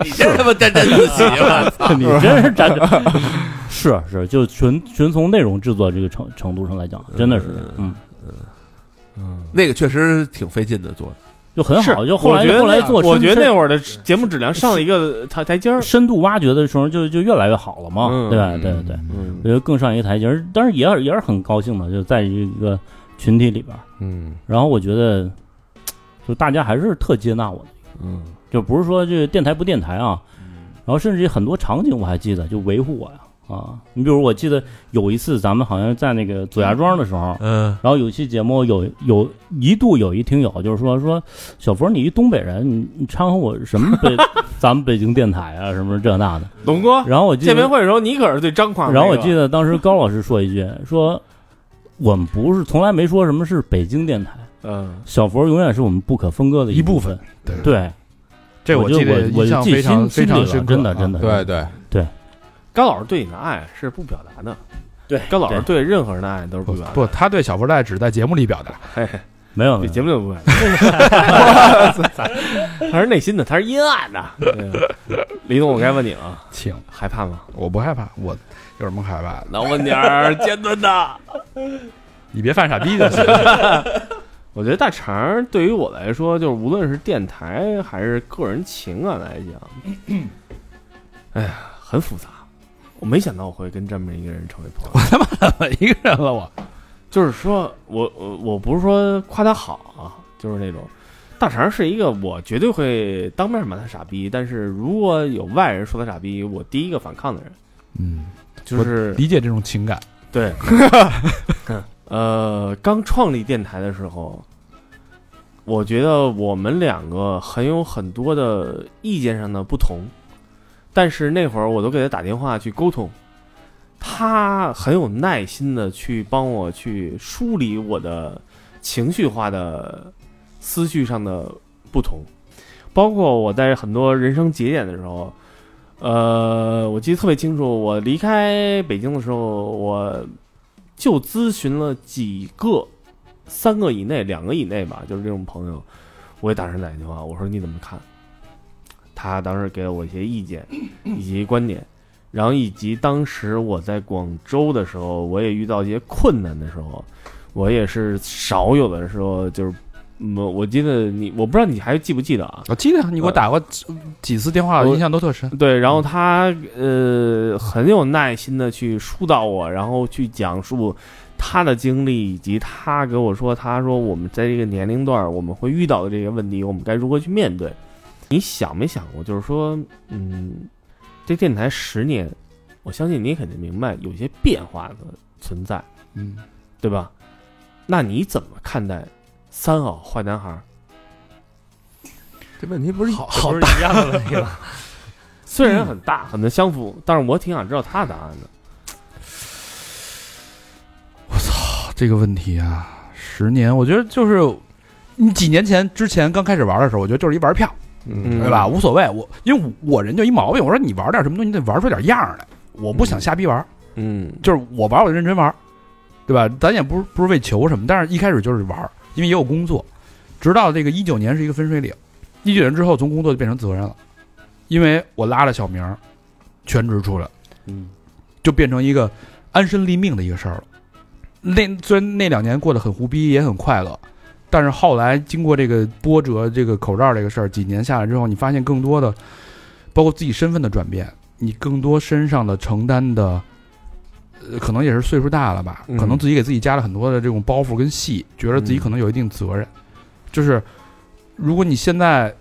[SPEAKER 4] 你这他妈沾沾自喜 了，
[SPEAKER 7] 你真是站着，是是，就纯纯从内容制作这个程程度上来讲，真的是，
[SPEAKER 6] 呃
[SPEAKER 7] 嗯，
[SPEAKER 4] 那个确实挺费劲的做的，
[SPEAKER 7] 就很
[SPEAKER 6] 是
[SPEAKER 7] 好。就后来
[SPEAKER 6] 我觉得
[SPEAKER 7] 后来
[SPEAKER 6] 那
[SPEAKER 7] 做深，
[SPEAKER 6] 我觉得那
[SPEAKER 7] 深
[SPEAKER 6] 会儿的节目质量上了一个台台阶儿，
[SPEAKER 7] 深度挖掘的时候就就越来越好了嘛，
[SPEAKER 6] 嗯
[SPEAKER 7] 对吧？对对对，
[SPEAKER 6] 嗯
[SPEAKER 7] 我觉得更上一个台阶儿，但是也也是很高兴的，就在一个群体里边儿。
[SPEAKER 2] 嗯
[SPEAKER 7] 然后我觉得，就大家还是特接纳我的，
[SPEAKER 6] 嗯，
[SPEAKER 7] 就不是说这电台不电台啊，然后甚至很多场景我还记得，就维护我呀啊。你比如我记得有一次咱们好像在那个左家庄的时候，
[SPEAKER 4] 嗯，
[SPEAKER 7] 然后有一期节目有有一度有一听友就是说说小佛你一东北人，你你掺和我什么北 咱们北京电台啊什么这那的。
[SPEAKER 6] 龙哥
[SPEAKER 7] 然后我记
[SPEAKER 6] 见面
[SPEAKER 7] 得，
[SPEAKER 6] 会的时候你可是最张狂的那
[SPEAKER 7] 然
[SPEAKER 6] 个，
[SPEAKER 7] 后我记得当时高老师说一句说我们不是从来没说什么是北京电台，
[SPEAKER 6] 嗯，
[SPEAKER 7] 小佛永远是我们不可分割的
[SPEAKER 3] 一
[SPEAKER 7] 部
[SPEAKER 3] 部分。对
[SPEAKER 7] 对，
[SPEAKER 3] 这
[SPEAKER 7] 我
[SPEAKER 3] 记得
[SPEAKER 7] 我
[SPEAKER 3] 印
[SPEAKER 7] 我
[SPEAKER 3] 象
[SPEAKER 7] 记
[SPEAKER 3] 非常非
[SPEAKER 7] 心心里
[SPEAKER 3] 常
[SPEAKER 7] 了
[SPEAKER 3] 深刻，啊
[SPEAKER 7] 真的真
[SPEAKER 3] 的，
[SPEAKER 7] 的，
[SPEAKER 2] 对对，
[SPEAKER 6] 高老师对你的爱是不表达的，
[SPEAKER 7] 对
[SPEAKER 6] 高老师对任何人的爱都是不
[SPEAKER 3] 不
[SPEAKER 6] 表达的，
[SPEAKER 3] 不，他对小福袋只在节目里表达，
[SPEAKER 6] 嘿
[SPEAKER 7] 没有没
[SPEAKER 6] 比
[SPEAKER 7] 有
[SPEAKER 6] 节目都不敢。 他是内心的，他是阴暗 的。对啊李总，我该问你了，
[SPEAKER 3] 请
[SPEAKER 6] 害怕吗？
[SPEAKER 3] 我不害怕，我有什么害怕的？
[SPEAKER 6] 能问点儿尖端的。
[SPEAKER 3] 你别犯傻逼 就行。
[SPEAKER 6] 我觉得大肠儿对于我来说，就是无论是电台还是个人情感来讲， 哎呀，很复杂。我没想到我会跟这么一个人成为朋友。
[SPEAKER 3] 我一个人了，我
[SPEAKER 6] 就是说我我我不是说夸他好啊，就是那种大肠是一个我绝对会当面骂他傻逼，但是如果有外人说他傻逼，我第一个反抗的人，
[SPEAKER 3] 嗯，
[SPEAKER 6] 就是
[SPEAKER 3] 理解这种情感。
[SPEAKER 6] 对，呃，刚创立电台的时候，我觉得我们两个很有很多的意见上的不同，但是那会儿我都给他打电话去沟通，他很有耐心的去帮我去梳理我的情绪化的思绪上的不同，包括我在很多人生节点的时候，呃，我记得特别清楚，我离开北京的时候，我就咨询了几个，三个以内、两个以内吧，就是这种朋友，我给大神打电话，我说你怎么看？他当时给了我一些意见以及观点，然后以及当时我在广州的时候，我也遇到一些困难的时候，我也是少有的时候就是。嗯，我记得你，我不知道你还记不记得啊？
[SPEAKER 3] 我哦记得你给我打过几呃几次电话，
[SPEAKER 6] 我
[SPEAKER 3] 印象都特深。
[SPEAKER 6] 对，然后他呃很有耐心的去疏导我，然后去讲述他的经历，以及他给我说，他说我们在这个年龄段儿我们会遇到的这些问题，我们该如何去面对。你想没想过，就是说，嗯，这电台十年，我相信你肯定明白有些变化的存在，
[SPEAKER 3] 嗯，
[SPEAKER 6] 对吧？那你怎么看待三好坏男孩儿？
[SPEAKER 2] 这问题不是
[SPEAKER 3] 好
[SPEAKER 5] 好
[SPEAKER 3] 好
[SPEAKER 5] 大一样的问题吧？
[SPEAKER 6] 虽然很大，很多相符，但是我挺想知道他的答案的。
[SPEAKER 3] 哦这个问题啊，十年，我觉得就是你几年前之前刚开始玩的时候，我觉得就是一玩票，
[SPEAKER 2] 嗯
[SPEAKER 3] 对吧？无所谓，我因为我我人就一毛病，我说你玩点什么东西，你得玩出点样儿来。我不想瞎逼玩，
[SPEAKER 6] 嗯，
[SPEAKER 3] 就是我玩我就认真玩，对吧？咱也不是不是为求什么，但是一开始就是玩，因为也有工作，直到这个一九年是一个分水岭，一九年之后从工作就变成责任了，因为我拉了小明儿全职出来，
[SPEAKER 6] 嗯，
[SPEAKER 3] 就变成一个安身立命的一个事儿了。那虽然那两年过得很胡逼，也很快乐，但是后来经过这个波折，这个口罩这个事儿，几年下来之后，你发现更多的，包括自己身份的转变，你更多身上的承担的，呃，可能也是岁数大了吧，
[SPEAKER 6] 嗯
[SPEAKER 3] 可能自己给自己加了很多的这种包袱跟戏，觉得自己
[SPEAKER 6] 嗯
[SPEAKER 3] 可能有一定责任。就是如果你现在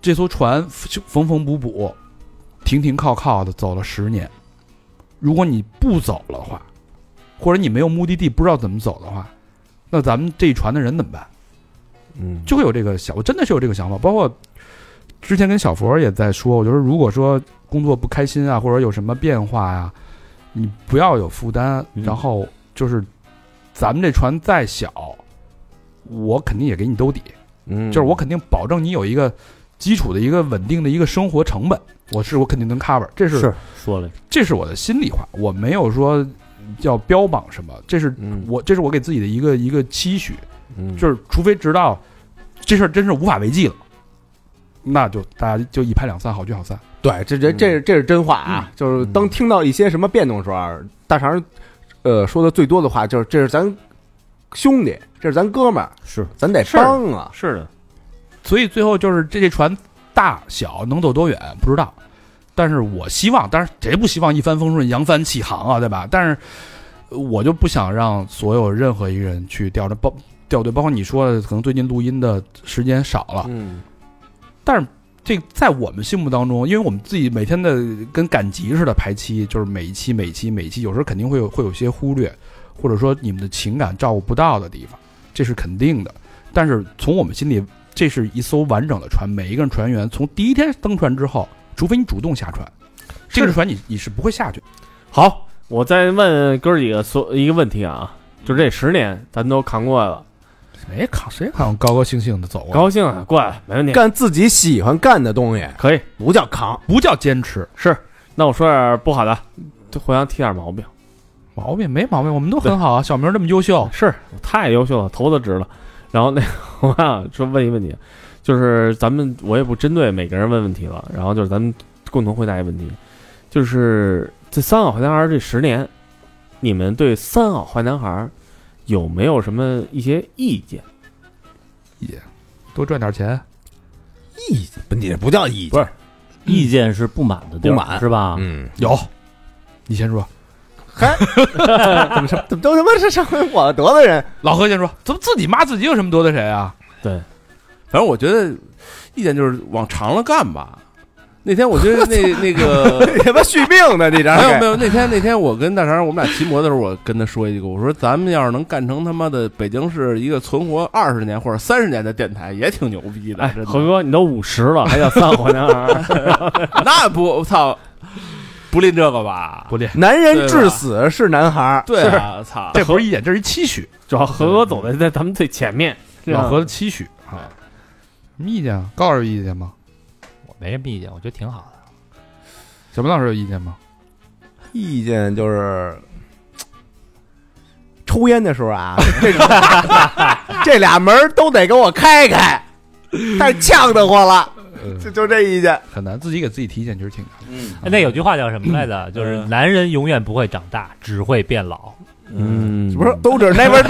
[SPEAKER 3] 这艘船缝缝补补、停停靠靠的走了十年，如果你不走的话，或者你没有目的地不知道怎么走的话，那咱们这一船的人怎么办？
[SPEAKER 6] 嗯，
[SPEAKER 3] 就会有这个想，我真的是有这个想法。包括之前跟小佛也在说，我觉得如果说工作不开心啊，或者有什么变化呀、你不要有负担。
[SPEAKER 7] 嗯
[SPEAKER 3] 然后就是咱们这船再小，我肯定也给你兜底，
[SPEAKER 6] 嗯，
[SPEAKER 3] 就是我肯定保证你有一个基础的一个稳定的一个生活成本，我是我肯定能 cover。这是
[SPEAKER 2] 是
[SPEAKER 7] 说了，
[SPEAKER 3] 这是我的心里话，我没有说要标榜什么，这是
[SPEAKER 6] 嗯
[SPEAKER 3] 我这是我给自己的一个一个期许。
[SPEAKER 6] 嗯
[SPEAKER 3] 就是除非直到这事儿真是无法为继了，那就大家就一拍两散，好聚好散。
[SPEAKER 2] 对，这这这这是真话啊！就是当听到一些什么变动的时候啊，大肠呃说的最多的话就是这是咱兄弟，这是咱哥们儿，
[SPEAKER 7] 是
[SPEAKER 2] 咱得帮啊！
[SPEAKER 6] 是的，
[SPEAKER 3] 所以最后就是这这船大小能走多远不知道，但是我希望，当然谁不希望一帆风顺、扬帆起航啊，对吧？但是呃我就不想让所有任何一个人去掉着包掉队，包括你说的，可能最近录音的时间少了，
[SPEAKER 6] 嗯
[SPEAKER 3] 但是这在我们心目当中，因为我们自己每天的跟赶集似的排期，就是每一期、每一期、每一期，有时候肯定会有会有些忽略，或者说你们的情感照顾不到的地方，这是肯定的。但是从我们心里，这是一艘完整的船，每一个人船员从第一天登船之后，除非你主动下船，这个船你你是不会下去的。
[SPEAKER 6] 好，我再问哥儿几个所一个问题啊，就这十年咱都扛过来了，
[SPEAKER 3] 谁扛谁扛，高高兴兴的走
[SPEAKER 6] 高兴啊，过来了，没问题，
[SPEAKER 2] 干自己喜欢干的东西，
[SPEAKER 6] 可以。
[SPEAKER 2] 不叫扛。
[SPEAKER 3] 不叫坚持，
[SPEAKER 6] 是，那我说点不好的，就互相提点毛病。
[SPEAKER 3] 毛病没毛病，我们都很好啊。小明这么优秀，
[SPEAKER 6] 是太优秀了，头都直了。然后那个我想说问一问你，啊就是咱们我也不针对每个人问问题了，然后就是咱们共同回答一个问题，就是这三好坏男孩儿这十年，你们对三好坏男孩儿有没有什么一些意见？
[SPEAKER 3] 多赚点钱，
[SPEAKER 2] 意见，不你这不叫意
[SPEAKER 6] 不
[SPEAKER 2] 见，
[SPEAKER 6] 是
[SPEAKER 7] 意见是不满的地儿，
[SPEAKER 2] 不满
[SPEAKER 7] 是吧？
[SPEAKER 2] 嗯，
[SPEAKER 3] 有，你先说，
[SPEAKER 2] 怎么上怎么都他妈是上我得罪人？
[SPEAKER 3] 老何先说，怎么自己骂自己有什么得罪谁啊？
[SPEAKER 4] 反正我觉得意见就是往长了干吧。那天我觉 得那那个
[SPEAKER 2] 你 他妈续命呢？你这
[SPEAKER 4] 没有没
[SPEAKER 2] 有，
[SPEAKER 4] 有，那天那天我跟大肠我们俩骑摩托的时候，我跟他说一个，我说咱们要是能干成他妈的北京市一个存活二十年或者三十年的电台，也挺牛逼的。
[SPEAKER 6] 哎
[SPEAKER 4] 真，的
[SPEAKER 6] 何，哥，你都五十了，还叫三啊好坏男孩 儿？
[SPEAKER 4] 那不我操，不吝这个吧？
[SPEAKER 3] 不练。
[SPEAKER 2] 男人至死是男孩儿，
[SPEAKER 4] 对啊，操，
[SPEAKER 3] 这不是意见，这是期许，
[SPEAKER 6] 主要何哥走在在咱们最前面，
[SPEAKER 3] 老何的期许啊。啊什么意见啊？高老师有意见吗？
[SPEAKER 5] 我没什么意见，我觉得挺好的。
[SPEAKER 3] 小明老师有意见吗？
[SPEAKER 2] 意见就是，抽烟的时候啊，这 这俩门儿都得给我开开，太呛得慌了，
[SPEAKER 6] 呃
[SPEAKER 2] 就就这意见。
[SPEAKER 3] 呃很难，自己给自己提意见其实挺难。
[SPEAKER 2] 嗯，
[SPEAKER 5] 哎那有句话叫什么来着？
[SPEAKER 4] 嗯
[SPEAKER 5] 就是男人永远不会长大，只会变老。
[SPEAKER 6] 嗯，
[SPEAKER 2] 不是，都是 never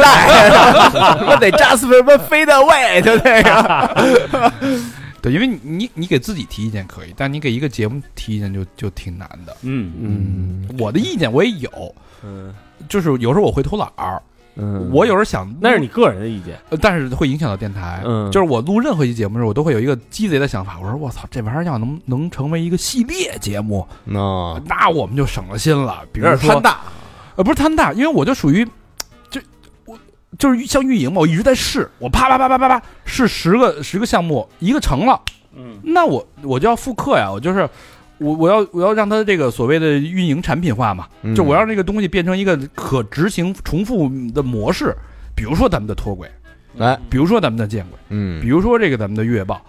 [SPEAKER 2] die，我得 just 什么 fade away，就这个。
[SPEAKER 3] 对，因为你你你给自己提意见可以，但你给一个节目提意见就就挺难的。
[SPEAKER 7] 嗯，
[SPEAKER 6] 嗯
[SPEAKER 3] 我的意见我也有，
[SPEAKER 6] 嗯
[SPEAKER 3] 就是有时候我会偷懒儿，
[SPEAKER 6] 嗯，
[SPEAKER 3] 我有时候想，
[SPEAKER 6] 那是你个人的意见，
[SPEAKER 3] 呃，但是会影响到电台。
[SPEAKER 6] 嗯
[SPEAKER 3] 就是我录任何一期节目的时候，我都会有一个鸡贼的想法，我说我操，这玩意儿要能能成为一个系列节目，
[SPEAKER 2] 那
[SPEAKER 6] 啊
[SPEAKER 3] 那我们就省了心了。比
[SPEAKER 2] 有
[SPEAKER 3] 如
[SPEAKER 2] 点
[SPEAKER 3] 说
[SPEAKER 2] 贪，大，
[SPEAKER 3] 呃，不是贪大，因为我就属于，就我就是像运营嘛，我一直在试，我啪啪啪啪啪啪试十个十个项目，一个成了，嗯，那我我就要复刻呀，我就是我我要我要让它这个所谓的运营产品化嘛，就我要让这个东西变成一个可执行重复的模式，比如说咱们的脱轨，
[SPEAKER 2] 来，
[SPEAKER 3] 比如说咱们的见鬼，
[SPEAKER 2] 嗯
[SPEAKER 3] 比如说这个咱们的月报，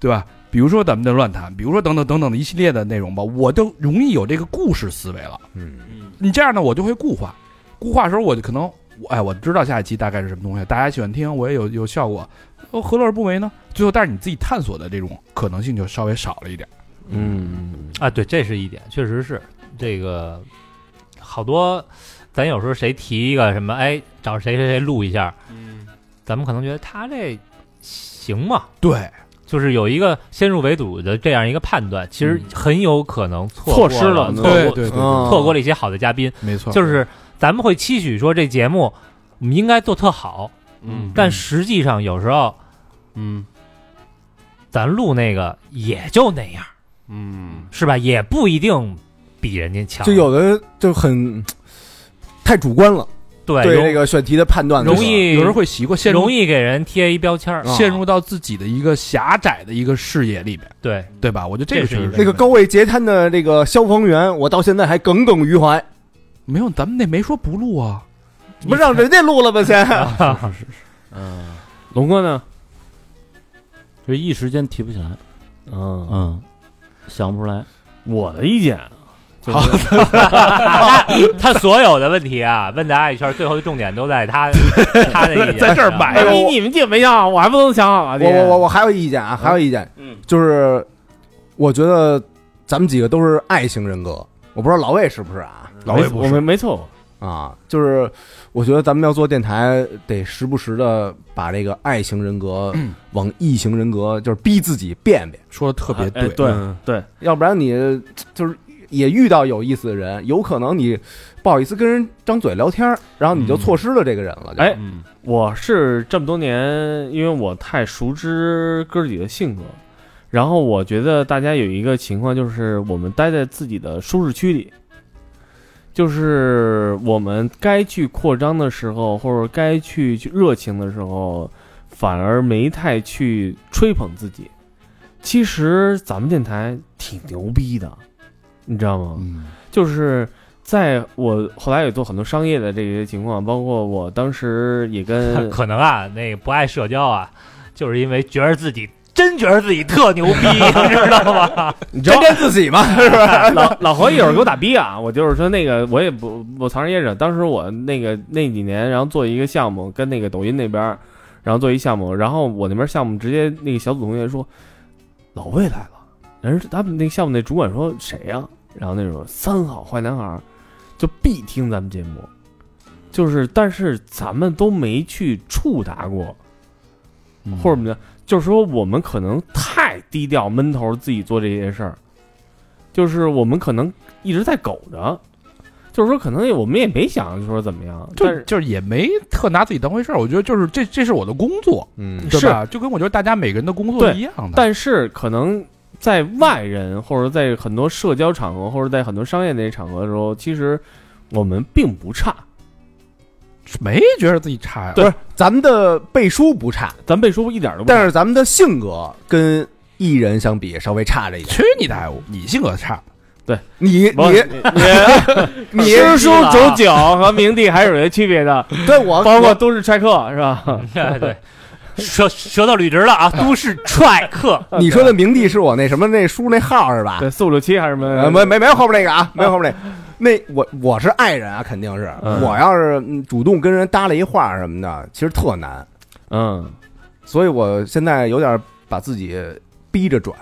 [SPEAKER 3] 对吧？比如说咱们的乱谈，比如说等等等等的一系列的内容吧，我就容易有这个故事思维了。
[SPEAKER 2] 嗯
[SPEAKER 3] 你这样呢，我就会固化。固化的时候，我就可能，我哎，我知道下一期大概是什么东西，大家喜欢听，我也有有效果，哦，何乐而不为呢？最后，但是你自己探索的这种可能性就稍微少了一点。
[SPEAKER 6] 嗯
[SPEAKER 5] 啊，对，这是一点，确实是这个好多。咱有时候谁提一个什么，哎，找谁谁谁录一下，咱们可能觉得他这行吗？
[SPEAKER 3] 对，
[SPEAKER 5] 就是有一个先入为主的这样一个判断，其实很有可能错
[SPEAKER 6] 错
[SPEAKER 5] 过
[SPEAKER 6] 失了
[SPEAKER 5] 了，错
[SPEAKER 6] 对
[SPEAKER 3] 对
[SPEAKER 5] 过
[SPEAKER 3] 对对，
[SPEAKER 2] 嗯
[SPEAKER 5] 错过了一些好的嘉宾。
[SPEAKER 3] 没错，
[SPEAKER 5] 就是咱们会期许说这节目我们应该做特好，
[SPEAKER 6] 嗯
[SPEAKER 5] 但实际上有时候
[SPEAKER 4] 嗯
[SPEAKER 5] 咱录那个也就那样，
[SPEAKER 4] 嗯，
[SPEAKER 5] 是吧？也不一定比人家强，
[SPEAKER 2] 就有的就很太主观了，
[SPEAKER 5] 对
[SPEAKER 2] 对
[SPEAKER 5] 容
[SPEAKER 2] 这个选题的判断的
[SPEAKER 5] 哎
[SPEAKER 2] 时
[SPEAKER 5] 容
[SPEAKER 2] 候
[SPEAKER 5] 易
[SPEAKER 3] 有人会习惯陷入啊
[SPEAKER 5] 容易给人贴一标签儿，
[SPEAKER 3] 陷入到自己的一个狭窄的一个视野里边，
[SPEAKER 5] 对，
[SPEAKER 3] 对吧？我觉得这个
[SPEAKER 5] 这是
[SPEAKER 3] 确实
[SPEAKER 5] 一
[SPEAKER 3] 是
[SPEAKER 2] 那个高位截瘫的这个消防员，我到现在还耿耿于怀。
[SPEAKER 3] 没有，咱们那没说不录啊。
[SPEAKER 2] 不让人家录了吧？先
[SPEAKER 6] 嗯，龙哥呢？
[SPEAKER 7] 就一时间提不起来，
[SPEAKER 6] 嗯，
[SPEAKER 7] 嗯，想不出来，
[SPEAKER 6] 我的意见就是
[SPEAKER 5] 他所有的问题啊， 问答一圈，最后的重点都在他 他的意 见，
[SPEAKER 3] 在这儿摆
[SPEAKER 6] 哎
[SPEAKER 3] 着
[SPEAKER 6] 你你们这没想好，我还不能想好啊！
[SPEAKER 2] 我我我我还有意见啊，还有意见，
[SPEAKER 7] 嗯，
[SPEAKER 2] 就是我觉得咱们几个都是爱型人格，我不知道老魏是不是啊？
[SPEAKER 3] 老魏
[SPEAKER 6] 没
[SPEAKER 3] 不
[SPEAKER 6] 我
[SPEAKER 3] 是
[SPEAKER 6] 没没错过，
[SPEAKER 2] 啊，就是我觉得咱们要做电台，得时不时的把这个爱型人格往 E 型人格，就是逼自己变变，
[SPEAKER 3] 说的
[SPEAKER 5] 啊
[SPEAKER 3] 特别对，
[SPEAKER 6] 哎对对，
[SPEAKER 2] 要不然你就是也遇到有意思的人，有可能你不好意思跟人张嘴聊天儿，然后你就错失了这个人了。就
[SPEAKER 6] 哎，我是这么多年，因为我太熟知哥儿几个性格，然后我觉得大家有一个情况就是，我们待在自己的舒适区里，就是我们该去扩张的时候，或者该去去热情的时候，反而没太去吹捧自己。其实咱们电台挺牛逼的，你知道吗？
[SPEAKER 3] 嗯，
[SPEAKER 6] 就是在我后来也做很多商业的这些情况，包括我当时也跟
[SPEAKER 5] 可能啊，那个不爱社交啊，就是因为觉得自己真觉得自己特牛逼，你知道吗？
[SPEAKER 2] 你沾沾自喜嘛，是吧？
[SPEAKER 6] 老老何一会儿给我打逼啊！我就是说那个我 也不我藏着掖着，当时我那个那几年，然后做一个项目，跟那个抖音那边儿，然后做一项目，然后我那边项目直接那个小组同学说老魏来了，人家他们那项目那主管说谁呀、然后那种三好坏男孩儿就必听咱们节目，就是但是咱们都没去触达过，
[SPEAKER 3] 嗯
[SPEAKER 6] 或者怎么样，就是说我们可能太低调闷头自己做这些事儿，就是我们可能一直在苟着，就是说可能我们也没想说怎么样，但
[SPEAKER 3] 就是就是也没特拿自己当回事儿，我觉得就是这这是我的工作，
[SPEAKER 2] 嗯
[SPEAKER 3] 对吧？就跟我觉得大家每个人的工作
[SPEAKER 6] 对
[SPEAKER 3] 一样的。
[SPEAKER 6] 但是可能在外人或者在很多社交场合或者在很多商业那些场合的时候，其实我们并不差，
[SPEAKER 3] 没觉得自己差呀。
[SPEAKER 2] 不是， 咱们的背书不差，
[SPEAKER 6] 咱背书一点都不差，
[SPEAKER 2] 但是咱们的性格跟艺人相比稍微差着一点。
[SPEAKER 3] 去你大爷！你性格差，
[SPEAKER 2] 你
[SPEAKER 6] 不
[SPEAKER 2] 你 你
[SPEAKER 6] 知书走
[SPEAKER 3] 啊
[SPEAKER 6] 酒和明帝还是有些区别的，
[SPEAKER 2] 对我
[SPEAKER 6] 包括
[SPEAKER 2] 我
[SPEAKER 5] 嗯
[SPEAKER 6] 都市拆客是吧？
[SPEAKER 5] 对，舌舌头捋直了啊！都市踹客，
[SPEAKER 2] 你说的明帝是我那什么那书那号是吧？
[SPEAKER 6] 对，四五六七还是什么？
[SPEAKER 2] 呃，没没没有后边那个啊，没有后边那个，那我我是爱人啊，肯定是
[SPEAKER 6] 嗯
[SPEAKER 2] 我要是嗯主动跟人搭了一话什么的，其实特难，
[SPEAKER 6] 嗯，
[SPEAKER 2] 所以我现在有点把自己逼着转，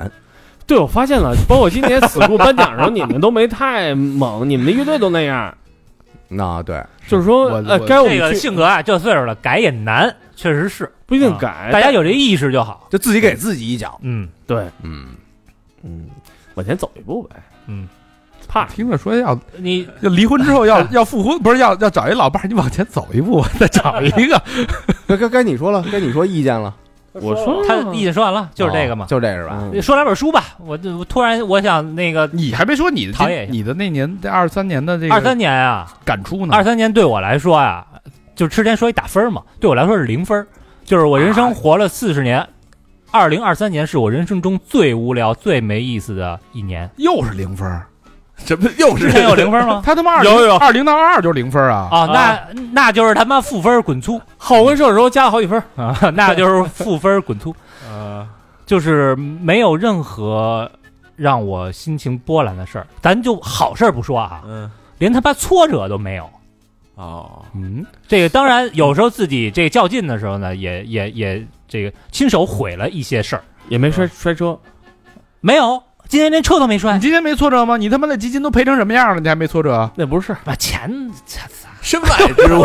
[SPEAKER 6] 对，我发现了，包括今年死柱颁奖的时候，你们都没太猛，你们的乐队都那样，
[SPEAKER 2] 那对，
[SPEAKER 6] 就是说，
[SPEAKER 3] 我
[SPEAKER 6] 呃，
[SPEAKER 3] 我
[SPEAKER 6] 该我
[SPEAKER 5] 这
[SPEAKER 6] 们
[SPEAKER 5] 个
[SPEAKER 6] 去
[SPEAKER 5] 性格啊，这岁数了改也难，确实是，
[SPEAKER 6] 不一定改，
[SPEAKER 5] 大家有这意识就好。
[SPEAKER 2] 就自己给自己一脚，
[SPEAKER 5] 嗯，
[SPEAKER 6] 对，
[SPEAKER 2] 嗯，
[SPEAKER 6] 嗯，往前走一步呗，
[SPEAKER 5] 嗯，
[SPEAKER 6] 怕
[SPEAKER 3] 听着说要
[SPEAKER 5] 你
[SPEAKER 3] 要离婚之后 要要复婚，不是要要找一老伴儿，你往前走一步，再找一个。
[SPEAKER 2] 该该该你说了，该你说意见了，
[SPEAKER 6] 我说
[SPEAKER 5] 他意见说完了，就是这个嘛
[SPEAKER 2] 哦。就是这个是吧？
[SPEAKER 6] 嗯
[SPEAKER 5] 说两本书吧，我我突然我想那个
[SPEAKER 3] 你还没说你的
[SPEAKER 5] 陶冶一下
[SPEAKER 3] 你的那年这二三年的这
[SPEAKER 5] 二
[SPEAKER 3] 个
[SPEAKER 5] 三年啊，
[SPEAKER 3] 感触
[SPEAKER 6] 嗯
[SPEAKER 3] 呢？
[SPEAKER 5] 二三年对我来说呀、就之前说一打分儿嘛，对我来说是零分儿，就是我人
[SPEAKER 6] 啊
[SPEAKER 5] 生活了四十年，二零二三年是我人生中最无聊、最没意思的一 年。
[SPEAKER 3] 又是零分儿，
[SPEAKER 4] 什么又
[SPEAKER 5] 之
[SPEAKER 4] 是
[SPEAKER 5] 前有零分吗？
[SPEAKER 3] 他他妈二
[SPEAKER 6] 有有
[SPEAKER 3] 二零到二二就是零分啊！
[SPEAKER 5] 啊，那那就是他妈负分儿滚粗
[SPEAKER 6] 好跟射手加了好几分， 啊
[SPEAKER 5] 啊，那就是负分儿滚粗，就是没有任何让我心情波澜的事儿。咱就好事儿不说啊，
[SPEAKER 4] 嗯
[SPEAKER 5] 连他妈挫折都没有。
[SPEAKER 4] 哦，
[SPEAKER 3] 嗯，
[SPEAKER 5] 这个当然有时候自己这较劲的时候呢，也也也这个亲手毁了一些事儿。
[SPEAKER 6] 也没
[SPEAKER 7] 啊
[SPEAKER 6] 摔摔车，
[SPEAKER 5] 没有，今天连车都没
[SPEAKER 3] 你
[SPEAKER 5] 摔。
[SPEAKER 3] 今天没挫折吗？你他妈的基金都赔成什么样了？你还没挫折？啊
[SPEAKER 6] 那不是事儿，
[SPEAKER 5] 把钱，擦擦
[SPEAKER 4] 身外之物，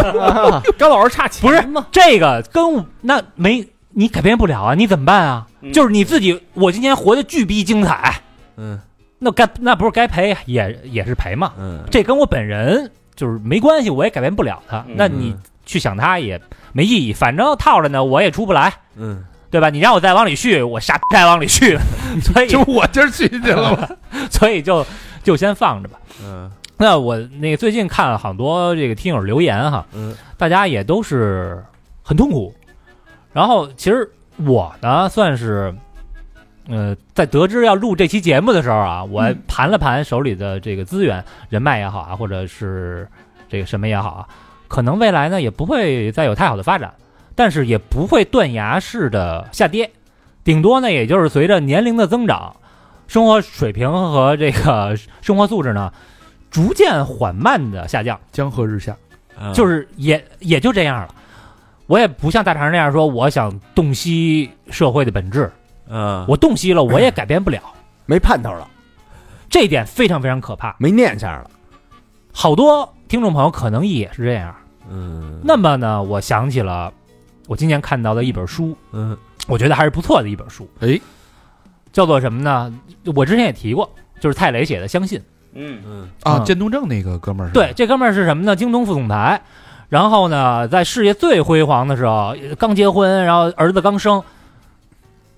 [SPEAKER 6] 高老师差钱
[SPEAKER 5] 不是
[SPEAKER 6] 吗？
[SPEAKER 5] 这个跟我那没你改变不了啊，你怎么办啊？就是你自己，我今天活得巨逼精彩，
[SPEAKER 4] 嗯
[SPEAKER 5] 那该那不是该赔啊也也是赔嘛？
[SPEAKER 4] 嗯，
[SPEAKER 5] 这跟我本人就是没关系，我也改变不了他。那你去想他也没意义，反正套着呢，我也出不来，
[SPEAKER 4] 嗯，
[SPEAKER 5] 对吧？你让我再往里续，我傻逼再往里续，所以
[SPEAKER 3] 就我今儿去去了吗？
[SPEAKER 5] 所以就就先放着吧。
[SPEAKER 4] 嗯
[SPEAKER 5] 那我那个最近看了好多这个听友留言哈，
[SPEAKER 4] 嗯，
[SPEAKER 5] 大家也都是很痛苦。然后其实我呢，算是，呃，在得知要录这期节目的时候啊，我盘了盘手里的这个资源、人脉也好啊，或者是这个什么也好啊，可能未来呢也不会再有太好的发展，但是也不会断崖式的下跌，顶多呢也就是随着年龄的增长，生活水平和这个生活素质呢逐渐缓慢的下降。
[SPEAKER 3] 江河日下，
[SPEAKER 4] 嗯
[SPEAKER 5] 就是也也就这样了。我也不像大肠那样说，我想洞悉社会的本质，
[SPEAKER 4] 嗯，
[SPEAKER 5] 我洞悉了，我也改变不了，
[SPEAKER 2] 没盼头了，
[SPEAKER 5] 这一点非常非常可怕。
[SPEAKER 2] 没念想了，
[SPEAKER 5] 好多听众朋友可能也是这样。
[SPEAKER 4] 嗯
[SPEAKER 5] 那么呢，我想起了我今年看到的一本书，
[SPEAKER 4] 嗯
[SPEAKER 5] 我觉得还是不错的一本书，
[SPEAKER 3] 哎，
[SPEAKER 5] 叫做什么呢？我之前也提过，就是蔡磊写的《相信》。
[SPEAKER 4] 嗯
[SPEAKER 3] 啊，
[SPEAKER 5] 嗯
[SPEAKER 3] 渐冻症那个哥们儿是吧
[SPEAKER 5] 对，，这哥们儿是什么呢？京东副总裁，然后呢，在事业最辉煌的时候，刚结婚，然后儿子刚生，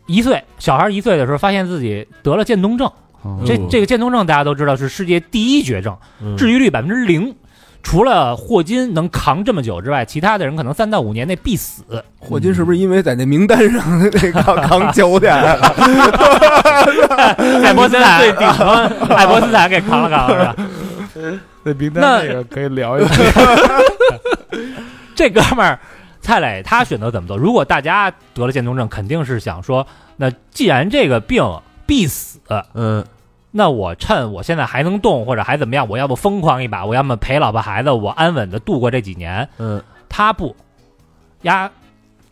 [SPEAKER 5] 一岁，小孩一岁的时候，发现自己得了渐冻症。
[SPEAKER 3] 嗯
[SPEAKER 5] 这
[SPEAKER 4] 哦
[SPEAKER 5] 这个渐冻症大家都知道是世界第一绝症，
[SPEAKER 4] 嗯，
[SPEAKER 5] 治愈率百分之零。除了霍金能扛这么久之外，其他的人可能三到五年内必死。
[SPEAKER 2] 霍金是不是因为在那名单上 那个扛 九点儿？
[SPEAKER 5] 爱泼斯坦最顶爱泼斯坦给扛了扛了是吧？
[SPEAKER 3] 那名
[SPEAKER 5] 那
[SPEAKER 3] 单那个可以聊一聊。
[SPEAKER 5] 这哥们儿蔡磊他选择怎么做？如果大家得了渐冻症，肯定是想说，那既然这个病必死，
[SPEAKER 4] 嗯
[SPEAKER 5] 那我趁我现在还能动或者还怎么样，我要不疯狂一把，我要么陪老婆孩子，我安稳的度过这几年。
[SPEAKER 4] 嗯
[SPEAKER 5] 他不，呀，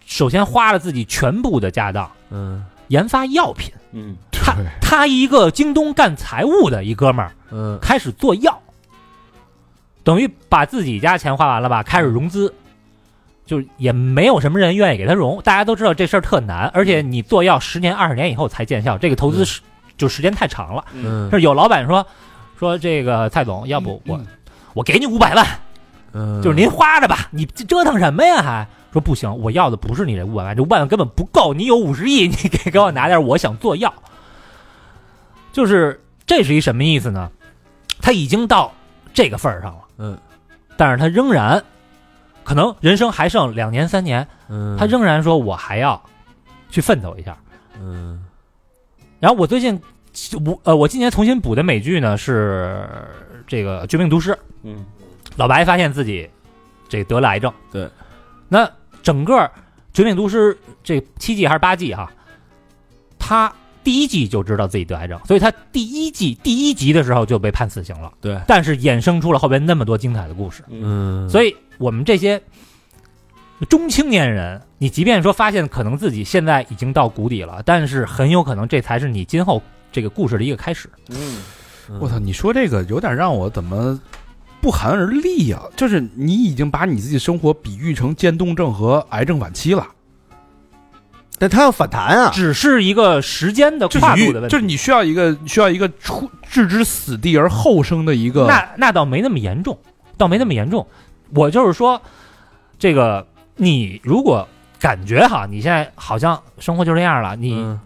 [SPEAKER 5] 首先花了自己全部的家当
[SPEAKER 4] 嗯
[SPEAKER 5] 研发药品。
[SPEAKER 6] 嗯，
[SPEAKER 5] 他他一个京东干财务的一哥们儿
[SPEAKER 4] 嗯
[SPEAKER 5] 开始做药，等于把自己家钱花完了吧，开始融资，就是也没有什么人愿意给他融。大家都知道这事儿特难，而且你做药十年二十年以后才见效，这个投资时就时间太长了。
[SPEAKER 4] 嗯
[SPEAKER 5] 是有老板说说这个蔡总，要不我、我给你五百万，
[SPEAKER 4] 嗯，
[SPEAKER 5] 就是您花着吧，你折腾什么呀还？说不行，我要的不是你这五百万，这五百万根本不够，你有五十亿，你给给我拿点儿，我想做药。就是这是一什么意思呢？他已经到这个份儿上了，
[SPEAKER 4] 嗯，
[SPEAKER 5] 但是他仍然可能人生还剩两年三年，
[SPEAKER 4] 嗯，
[SPEAKER 5] 他仍然说我还要去奋斗一下。
[SPEAKER 4] 嗯
[SPEAKER 5] 然后我最近我呃，我今年重新补的美剧呢是这个《绝命毒师》。
[SPEAKER 6] 嗯，
[SPEAKER 5] 老白发现自己这得了癌症，
[SPEAKER 4] 对，
[SPEAKER 5] 那整个绝命毒师》这七季还是八季哈，他第一季就知道自己得癌症，所以他第一季第一集的时候就被判死刑了。
[SPEAKER 4] 对，
[SPEAKER 5] 但是衍生出了后边那么多精彩的故事。
[SPEAKER 6] 嗯，
[SPEAKER 5] 所以我们这些中青年人，你即便说发现可能自己现在已经到谷底了，但是很有可能这才是你今后这个故事的一个开始。
[SPEAKER 6] 嗯
[SPEAKER 3] 我操，你说这个有点让我怎么不寒而栗呀、就是你已经把你自己生活比喻成渐冻症和癌症晚期了，
[SPEAKER 2] 但他要反弹啊，
[SPEAKER 5] 只是一个时间的
[SPEAKER 3] 就
[SPEAKER 5] 跨
[SPEAKER 3] 是你
[SPEAKER 5] 度的问题。
[SPEAKER 3] 就是你需要一个需要一个出置之死地而后生的一个
[SPEAKER 5] 那那倒没那么严重，倒没那么严重。我就是说，这个你如果感觉哈，你现在好像生活就这样了，你
[SPEAKER 6] 嗯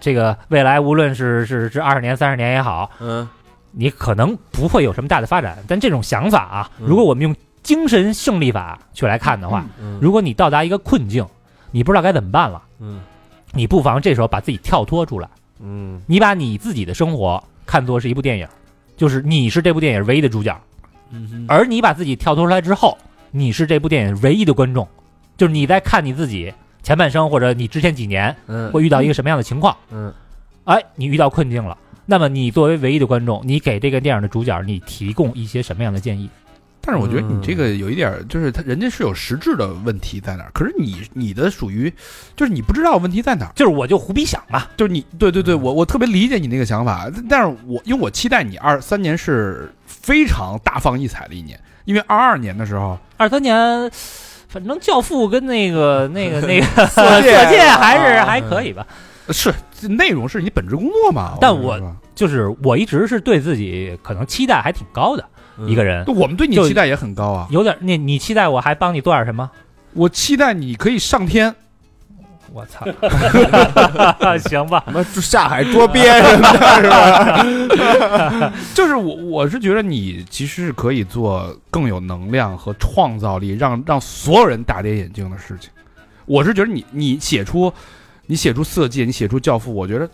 [SPEAKER 5] 这个未来无论是是是二十年、三十年也好，
[SPEAKER 6] 嗯
[SPEAKER 5] 你可能不会有什么大的发展。但这种想法啊，
[SPEAKER 6] 嗯
[SPEAKER 5] 如果我们用精神胜利法去来看的话，
[SPEAKER 6] 嗯
[SPEAKER 5] 如果你到达一个困境，你不知道该怎么办了，
[SPEAKER 6] 嗯
[SPEAKER 5] 你不妨这时候把自己跳脱出来。
[SPEAKER 6] 嗯
[SPEAKER 5] 你把你自己的生活看作是一部电影，就是你是这部电影唯一的主角，
[SPEAKER 6] 嗯
[SPEAKER 3] 嗯
[SPEAKER 5] 而你把自己跳脱出来之后，你是这部电影唯一的观众，就是你在看你自己前半生或者你之前几年
[SPEAKER 6] 嗯
[SPEAKER 5] 会遇到一个什么样的情况，
[SPEAKER 6] 嗯
[SPEAKER 5] 哎，你遇到困境了。那么你作为唯一的观众，你给这个电影的主角，你提供一些什么样的建议？
[SPEAKER 3] 但是我觉得你这个有一点儿，就是他人家是有实质的问题在哪儿，可是你你的属于就是你不知道问题在哪儿，
[SPEAKER 5] 就是我就胡逼想嘛，
[SPEAKER 3] 就是你对对对，我我特别理解你那个想法，但但是我因为我期待你二三年是非常大放异彩的一年，因为二二年的时候，
[SPEAKER 5] 二三年。反正《教父》跟那个、那个、那个《色戒》还是还可以吧，
[SPEAKER 3] 是内容是你本职工作嘛，
[SPEAKER 5] 但
[SPEAKER 3] 我
[SPEAKER 5] 我就是我一直是对自己可能期待还挺高的一个人，
[SPEAKER 3] 对我们对你
[SPEAKER 5] 就
[SPEAKER 3] 期待也很高啊，
[SPEAKER 5] 有点你你期待我还帮你做点什么？
[SPEAKER 3] 我期待你可以上天，
[SPEAKER 5] 我操，行
[SPEAKER 4] 嗯
[SPEAKER 5] 吧，
[SPEAKER 2] 什么下海捉鳖啊什么的，是吧？
[SPEAKER 3] 就是我我是觉得你其实是可以做更有能量和创造力，让让所有人大跌眼镜的事情。我是觉得你你写出你写出色戒，你写出教父，我觉得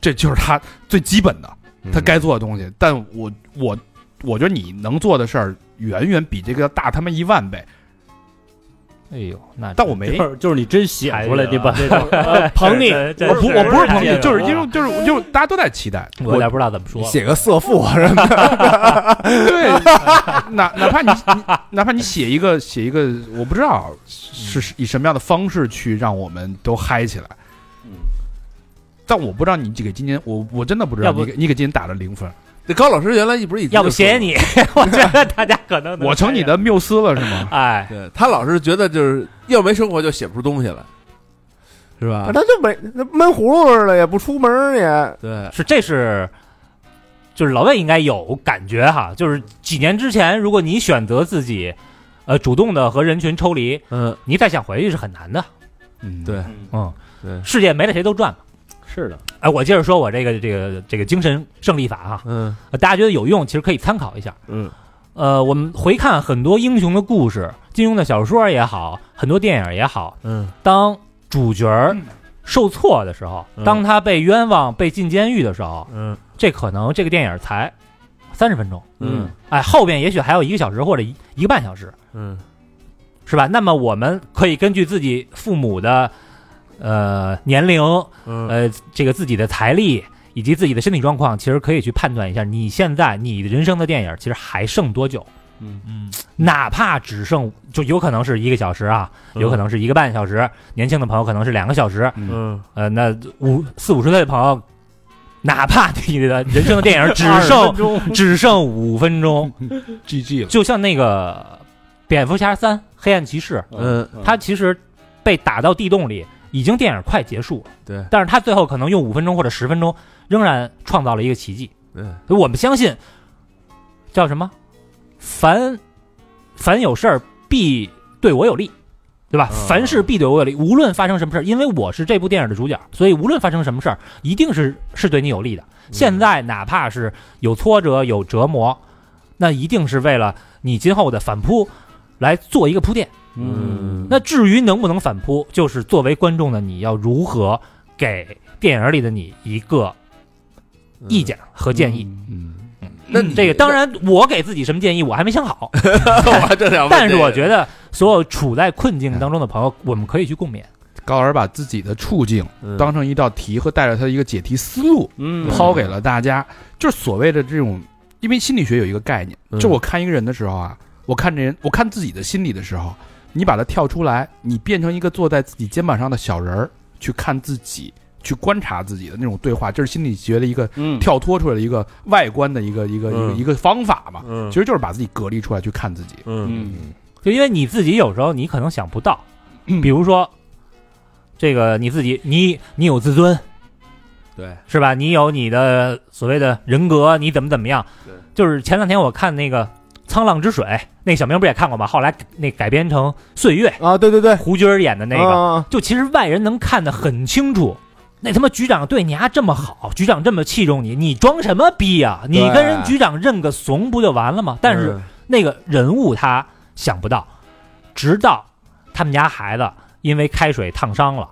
[SPEAKER 3] 这就是他最基本的
[SPEAKER 4] 嗯
[SPEAKER 5] 嗯
[SPEAKER 3] 他该做的东西。但我我我觉得你能做的事儿远远比这个要大他妈一万倍。
[SPEAKER 5] 哎呦，那
[SPEAKER 3] 但我没
[SPEAKER 7] 就是就是你真写出来，你把
[SPEAKER 5] 这种 呃
[SPEAKER 7] 捧你
[SPEAKER 5] 这这
[SPEAKER 3] 我不我不是
[SPEAKER 5] 这
[SPEAKER 3] 捧你，就是
[SPEAKER 5] 这
[SPEAKER 3] 因为就是就是大家都在期待
[SPEAKER 5] 我有点不知道怎么说
[SPEAKER 2] 你，写个色啊父
[SPEAKER 4] 嗯
[SPEAKER 2] 什么的，
[SPEAKER 3] 对，哪哪怕你你哪怕你写一个写一个，我不知道是是以什么样的方式去让我们都嗨起来。但我不知道你给今年，我我真的不知道
[SPEAKER 5] 要不
[SPEAKER 3] 你给你给今年打了零分，
[SPEAKER 4] 这高老师原来一不是一直
[SPEAKER 5] 要不
[SPEAKER 4] 就说
[SPEAKER 5] 谢谢你， 我觉得大家可能能
[SPEAKER 3] 我成你的缪斯了是 吗？
[SPEAKER 5] 哎，
[SPEAKER 4] 对他老是觉得就是要没生活就写不出东西来，是吧
[SPEAKER 2] 他？就没那闷葫芦似的，也不出门儿也。
[SPEAKER 4] 对，
[SPEAKER 5] 是这是。就是老魏应该有感觉哈，就是几年之前，如果你选择自己，呃，主动的和人群抽离，
[SPEAKER 4] 嗯，
[SPEAKER 5] 你再想回去是很难的。
[SPEAKER 3] 嗯，
[SPEAKER 4] 对
[SPEAKER 5] 嗯，
[SPEAKER 4] 对，
[SPEAKER 5] 世界没了谁都转嘛。
[SPEAKER 6] 是的，
[SPEAKER 5] 哎，我接着说我这个这个这个精神胜利法哈、
[SPEAKER 4] 嗯
[SPEAKER 5] 呃大家觉得有用，其实可以参考一下。
[SPEAKER 6] 嗯
[SPEAKER 5] 呃，我们回看很多英雄的故事，金庸的小说也好，很多电影也好，
[SPEAKER 6] 嗯
[SPEAKER 5] 当主角儿受挫的时候，
[SPEAKER 6] 嗯
[SPEAKER 5] 当他被冤枉、被进监狱的时候，
[SPEAKER 6] 嗯
[SPEAKER 5] 这可能这个电影才三十分钟，
[SPEAKER 6] 嗯
[SPEAKER 5] 哎，后边也许还有一个小时或者一一个半小时，
[SPEAKER 6] 嗯
[SPEAKER 5] 是吧？那么我们可以根据自己父母的呃年龄、
[SPEAKER 6] 嗯
[SPEAKER 5] 呃，这个自己的财力以及自己的身体状况，其实可以去判断一下，你现在你人生的电影其实还剩多久？
[SPEAKER 6] 嗯
[SPEAKER 5] 嗯，哪怕只剩就有可能是一个小时啊，有可能是一个半小时，年轻的朋友可能是两个小时，
[SPEAKER 6] 嗯
[SPEAKER 5] 呃，那五四五十岁的朋友，哪怕你的人生的电影只
[SPEAKER 7] 20
[SPEAKER 5] 剩
[SPEAKER 7] 分钟
[SPEAKER 5] 只剩五分钟，
[SPEAKER 3] ，GG 了，
[SPEAKER 5] 就像那个蝙蝠侠三黑暗骑士，
[SPEAKER 4] 嗯，
[SPEAKER 5] 他其实被打到地洞里，已经电影快结束了。
[SPEAKER 4] 对
[SPEAKER 5] 但是他最后可能用五分钟或者十分钟，仍然创造了一个奇迹。
[SPEAKER 4] 对，
[SPEAKER 5] 所以我们相信，叫什么？凡凡有事儿必对我有利，对吧？
[SPEAKER 6] 嗯
[SPEAKER 5] 凡事必对我有利，无论发生什么事儿，因为我是这部电影的主角，所以无论发生什么事儿，一定是是对你有利的。
[SPEAKER 4] 嗯
[SPEAKER 5] 现在哪怕是有挫折、有折磨，那一定是为了你今后的反扑来做一个铺垫。
[SPEAKER 6] 嗯
[SPEAKER 5] 那至于能不能反扑，就是作为观众的你要如何给电影里的你一个意见和建议。
[SPEAKER 3] 嗯，
[SPEAKER 4] 那你
[SPEAKER 5] 这个当然，我给自己什么建议，我还没 想好。
[SPEAKER 4] 我还正
[SPEAKER 3] 哦
[SPEAKER 4] 想问这个，
[SPEAKER 5] 但是我觉得，所有处在困境当中的朋友，我们可以去共勉。
[SPEAKER 3] 高尔把自己的处境当成一道题和带着他的一个解题思路
[SPEAKER 7] 嗯
[SPEAKER 3] 抛给了大家，就是所谓的这种，因为心理学有一个概念，就我看一个人的时候啊，我看这人，我看自己的心理的时候，你把它跳出来，你变成一个坐在自己肩膀上的小人儿去看自己，去观察自己的那种对话，这是心理学的一个
[SPEAKER 7] 嗯
[SPEAKER 3] 跳脱出来的一个外观的一个一个一个
[SPEAKER 4] 嗯
[SPEAKER 3] 一个方法嘛，
[SPEAKER 4] 嗯，
[SPEAKER 3] 其实就是把自己隔离出来去看自己。
[SPEAKER 4] 嗯
[SPEAKER 7] 嗯
[SPEAKER 5] 就因为你自己有时候你可能想不到，比如说，这个你自己，你你有自尊，
[SPEAKER 4] 对，
[SPEAKER 5] 是吧？你有你的所谓的人格，你怎么怎么样
[SPEAKER 4] 对？
[SPEAKER 5] 就是前两天我看那个《沧浪之水》，那小明不也看过吗？后来那改编成《岁月
[SPEAKER 2] 啊，对对对》，，
[SPEAKER 5] 胡军儿演的那个，
[SPEAKER 2] 啊
[SPEAKER 5] 就其实外人能看得很清楚。那他妈局长对你还这么好，局长这么器重你，你装什么逼呀、你
[SPEAKER 2] 对
[SPEAKER 5] 跟人局长认个怂不就完了吗？但是那个人物他想不到，直到他们家孩子因为开水烫伤了，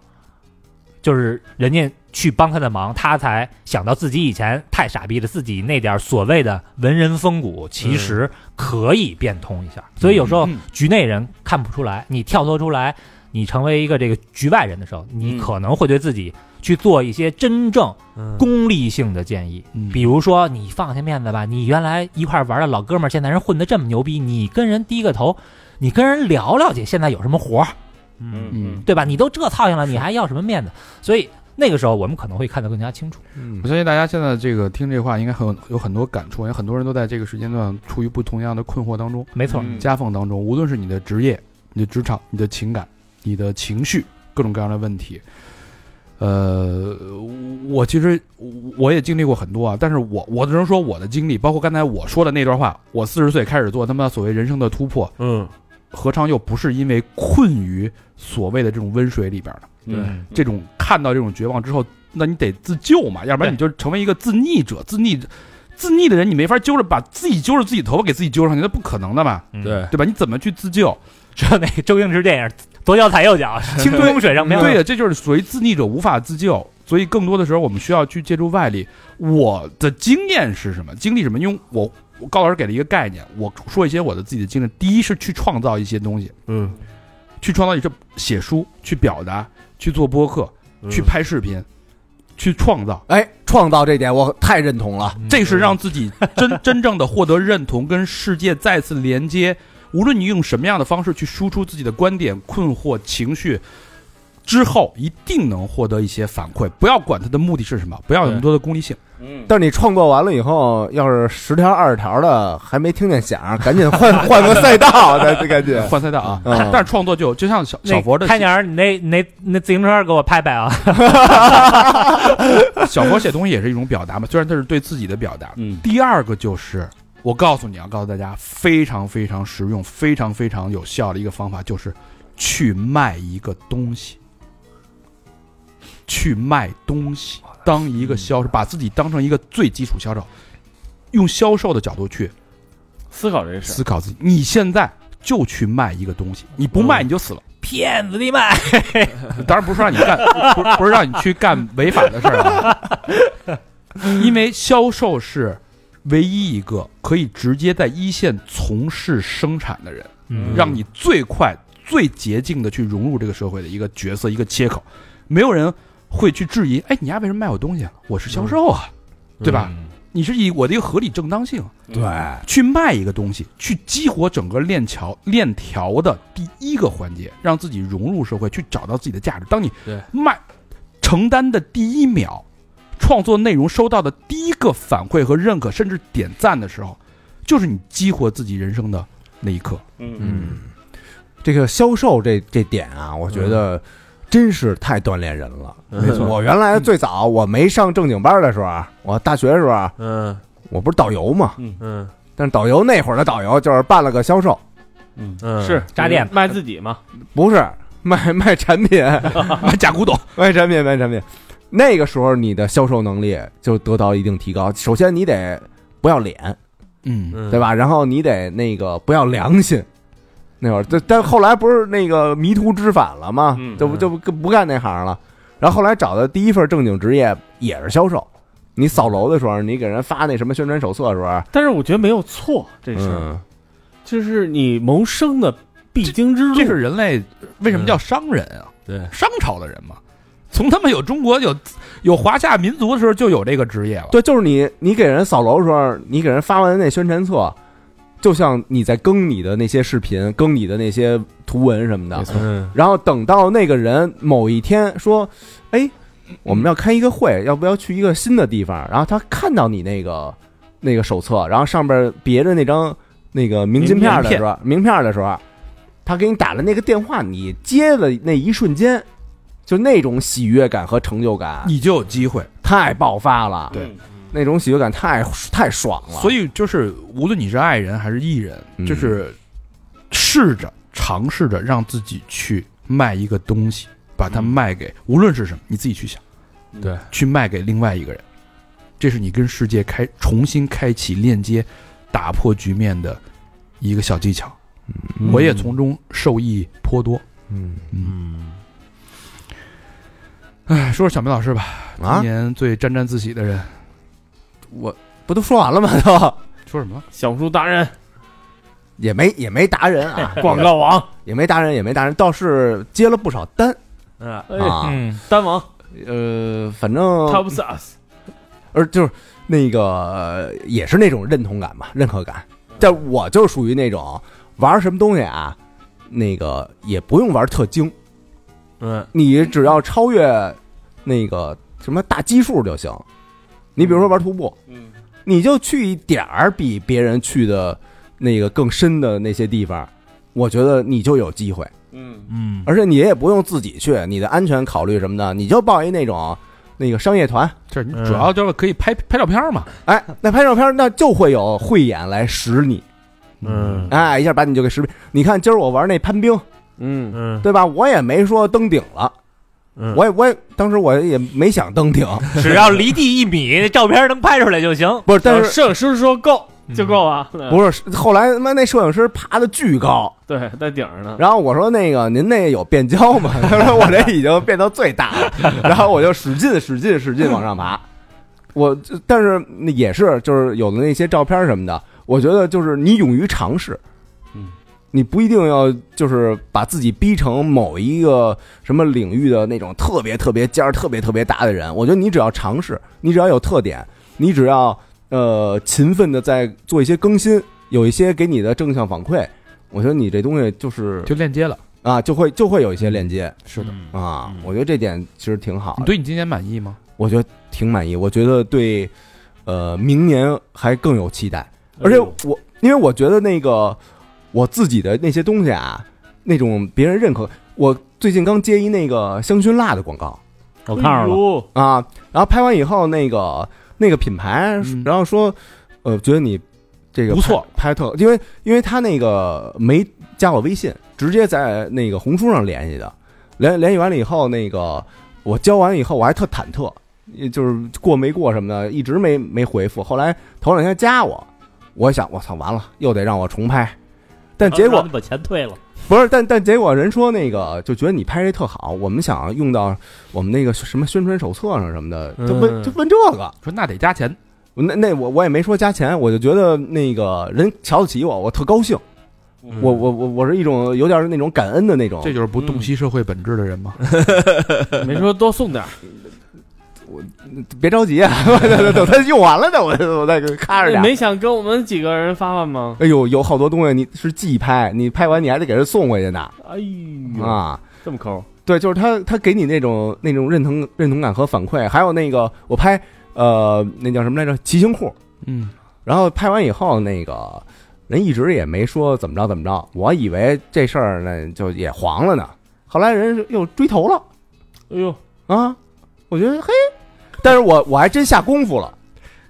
[SPEAKER 5] 就是人家去帮他的忙，他才想到自己以前太傻逼了，自己那点所谓的文人风骨其实可以变通一下。所以有
[SPEAKER 3] 哦
[SPEAKER 5] 时候
[SPEAKER 3] 嗯
[SPEAKER 5] 局内人看不出来，你跳脱出来，你成为一个这个局外人的时候，你可能会对自己去做一些真正
[SPEAKER 4] 嗯
[SPEAKER 5] 功利性的建议。
[SPEAKER 3] 嗯
[SPEAKER 5] 比如说，你放下面子吧，你原来一块玩的老哥们儿，现在人混得这么牛逼，你跟人低个头，你跟人聊聊去，现在有什么活儿，
[SPEAKER 7] 嗯
[SPEAKER 3] 嗯
[SPEAKER 7] 嗯，
[SPEAKER 5] 对吧？你都这操性了，你还要什么面子？所以那个时候我们可能会看得更加清楚。
[SPEAKER 3] 我相信大家现在这个听这话，应该很有有很多感触，因为很多人都在这个时间段处于不同样的困惑当中、
[SPEAKER 5] 没错，
[SPEAKER 2] 嗯
[SPEAKER 3] 夹缝当中。无论是你的职业、你的职场、你的情感、你的情绪，各种各样的问题。呃，我其实我也经历过很多啊，但是我我只能说我的经历，包括刚才我说的那段话，我四十岁开始做他妈所谓人生的突破，
[SPEAKER 4] 嗯，
[SPEAKER 3] 何尝又不是因为困于所谓的这种温水里边呢？
[SPEAKER 4] 对
[SPEAKER 7] 嗯
[SPEAKER 3] 这种看到这种绝望之后，那你得自救嘛，要不然你就成为一个自溺者，自溺自溺的人，你没法揪着把自己揪着自己头发给自己揪上去，那不可能的嘛，
[SPEAKER 5] 嗯，
[SPEAKER 4] 对，
[SPEAKER 3] 对吧？你怎么去自救？
[SPEAKER 5] 知道那个周星驰电影《左脚踩右 脚，轻功水上漂》
[SPEAKER 3] 对呀，这就是属于自溺者无法自救，所以更多的时候我们需要去借助外力。我的经验是什么？经历什么？因为我我高老师给了一个概念，我说一些我的自己的经历。第一是去创造一些东西，
[SPEAKER 4] 嗯，
[SPEAKER 3] 去创造一些写书、去表达、去做播客、
[SPEAKER 4] 嗯
[SPEAKER 3] 去拍视频、去创造。
[SPEAKER 2] 哎，创造这点我太认同了。
[SPEAKER 3] 这是让自己真真正的获得认同，跟世界再次连接。无论你用什么样的方式去输出自己的观点、困惑、情绪，之后一定能获得一些反馈。不要管它的目的是什么，不要有那么多的功利性。
[SPEAKER 4] 嗯
[SPEAKER 2] 但是你创作完了以后，要是十条二十条的还没听见响， 赶紧换换个赛道，再赶紧。
[SPEAKER 3] 换赛道啊！
[SPEAKER 2] 嗯
[SPEAKER 3] 但是创作就就像小小佛的
[SPEAKER 5] 开鸟儿，你那那那自行车给我拍拍啊！
[SPEAKER 3] 小佛写东西也是一种表达嘛，虽然他是对自己的表达。
[SPEAKER 7] 嗯
[SPEAKER 3] 第二个就是，我告诉你啊，告诉大家非常非常实用、非常非常有效的一个方法，就是去卖一个东西，去卖东西，当一
[SPEAKER 6] 嗯
[SPEAKER 3] 个销售，把自己当成一个最基础销售，用销售的角度去
[SPEAKER 6] 思考这事
[SPEAKER 3] 思考自己。你现在就去卖一个东西，你不卖
[SPEAKER 6] 嗯
[SPEAKER 3] 你就死了。
[SPEAKER 5] 骗子的卖，
[SPEAKER 3] 当然不是说让你干，不是不是让你去干违法的事儿啊，因为销售是唯一一个可以直接在一线从事生产的人，
[SPEAKER 5] 嗯
[SPEAKER 3] 让你最快、最捷径的去融入这个社会的一个角色、一个切口，没有人会去质疑，哎，你丫为什么卖我东西啊？我是销售啊，
[SPEAKER 4] 嗯
[SPEAKER 3] 对吧？你是以我的一个合理正当性
[SPEAKER 2] 对，
[SPEAKER 3] 去卖一个东西，去激活整个链条链条的第一个环节，让自己融入社会，去找到自己的价值。当你
[SPEAKER 4] 对
[SPEAKER 3] 卖承担的第一秒，创作内容收到的第一个反馈和认可，甚至点赞的时候，就是你激活自己人生的那一刻。
[SPEAKER 4] 嗯
[SPEAKER 2] 这个销售这这点啊，我觉
[SPEAKER 4] 嗯
[SPEAKER 2] 得真是太锻炼人了。
[SPEAKER 4] 没错
[SPEAKER 2] 我原来最早我没上正经班的时候啊，我大学的时候啊，
[SPEAKER 4] 嗯
[SPEAKER 2] 我不是导游嘛，
[SPEAKER 4] 嗯
[SPEAKER 2] 但是导游那会儿的导游就是办了个销售，
[SPEAKER 4] 嗯，
[SPEAKER 6] 是
[SPEAKER 5] 扎店
[SPEAKER 6] 卖自己嘛，
[SPEAKER 2] 不是卖卖产品，
[SPEAKER 3] 假古董，
[SPEAKER 2] 卖产品，卖产品。那个时候你的销售能力就得到一定提高。首先你得不要脸，
[SPEAKER 3] 嗯，
[SPEAKER 2] 对
[SPEAKER 4] 对？
[SPEAKER 2] 吧？然后你得那个不要良心。那会儿，但但后来不是那个迷途知返了吗？
[SPEAKER 6] 嗯
[SPEAKER 2] 就不就不不干那行了。然后后来找的第一份正经职业也是销售，你扫楼的时候，你给人发那什么宣传手册的时候，
[SPEAKER 6] 但是我觉得没有错，这事儿
[SPEAKER 2] 嗯，
[SPEAKER 6] 就是你谋生的必经之
[SPEAKER 3] 这
[SPEAKER 6] 路
[SPEAKER 3] 是。人类为什么叫商人啊？
[SPEAKER 4] 对，
[SPEAKER 3] 商朝的人嘛，从他们有中国有有华夏民族的时候就有这个职业了。
[SPEAKER 2] 对，就是你你给人扫楼的时候，你给人发完那宣传册，就像你在更你的那些视频、更你的那些图文什么的，
[SPEAKER 4] 嗯，
[SPEAKER 2] 然后等到那个人某一天说：“哎，我们要开一个会，要不要去一个新的地方？”然后他看到你那个那个手册，然后上边别着那张那个明信片的时候，名片的时候，他给你打了那个电话，你接的那一瞬间，就那种喜悦感和成就感
[SPEAKER 3] 你就有机会，
[SPEAKER 2] 太爆发了，
[SPEAKER 3] 对，
[SPEAKER 2] 那种喜悦感太太爽了。
[SPEAKER 3] 所
[SPEAKER 2] 以，
[SPEAKER 3] 以就是无论你是爱人还是艺人，
[SPEAKER 2] 嗯
[SPEAKER 3] 就是试着尝试着让自己去卖一个东西，把
[SPEAKER 2] 嗯
[SPEAKER 3] 它卖给无论是什么，你自己去想，
[SPEAKER 4] 对，
[SPEAKER 3] 去卖给另外一个人，这是你跟世界开重新开启链接、打破局面的一个小技巧。我也从中受益颇多。
[SPEAKER 2] 嗯
[SPEAKER 3] 嗯，哎，说说小明老师吧，今
[SPEAKER 2] 啊，
[SPEAKER 3] 年最沾沾自喜的人，
[SPEAKER 2] 我不都说完了吗？都
[SPEAKER 3] 说什么了？
[SPEAKER 6] 小书达人、
[SPEAKER 2] 也没也没达人啊，
[SPEAKER 6] 广告王，
[SPEAKER 2] 也没达人，也没达人，倒是接了不少单
[SPEAKER 6] 嗯，
[SPEAKER 2] 啊。
[SPEAKER 5] 嗯，
[SPEAKER 6] 单王
[SPEAKER 2] 呃，反正
[SPEAKER 6] Top Sus，
[SPEAKER 2] 而就是那个呃也是那种认同感吧，认可感。但我就属于那种玩什么东西啊，那个也不用玩特精，
[SPEAKER 4] 嗯，
[SPEAKER 2] 你只要超越那个什么大基数就行。你比如说玩徒步，
[SPEAKER 6] 嗯，
[SPEAKER 2] 你就去一点儿比别人去的那个更深的那些地方，我觉得你就有机会。
[SPEAKER 6] 嗯，
[SPEAKER 5] 嗯，
[SPEAKER 2] 而且你也不用自己去，你的安全考虑什么的，你就报一那种那个商业团，
[SPEAKER 3] 这你主要就是可以拍拍照片嘛。
[SPEAKER 2] 哎，那拍照片那就会有慧眼来识你，
[SPEAKER 6] 嗯
[SPEAKER 2] 哎，一下把你就给识别。你看今儿我玩那攀冰，
[SPEAKER 6] 嗯，
[SPEAKER 4] 嗯，
[SPEAKER 2] 对吧？我也没说登顶了，
[SPEAKER 4] 嗯
[SPEAKER 2] 我也我也当时我也没想登顶，
[SPEAKER 5] 只要离地一米，照片能拍出来就行。
[SPEAKER 2] 不是，但是
[SPEAKER 6] 摄影师说够就够啊，嗯
[SPEAKER 2] 不是后来他妈那摄影师爬的巨高，
[SPEAKER 6] 对，在顶上呢，
[SPEAKER 2] 然后我说那个您那有变焦吗？ 他说我这已经变到最大了，然后我就使劲使劲使劲往上爬。我就但是那也是就是有的那些照片什么的，我觉得就是你勇于尝试，
[SPEAKER 7] 嗯，
[SPEAKER 2] 你不一定要就是把自己逼成某一个什么领域的那种特别特别尖儿、特别特别大的人。我觉得你只要尝试，你只要有特点，你只要呃勤奋的在做一些更新，有一些给你的正向反馈，我觉得你这东西就是
[SPEAKER 3] 就链接了。
[SPEAKER 2] 啊，就会就会有一些链接
[SPEAKER 3] 嗯是的，
[SPEAKER 2] 啊，我觉得这点其实挺好
[SPEAKER 3] 你
[SPEAKER 2] 的，
[SPEAKER 3] 对你今年满意吗？
[SPEAKER 2] 我觉得挺满意，我觉得对，呃，明年还更有期待，
[SPEAKER 3] 哎
[SPEAKER 2] 而且我因为我觉得那个我自己的那些东西啊，那种别人认可，我最近刚接一那个香薰蜡的广告
[SPEAKER 7] 我看着了，
[SPEAKER 6] 了，
[SPEAKER 2] 啊，然后拍完以后，那个那个品牌
[SPEAKER 3] 嗯，
[SPEAKER 2] 然后说，呃，觉得你这个
[SPEAKER 3] 不错
[SPEAKER 2] 拍，拍特，因为因为他那个没加我微信，直接在那个红书上联系的，联联系完了以后，那个我交完以后，我还特忐忑，也就是过没过什么的，一直没没回复。后来头两天加我，我想我操完了，又得让我重拍，但结
[SPEAKER 7] 然后
[SPEAKER 2] 果
[SPEAKER 7] 你把钱退了，
[SPEAKER 2] 不是，但但结果人说那个就觉得你拍这特好，我们想用到我们那个什么宣传手册上什么的，就问
[SPEAKER 6] 嗯
[SPEAKER 2] 就问这个。
[SPEAKER 3] 说那得加钱，
[SPEAKER 2] 那那我我也没说加钱，我就觉得那个人瞧得起我，我特高兴。我我我我是一种有点那种感恩的那种，
[SPEAKER 3] 这就是不洞悉社会本质的人嘛。
[SPEAKER 6] 没说多送点儿，
[SPEAKER 2] 别着急啊， 等等他用完了呢，我我再给咔着点。
[SPEAKER 6] 没想跟我们几个人发发吗？
[SPEAKER 2] 哎呦，有好多东西你是寄拍，你拍完你还得给人送回去呢
[SPEAKER 6] 哎呦，
[SPEAKER 2] 啊！
[SPEAKER 6] 这么抠，
[SPEAKER 2] 对，就是他他给你那种那种认同认同感和反馈，还有那个我拍呃那叫什么来着骑行裤，
[SPEAKER 3] 嗯，
[SPEAKER 2] 然后拍完以后，那个人一直也没说怎么着怎么着，我以为这事儿呢就也黄了呢。后来人又追头了
[SPEAKER 6] 哎呦，
[SPEAKER 2] 啊，我觉得嘿，但是我我还真下功夫了，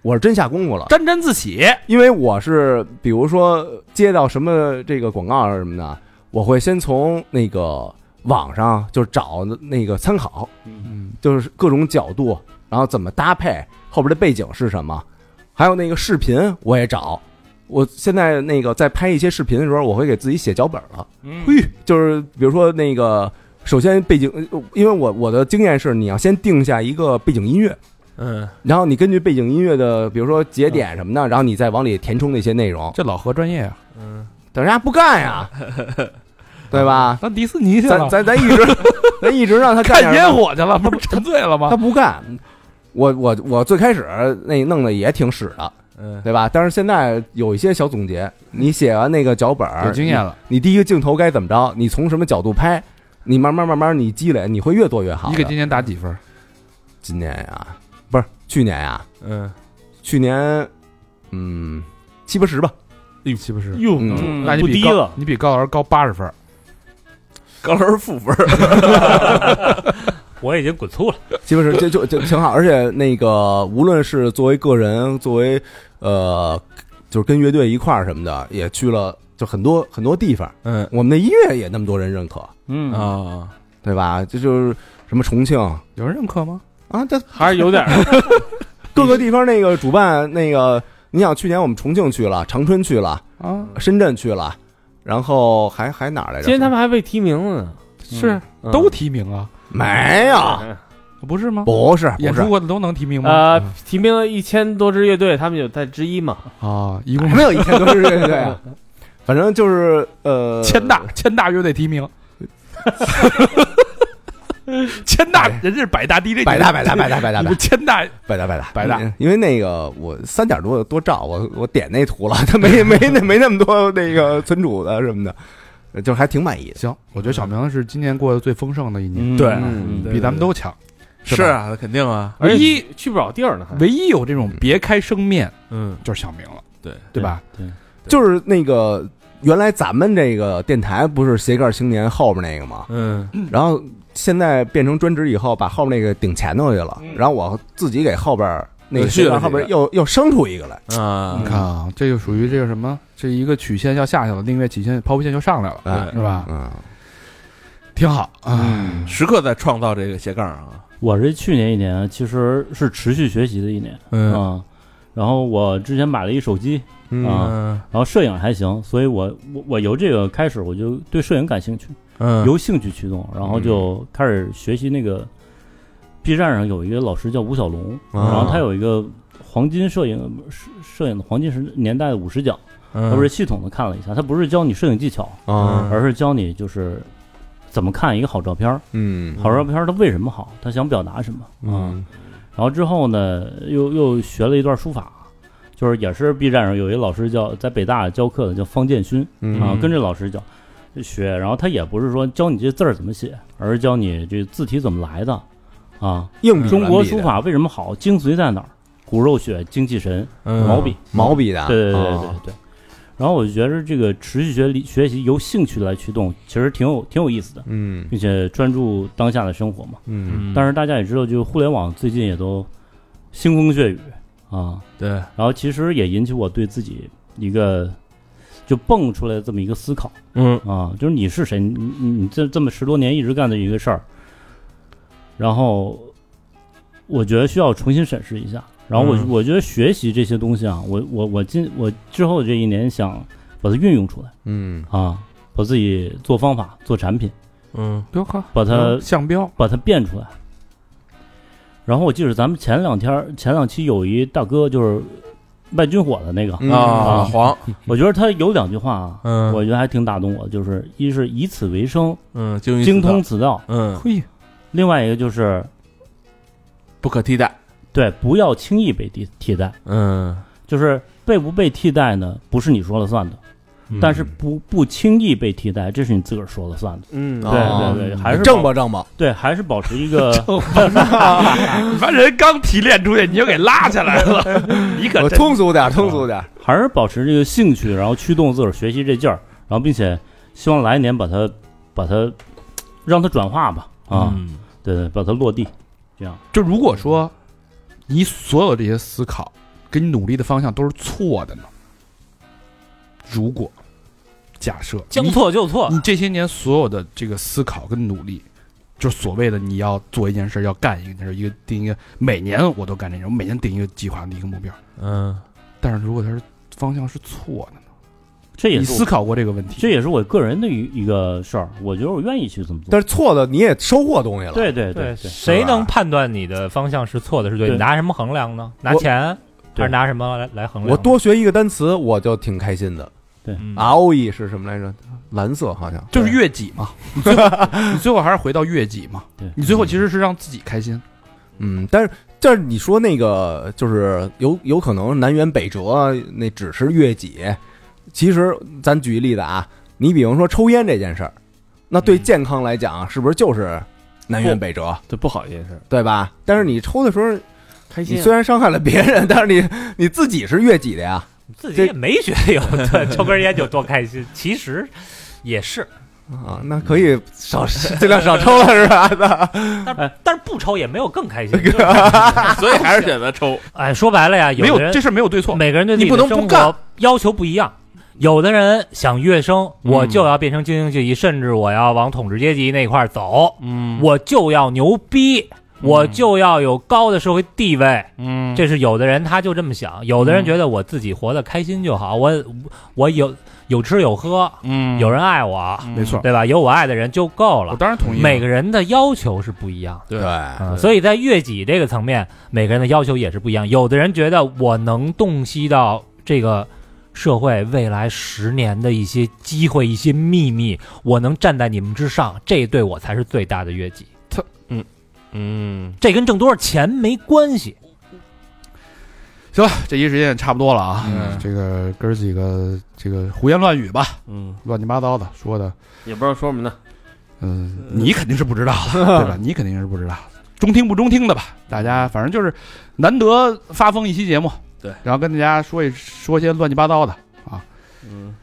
[SPEAKER 2] 我是真下功夫了，
[SPEAKER 3] 沾沾自喜。
[SPEAKER 2] 因为我是比如说接到什么这个广告啊什么的，我会先从那个网上就找那个参考，
[SPEAKER 3] 嗯，
[SPEAKER 2] 就是各种角度，然后怎么搭配，后边的背景是什么，还有那个视频我也找。我现在那个在拍一些视频的时候，我会给自己写脚本了。
[SPEAKER 5] 嗯，
[SPEAKER 2] 就是比如说那个，首先背景，呃因为我我的经验是，你要先定下一个背景音乐，
[SPEAKER 6] 嗯，
[SPEAKER 2] 然后你根据背景音乐的，比如说节点什么的，然后你再往里填充那些内容。
[SPEAKER 3] 这老何专业啊，
[SPEAKER 2] 等人家不 干呀，对吧？
[SPEAKER 3] 上迪士尼去
[SPEAKER 2] 咱
[SPEAKER 3] 了，
[SPEAKER 2] 咱咱一直咱一直让他干
[SPEAKER 3] 啊 看
[SPEAKER 2] 点
[SPEAKER 3] 烟
[SPEAKER 2] 什么，
[SPEAKER 3] 火去了，不是沉醉了
[SPEAKER 2] 他
[SPEAKER 3] 吗？
[SPEAKER 2] 不干。我我我最开始那弄的也挺屎的，
[SPEAKER 4] 嗯，
[SPEAKER 2] 对吧？但是现在有一些小总结，你写完那个脚本 儿，
[SPEAKER 3] 有经验了，
[SPEAKER 2] 你第一个镜头该怎么着？你从什么角度拍？你慢慢慢慢，你积累，你会越做越好的。
[SPEAKER 3] 你给今年打几分？
[SPEAKER 2] 今年呀，不是去年呀，
[SPEAKER 4] 嗯，
[SPEAKER 2] 去年嗯七八十吧，
[SPEAKER 3] 七不是？
[SPEAKER 6] 哟
[SPEAKER 2] 嗯
[SPEAKER 3] 那你
[SPEAKER 7] 不
[SPEAKER 3] 比
[SPEAKER 7] 低
[SPEAKER 3] 高
[SPEAKER 7] 了
[SPEAKER 3] 你比高老师高八十分。
[SPEAKER 4] 高老师负分，
[SPEAKER 5] 我已经滚粗了。
[SPEAKER 2] 七八十就就就挺好。而且那个无论是作为个人，作为呃，就是跟乐队一块儿什么的，也去了就很多很多地方。
[SPEAKER 4] 嗯
[SPEAKER 2] 我们的音乐也那么多人认可，
[SPEAKER 7] 嗯
[SPEAKER 4] 啊，
[SPEAKER 2] 对吧？这就是什么重庆啊，
[SPEAKER 3] 有人认可吗？
[SPEAKER 2] 这
[SPEAKER 6] 还是有点儿，
[SPEAKER 2] 各个地方那个主办那个，你想去年我们重庆去了，长春去了，
[SPEAKER 3] 啊，
[SPEAKER 2] 深圳去了，然后还还哪儿来着？
[SPEAKER 6] 今天他们还被提名了呢，
[SPEAKER 3] 是
[SPEAKER 6] 嗯
[SPEAKER 3] 都提名啊，
[SPEAKER 2] 没有，
[SPEAKER 3] 不是吗？
[SPEAKER 2] 不是
[SPEAKER 3] 演
[SPEAKER 2] 不
[SPEAKER 3] 出
[SPEAKER 2] 是，
[SPEAKER 3] 过的都能提名吗？嗯
[SPEAKER 6] 呃，提名了一千多支乐队，他们有在之一嘛？
[SPEAKER 3] 啊，一共
[SPEAKER 2] 没有一千多支乐队啊，反正就是呃，
[SPEAKER 3] 千 大千大乐队提名，千大人家是百大 DJ，
[SPEAKER 2] 百大百大百大百大
[SPEAKER 3] 你
[SPEAKER 2] 百
[SPEAKER 3] 们
[SPEAKER 2] 大
[SPEAKER 3] 千大
[SPEAKER 2] 百大百大
[SPEAKER 3] 百大，
[SPEAKER 2] 因为那个我三点多多兆，我我点那图了，它没没那没那么多那个存储的什么的，就还挺满意的。
[SPEAKER 3] 行，我觉得小明是今年过得最丰盛的一年，
[SPEAKER 7] 嗯
[SPEAKER 4] 对
[SPEAKER 7] 嗯
[SPEAKER 5] 啊
[SPEAKER 6] 对
[SPEAKER 3] 比咱们都强。
[SPEAKER 4] 是啊，肯定啊，
[SPEAKER 6] 而
[SPEAKER 3] 唯一
[SPEAKER 6] 且去不了地儿呢，还
[SPEAKER 3] 唯一有这种别开生面
[SPEAKER 4] 嗯，
[SPEAKER 3] 就是小明了，
[SPEAKER 4] 对
[SPEAKER 3] 对吧？？
[SPEAKER 7] 对，
[SPEAKER 2] 就是那个原来咱们这个电台不是斜杠青年后边那个吗？
[SPEAKER 4] 嗯，
[SPEAKER 2] 然后现在变成专职以后，把后面那个顶前头去了，然后我自己给后边儿那个
[SPEAKER 4] 又续了
[SPEAKER 2] 斜杠后边儿
[SPEAKER 4] 几
[SPEAKER 2] 又又生出一个来。
[SPEAKER 4] 啊，
[SPEAKER 2] 嗯
[SPEAKER 3] 你看，啊，这就属于这个什么，这一个曲线要下去了，另一个曲线抛物线就上来了，
[SPEAKER 2] 哎
[SPEAKER 3] 是吧？
[SPEAKER 2] 嗯，
[SPEAKER 3] 挺好啊。
[SPEAKER 4] 时刻在创造这个斜杠啊，
[SPEAKER 7] 我这去年一年啊其实是持续学习的一年，
[SPEAKER 4] 嗯
[SPEAKER 7] 啊，然后我之前买了一手机，啊
[SPEAKER 4] 嗯
[SPEAKER 7] 然后摄影还行，所以我我我由这个开始我就对摄影感兴趣，
[SPEAKER 4] 嗯，
[SPEAKER 7] 由兴趣驱动，然后就开始学习那个 B 站上有一个老师叫吴小龙，
[SPEAKER 4] 啊
[SPEAKER 7] 然后他有一个黄金摄影摄摄影的黄金时年代的五十讲，
[SPEAKER 4] 嗯
[SPEAKER 7] 他不是系统的看了一下，他不是教你摄影技巧，
[SPEAKER 2] 啊，
[SPEAKER 7] 而是教你就是怎么看一个好照片儿，
[SPEAKER 2] 嗯
[SPEAKER 7] 好照片儿它为什么好，它想表达什么，啊。
[SPEAKER 2] 嗯
[SPEAKER 7] 然后之后呢，又又学了一段书法，就是也是 B 站上有一老师叫在北大教课的叫方建勋
[SPEAKER 2] 嗯
[SPEAKER 7] 啊，跟这老师教学，然后他也不是说教你这字儿怎么写，而是教你这字体怎么来的啊。
[SPEAKER 2] 硬笔
[SPEAKER 7] 中国
[SPEAKER 2] 软笔
[SPEAKER 7] 书
[SPEAKER 2] 的
[SPEAKER 7] 法为什么好，精髓在哪儿？骨肉血，精气神，
[SPEAKER 4] 嗯
[SPEAKER 7] 毛笔，
[SPEAKER 2] 毛笔的，
[SPEAKER 7] 对对对对
[SPEAKER 2] 啊
[SPEAKER 7] 对。然后我就觉得这个持续学习学习由兴趣来驱动，其实挺有挺有意思的，
[SPEAKER 2] 嗯
[SPEAKER 7] 并且专注当下的生活嘛。
[SPEAKER 2] 嗯
[SPEAKER 7] 但是大家也知道，就是互联网最近也都腥风血雨啊，
[SPEAKER 4] 对，
[SPEAKER 7] 然后其实也引起我对自己一个就蹦出来这么一个思考
[SPEAKER 4] 嗯
[SPEAKER 7] 啊，就是你是谁，你你你这这么十多年一直干的一个事儿，然后我觉得需要重新审视一下。然后我、
[SPEAKER 4] 嗯
[SPEAKER 7] 我觉得学习这些东西啊，我我我今我之后这一年想把它运用出来
[SPEAKER 2] 嗯
[SPEAKER 7] 啊，把自己做方法、做产品，
[SPEAKER 4] 嗯
[SPEAKER 3] 多好，
[SPEAKER 7] 把它
[SPEAKER 3] 项标
[SPEAKER 7] 把它变出来。然后我记得咱们前两天儿前两期有一大哥就是卖军火的那个，
[SPEAKER 2] 嗯
[SPEAKER 4] 啊，黄，
[SPEAKER 7] 我觉得他有两句话啊，
[SPEAKER 4] 嗯
[SPEAKER 7] 我觉得还挺打动我，就是一是以此为生，
[SPEAKER 4] 嗯，精于
[SPEAKER 7] 精
[SPEAKER 4] 此道
[SPEAKER 7] 通，此道；
[SPEAKER 4] 嗯，
[SPEAKER 3] 嘿，
[SPEAKER 7] 另外一个就是
[SPEAKER 4] 不可替代，
[SPEAKER 7] 对，不要轻易被替替代，
[SPEAKER 4] 嗯，
[SPEAKER 7] 就是被不被替代呢，不是你说了算的，
[SPEAKER 2] 嗯
[SPEAKER 7] 但是不不轻易被替代，这是你自个儿说了算的。
[SPEAKER 6] 嗯
[SPEAKER 7] 对
[SPEAKER 2] 哦
[SPEAKER 7] 对对，还是
[SPEAKER 2] 正
[SPEAKER 7] 保
[SPEAKER 2] 吧正吧，
[SPEAKER 7] 对，还是保持一 个
[SPEAKER 3] 你把人刚提炼出去，你就给拉下来了，你可
[SPEAKER 2] 我通俗点儿通俗点儿，
[SPEAKER 7] 还是保持这个兴趣，然后驱动自个儿学习这劲儿，然后并且希望来年把它把它让它转化吧，啊，
[SPEAKER 4] 嗯
[SPEAKER 7] 对对，把它落地，这样，
[SPEAKER 3] 就如果说你所有这些思考跟你努力的方向都是错的呢？如果假设
[SPEAKER 5] 将
[SPEAKER 3] 你
[SPEAKER 5] 错就错
[SPEAKER 3] 你，这些年所有的这个思考跟努力，就是所谓的你要做一件事儿，要干一件事儿，一个定一个，每年我都干这种，每年定一个计划，一个目标。
[SPEAKER 4] 嗯
[SPEAKER 3] 但是如果它是方向是错的呢？
[SPEAKER 7] 这也
[SPEAKER 3] 你
[SPEAKER 7] 是我
[SPEAKER 3] 思考过这个问题？
[SPEAKER 7] 这也是我个人的一一个事儿，我觉得我愿意去这么做。
[SPEAKER 2] 但是错的你也收获东西了。
[SPEAKER 7] 对对
[SPEAKER 5] 对，
[SPEAKER 7] 对，
[SPEAKER 5] 谁能判断你的方向是错的是对？
[SPEAKER 7] 对
[SPEAKER 5] 你拿什么衡量呢？拿
[SPEAKER 2] 我
[SPEAKER 5] 钱还
[SPEAKER 7] 对
[SPEAKER 5] 是拿什么来来衡量呢？
[SPEAKER 2] 我多啊学一个单词，我就挺开心的。
[SPEAKER 5] 嗯
[SPEAKER 2] ROE 是什么来着？蓝色好像
[SPEAKER 3] 就是悦己 嘛，你最后你最后还是回到悦己嘛
[SPEAKER 7] 对。
[SPEAKER 3] 你最后其实是让自己开心，
[SPEAKER 2] 嗯，但是但是你说那个就是有有可能南辕北辙啊，那只是悦己。其实咱举一例子啊，你比方说抽烟这件事儿，那对
[SPEAKER 5] 嗯
[SPEAKER 2] 健康来讲是不是就是南辕北辙，
[SPEAKER 6] 这不好意思，
[SPEAKER 2] 对吧？但是你抽的时候，
[SPEAKER 6] 开
[SPEAKER 2] 你
[SPEAKER 6] 啊
[SPEAKER 2] 虽然伤害了别人，但是你你自己是悦己的呀。
[SPEAKER 5] 自己也没觉得有对抽根烟就多开心，其实也是，
[SPEAKER 2] 啊，那可以少尽量少抽了是吧？
[SPEAKER 5] 但是不抽也没有更开心。就是
[SPEAKER 4] 啊所以还是选择 抽。
[SPEAKER 5] 哎，说白了呀，
[SPEAKER 3] 没有
[SPEAKER 5] 的人
[SPEAKER 3] 这事儿没有对错。
[SPEAKER 5] 每个人对自己
[SPEAKER 3] 你不
[SPEAKER 5] 的
[SPEAKER 3] 能不
[SPEAKER 5] 生
[SPEAKER 3] 干
[SPEAKER 5] 活要求不一样。有的人想跃升，
[SPEAKER 3] 嗯
[SPEAKER 5] 我就要变成精英阶级，甚至我要往统治阶级那块儿走，
[SPEAKER 4] 嗯
[SPEAKER 5] 我就要牛逼，
[SPEAKER 3] 嗯
[SPEAKER 5] 我就要有高的社会地位。
[SPEAKER 4] 嗯
[SPEAKER 5] 这是有的人他就这么想，有的
[SPEAKER 3] 嗯
[SPEAKER 5] 人觉得我自己活得开心就好，我我有有吃有喝，
[SPEAKER 4] 嗯
[SPEAKER 5] 有人爱我，
[SPEAKER 3] 没错，
[SPEAKER 5] 对吧？有我爱的人就够
[SPEAKER 3] 我
[SPEAKER 5] 了。
[SPEAKER 3] 当然同意。
[SPEAKER 5] 每个人的要求是不一样的。
[SPEAKER 2] 对，
[SPEAKER 5] 啊，所以在悦己这个层面，每个人的要求也是不一样。有的人觉得我能洞悉到这个社会未来十年的一些机会、一些秘密，我能站在你们之上，这对我才是最大的悦己。
[SPEAKER 4] 嗯，
[SPEAKER 5] 这跟挣多少钱没关 系。
[SPEAKER 3] 行了，这期时间也差不多了啊。
[SPEAKER 4] 嗯
[SPEAKER 3] 这个哥儿几个这个胡言乱语吧，
[SPEAKER 6] 嗯，
[SPEAKER 3] 乱七八糟的说的，
[SPEAKER 6] 也不知道说什么呢。
[SPEAKER 3] 嗯，你肯定是不知道的，对吧？你肯定是不知道的，中听不中听的吧？大家反正就是难得发疯一期节目，
[SPEAKER 4] 对，
[SPEAKER 3] 然后跟大家说一说些乱七八糟的啊。
[SPEAKER 6] 嗯，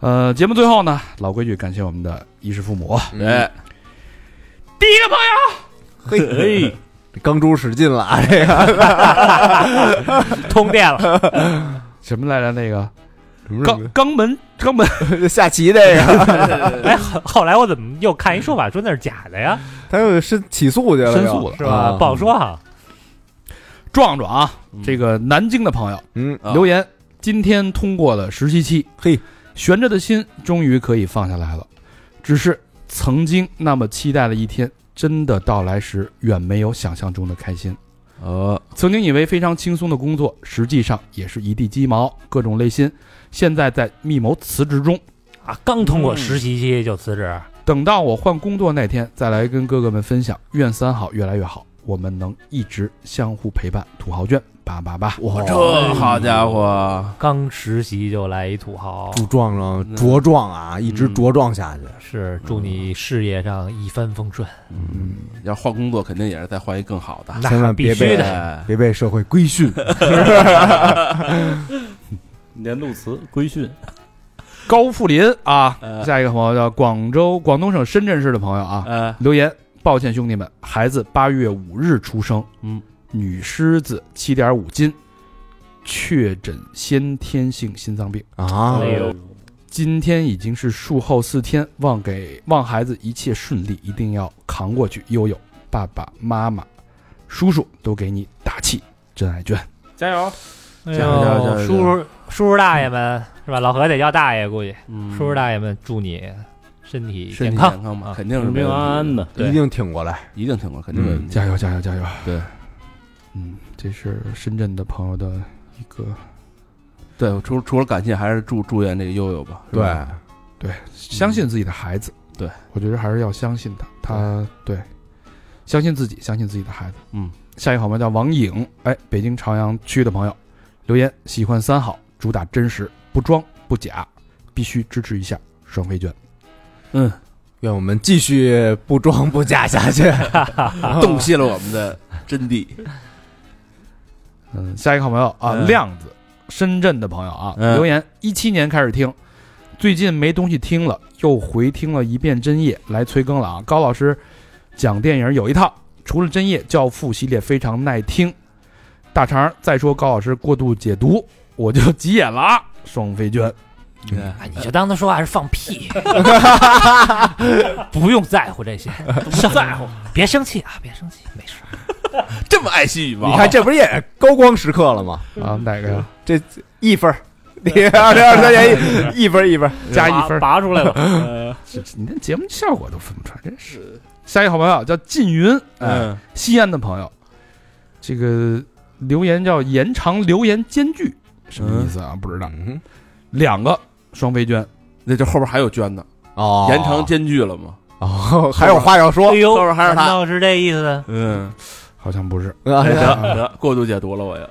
[SPEAKER 3] 呃，节目最后呢，老规矩，感谢我们的衣食父母。
[SPEAKER 4] 哎，
[SPEAKER 3] 第一个朋友
[SPEAKER 2] 嘿， 钢珠使劲了啊！ 这个
[SPEAKER 5] 通电了，
[SPEAKER 3] 什么来着？那个
[SPEAKER 2] 什么
[SPEAKER 3] 肛肛门肛门，
[SPEAKER 2] 下棋这个，
[SPEAKER 5] 哎，后后来我怎么又看一说法说那是假的呀？
[SPEAKER 2] 他又申起诉去了，
[SPEAKER 3] 申诉了
[SPEAKER 5] 是吧？不好说哈。
[SPEAKER 3] 壮壮啊，
[SPEAKER 6] 嗯
[SPEAKER 3] 这个南京的朋友
[SPEAKER 2] 嗯，
[SPEAKER 4] 啊
[SPEAKER 3] 留言，今天通过了实习期，
[SPEAKER 2] 嘿，
[SPEAKER 3] 悬着的心终于可以放下来了。只是曾经那么期待的一天，真的到来时，远没有想象中的开心。
[SPEAKER 7] 哦
[SPEAKER 4] 呃，
[SPEAKER 3] 曾经以为非常轻松的工作，实际上也是一地鸡毛，各种累心。现在在密谋辞职中，
[SPEAKER 5] 啊，刚通过实习期就辞职，
[SPEAKER 3] 等到我换工作那天，再来跟哥哥们分享。愿三好越来越好，我们能一直相互陪伴。土豪卷八八八，
[SPEAKER 2] 哇，
[SPEAKER 4] 这好家伙，
[SPEAKER 5] 刚实习就来一土豪，
[SPEAKER 2] 主撞上茁壮啊，一直茁壮下去。
[SPEAKER 5] 是祝你事业上一帆风顺。
[SPEAKER 4] 要换工作肯定也是再换一更好的。
[SPEAKER 2] 千万别
[SPEAKER 5] 必须
[SPEAKER 2] 被
[SPEAKER 5] 的
[SPEAKER 4] 哎
[SPEAKER 2] 别被社会规 训。
[SPEAKER 6] 年度词规训，
[SPEAKER 3] 高富林啊，
[SPEAKER 4] 呃
[SPEAKER 3] 下一个朋友叫广州广东省深圳市的朋友啊，
[SPEAKER 4] 呃，
[SPEAKER 3] 留言：抱歉兄弟们，孩子八月五日出生，
[SPEAKER 4] 嗯，
[SPEAKER 3] 女狮子七点五斤，确诊先天性心脏病。
[SPEAKER 2] 啊
[SPEAKER 5] 哎呦，
[SPEAKER 3] 今天已经是术后四天，望给望孩子一切顺利，一定要扛过去。悠悠，爸爸妈妈、叔叔都给你打气，真爱娟。
[SPEAKER 6] 加油！
[SPEAKER 5] 哎
[SPEAKER 4] 加油加油
[SPEAKER 5] 呦
[SPEAKER 4] 加油
[SPEAKER 5] 叔叔叔叔大爷们是吧？老何得叫大爷，估计
[SPEAKER 6] 嗯
[SPEAKER 5] 叔叔大爷们祝你身体
[SPEAKER 4] 身体
[SPEAKER 5] 健康。
[SPEAKER 4] 健康嘛，
[SPEAKER 5] 啊
[SPEAKER 4] 肯定是
[SPEAKER 7] 平
[SPEAKER 4] 没
[SPEAKER 7] 平
[SPEAKER 4] 问题
[SPEAKER 7] 安安的，
[SPEAKER 2] 一定挺过来。
[SPEAKER 4] 一定挺过，肯定没问题。
[SPEAKER 3] 加油，加油，加油！
[SPEAKER 4] 嗯对，
[SPEAKER 3] 嗯，这是深圳的朋友的一个
[SPEAKER 4] 对，除除了感谢，还是祝祝愿这个悠悠吧。是
[SPEAKER 2] 对
[SPEAKER 4] 吧，
[SPEAKER 3] 对，相信自己的孩子。
[SPEAKER 4] 嗯对，
[SPEAKER 3] 我觉得还是要相信他，他对，相信自己，相信自己的孩子。
[SPEAKER 4] 嗯，
[SPEAKER 3] 下一个好朋友叫王颖，哎，北京朝阳区的朋友留言喜欢三好，主打真实，不装不假，必须支持一下双飞卷。
[SPEAKER 2] 愿我们继续不装不假下 去。
[SPEAKER 4] 洞悉了我们的真谛。
[SPEAKER 3] 嗯，下一个好朋友啊，
[SPEAKER 4] 嗯
[SPEAKER 3] 亮子，深圳的朋友啊，
[SPEAKER 4] 嗯
[SPEAKER 3] 留言一七年开始听，最近没东西听了，又回听了一遍《真夜》，来催更了啊！高老师讲电影有一套，除了《真夜》，《教父》系列非常耐听。大肠儿再说高老师过度解读，我就急眼了啊！双飞娟，
[SPEAKER 4] 对
[SPEAKER 5] 哎，你就当他说话是放屁， 不用在乎这些，不在乎，别生气啊，别生气，没事儿。
[SPEAKER 4] 这么爱惜羽毛，
[SPEAKER 5] 嗯
[SPEAKER 4] 啊
[SPEAKER 2] 你看，这不是也高光时刻了吗？
[SPEAKER 3] 啊，哪个呀？
[SPEAKER 2] 一分儿你 二零二三年 一一分一分，
[SPEAKER 3] 加一分儿。
[SPEAKER 5] 拔拔出来了。
[SPEAKER 3] 你这节目效果都分不出来，真是。下一个好朋友啊叫靳云，哎，
[SPEAKER 4] 嗯，
[SPEAKER 3] 西安的朋友，这个留言叫延长留言间距，什么意思啊？不知道。
[SPEAKER 2] 嗯
[SPEAKER 3] 两个双飞娟，
[SPEAKER 4] 那这后边还有捐的，
[SPEAKER 2] 哦，
[SPEAKER 4] 延长间距了吗？
[SPEAKER 2] 哦，还有话要说
[SPEAKER 5] 哎，呦，
[SPEAKER 4] 到时候还是
[SPEAKER 5] 难
[SPEAKER 4] 他
[SPEAKER 5] 道是这意思？
[SPEAKER 4] 嗯，
[SPEAKER 3] 好像不是。
[SPEAKER 2] 啊
[SPEAKER 4] 哎得得，过度解读了我又。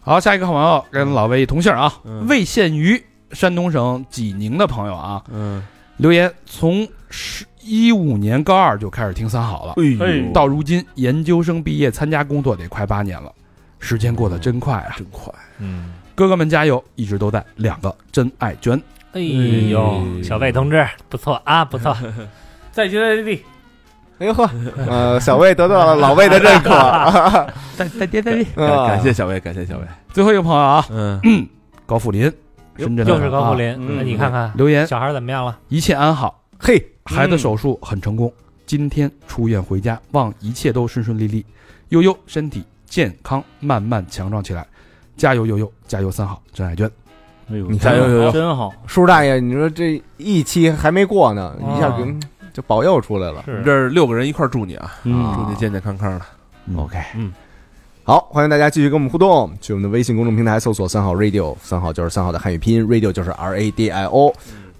[SPEAKER 3] 好，下一个好朋友跟老魏同姓啊，
[SPEAKER 4] 嗯
[SPEAKER 3] 魏县于山东省济宁的朋友啊，
[SPEAKER 4] 嗯，
[SPEAKER 3] 留言从十一五年高二就开始听三好了，
[SPEAKER 4] 哎
[SPEAKER 3] 到如今研究生毕业参加工作得快八年了，时间过得真快啊！
[SPEAKER 4] 真快，
[SPEAKER 5] 嗯，
[SPEAKER 3] 哥哥们加油，一直都在两个真爱娟，
[SPEAKER 5] 哎呦，小魏同志不错啊，不错，再接再厉。
[SPEAKER 2] 哎呦呵，呃，小魏得到了老魏的 认可，
[SPEAKER 3] 再再接再厉。
[SPEAKER 4] 感
[SPEAKER 2] 啊
[SPEAKER 4] 感谢小魏，感谢小魏。
[SPEAKER 3] 最后一个朋友啊，
[SPEAKER 4] 嗯，
[SPEAKER 3] 高富林，深圳的
[SPEAKER 5] 又是高
[SPEAKER 3] 啊
[SPEAKER 5] 福林，那哎你看看
[SPEAKER 3] 留言，
[SPEAKER 5] 小孩怎么样了？
[SPEAKER 3] 一切安好，
[SPEAKER 2] 嘿，
[SPEAKER 3] 孩子手术很成功，今天出院回家，望一切都顺顺利利，悠悠身体健康，慢慢强壮起来，加油悠悠，加油三好，真爱娟。
[SPEAKER 7] 哎呦，
[SPEAKER 2] 你
[SPEAKER 4] 加油加油
[SPEAKER 7] 真好，
[SPEAKER 2] 叔大爷，你说这一期还没过呢，
[SPEAKER 4] 啊
[SPEAKER 2] 一下给就保佑出来了。
[SPEAKER 4] 我们
[SPEAKER 5] 是
[SPEAKER 4] 这儿六个人一块儿祝你啊，
[SPEAKER 7] 嗯，
[SPEAKER 4] 祝你健健康康的。
[SPEAKER 3] OK，
[SPEAKER 2] 好，欢迎大家继续跟我们互动，去我们的微信公众平台搜索“三好 radio”，三好就是三好的汉语拼音，radio 就是 R A D I O，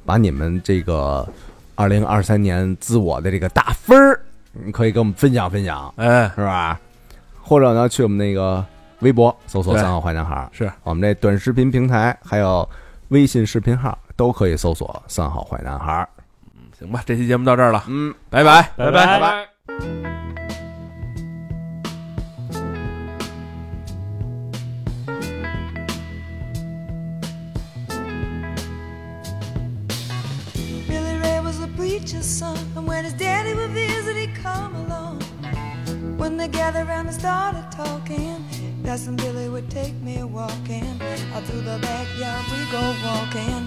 [SPEAKER 2] 把你们这个二零二三年自我的这个打分儿，你可以跟我们分享分享，
[SPEAKER 4] 哎，
[SPEAKER 2] 是吧？或者呢，去我们那个微博搜索“
[SPEAKER 4] 对
[SPEAKER 2] 三好坏男孩儿”，
[SPEAKER 4] 是
[SPEAKER 2] 我们这短视频平台还有微信视频号都可以搜索“三好坏男孩儿
[SPEAKER 4] 行吧，这期节目到这儿了”。，
[SPEAKER 2] 嗯。
[SPEAKER 4] 拜拜。
[SPEAKER 5] 拜
[SPEAKER 2] 拜拜
[SPEAKER 8] Billy Ray was a preacher's son, and when his daddy would visit, he'd come along. When they gathered round and started talking, that's when Billy would take me walking. Out through the backyard we go walking.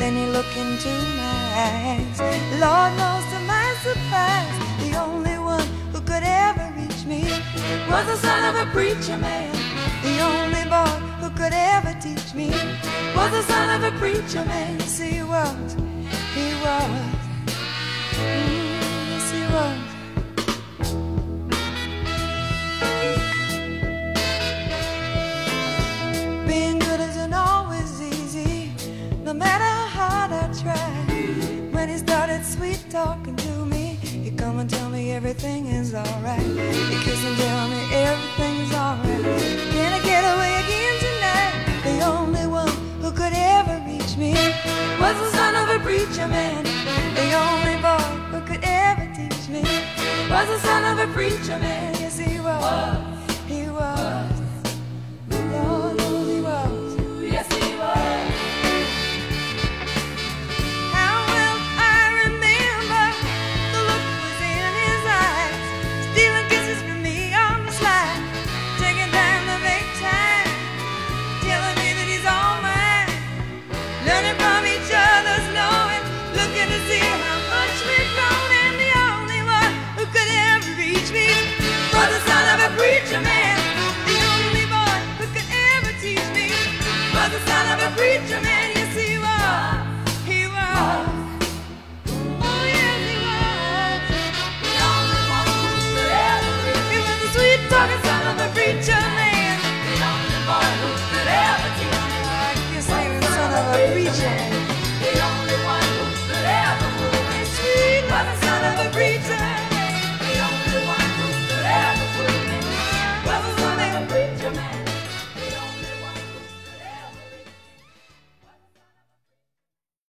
[SPEAKER 8] Then he looked into my eyes. Lord knows to my surprise, the only one who could ever reach me was the son of a preacher man. The only boy who could ever teach me was the son of a preacher man. Yes, he was. He was. Mm, yes, he was. Being good isn't always easy, no matter how hard I try. When he started sweet talking to me, he'd come and tell me everything is alright. He'd kiss and tell me everything is alright. Can I get away again tonight? The only one who could ever reach me was the son of a preacher man. The only boy who could ever teach me was the son of a preacher man.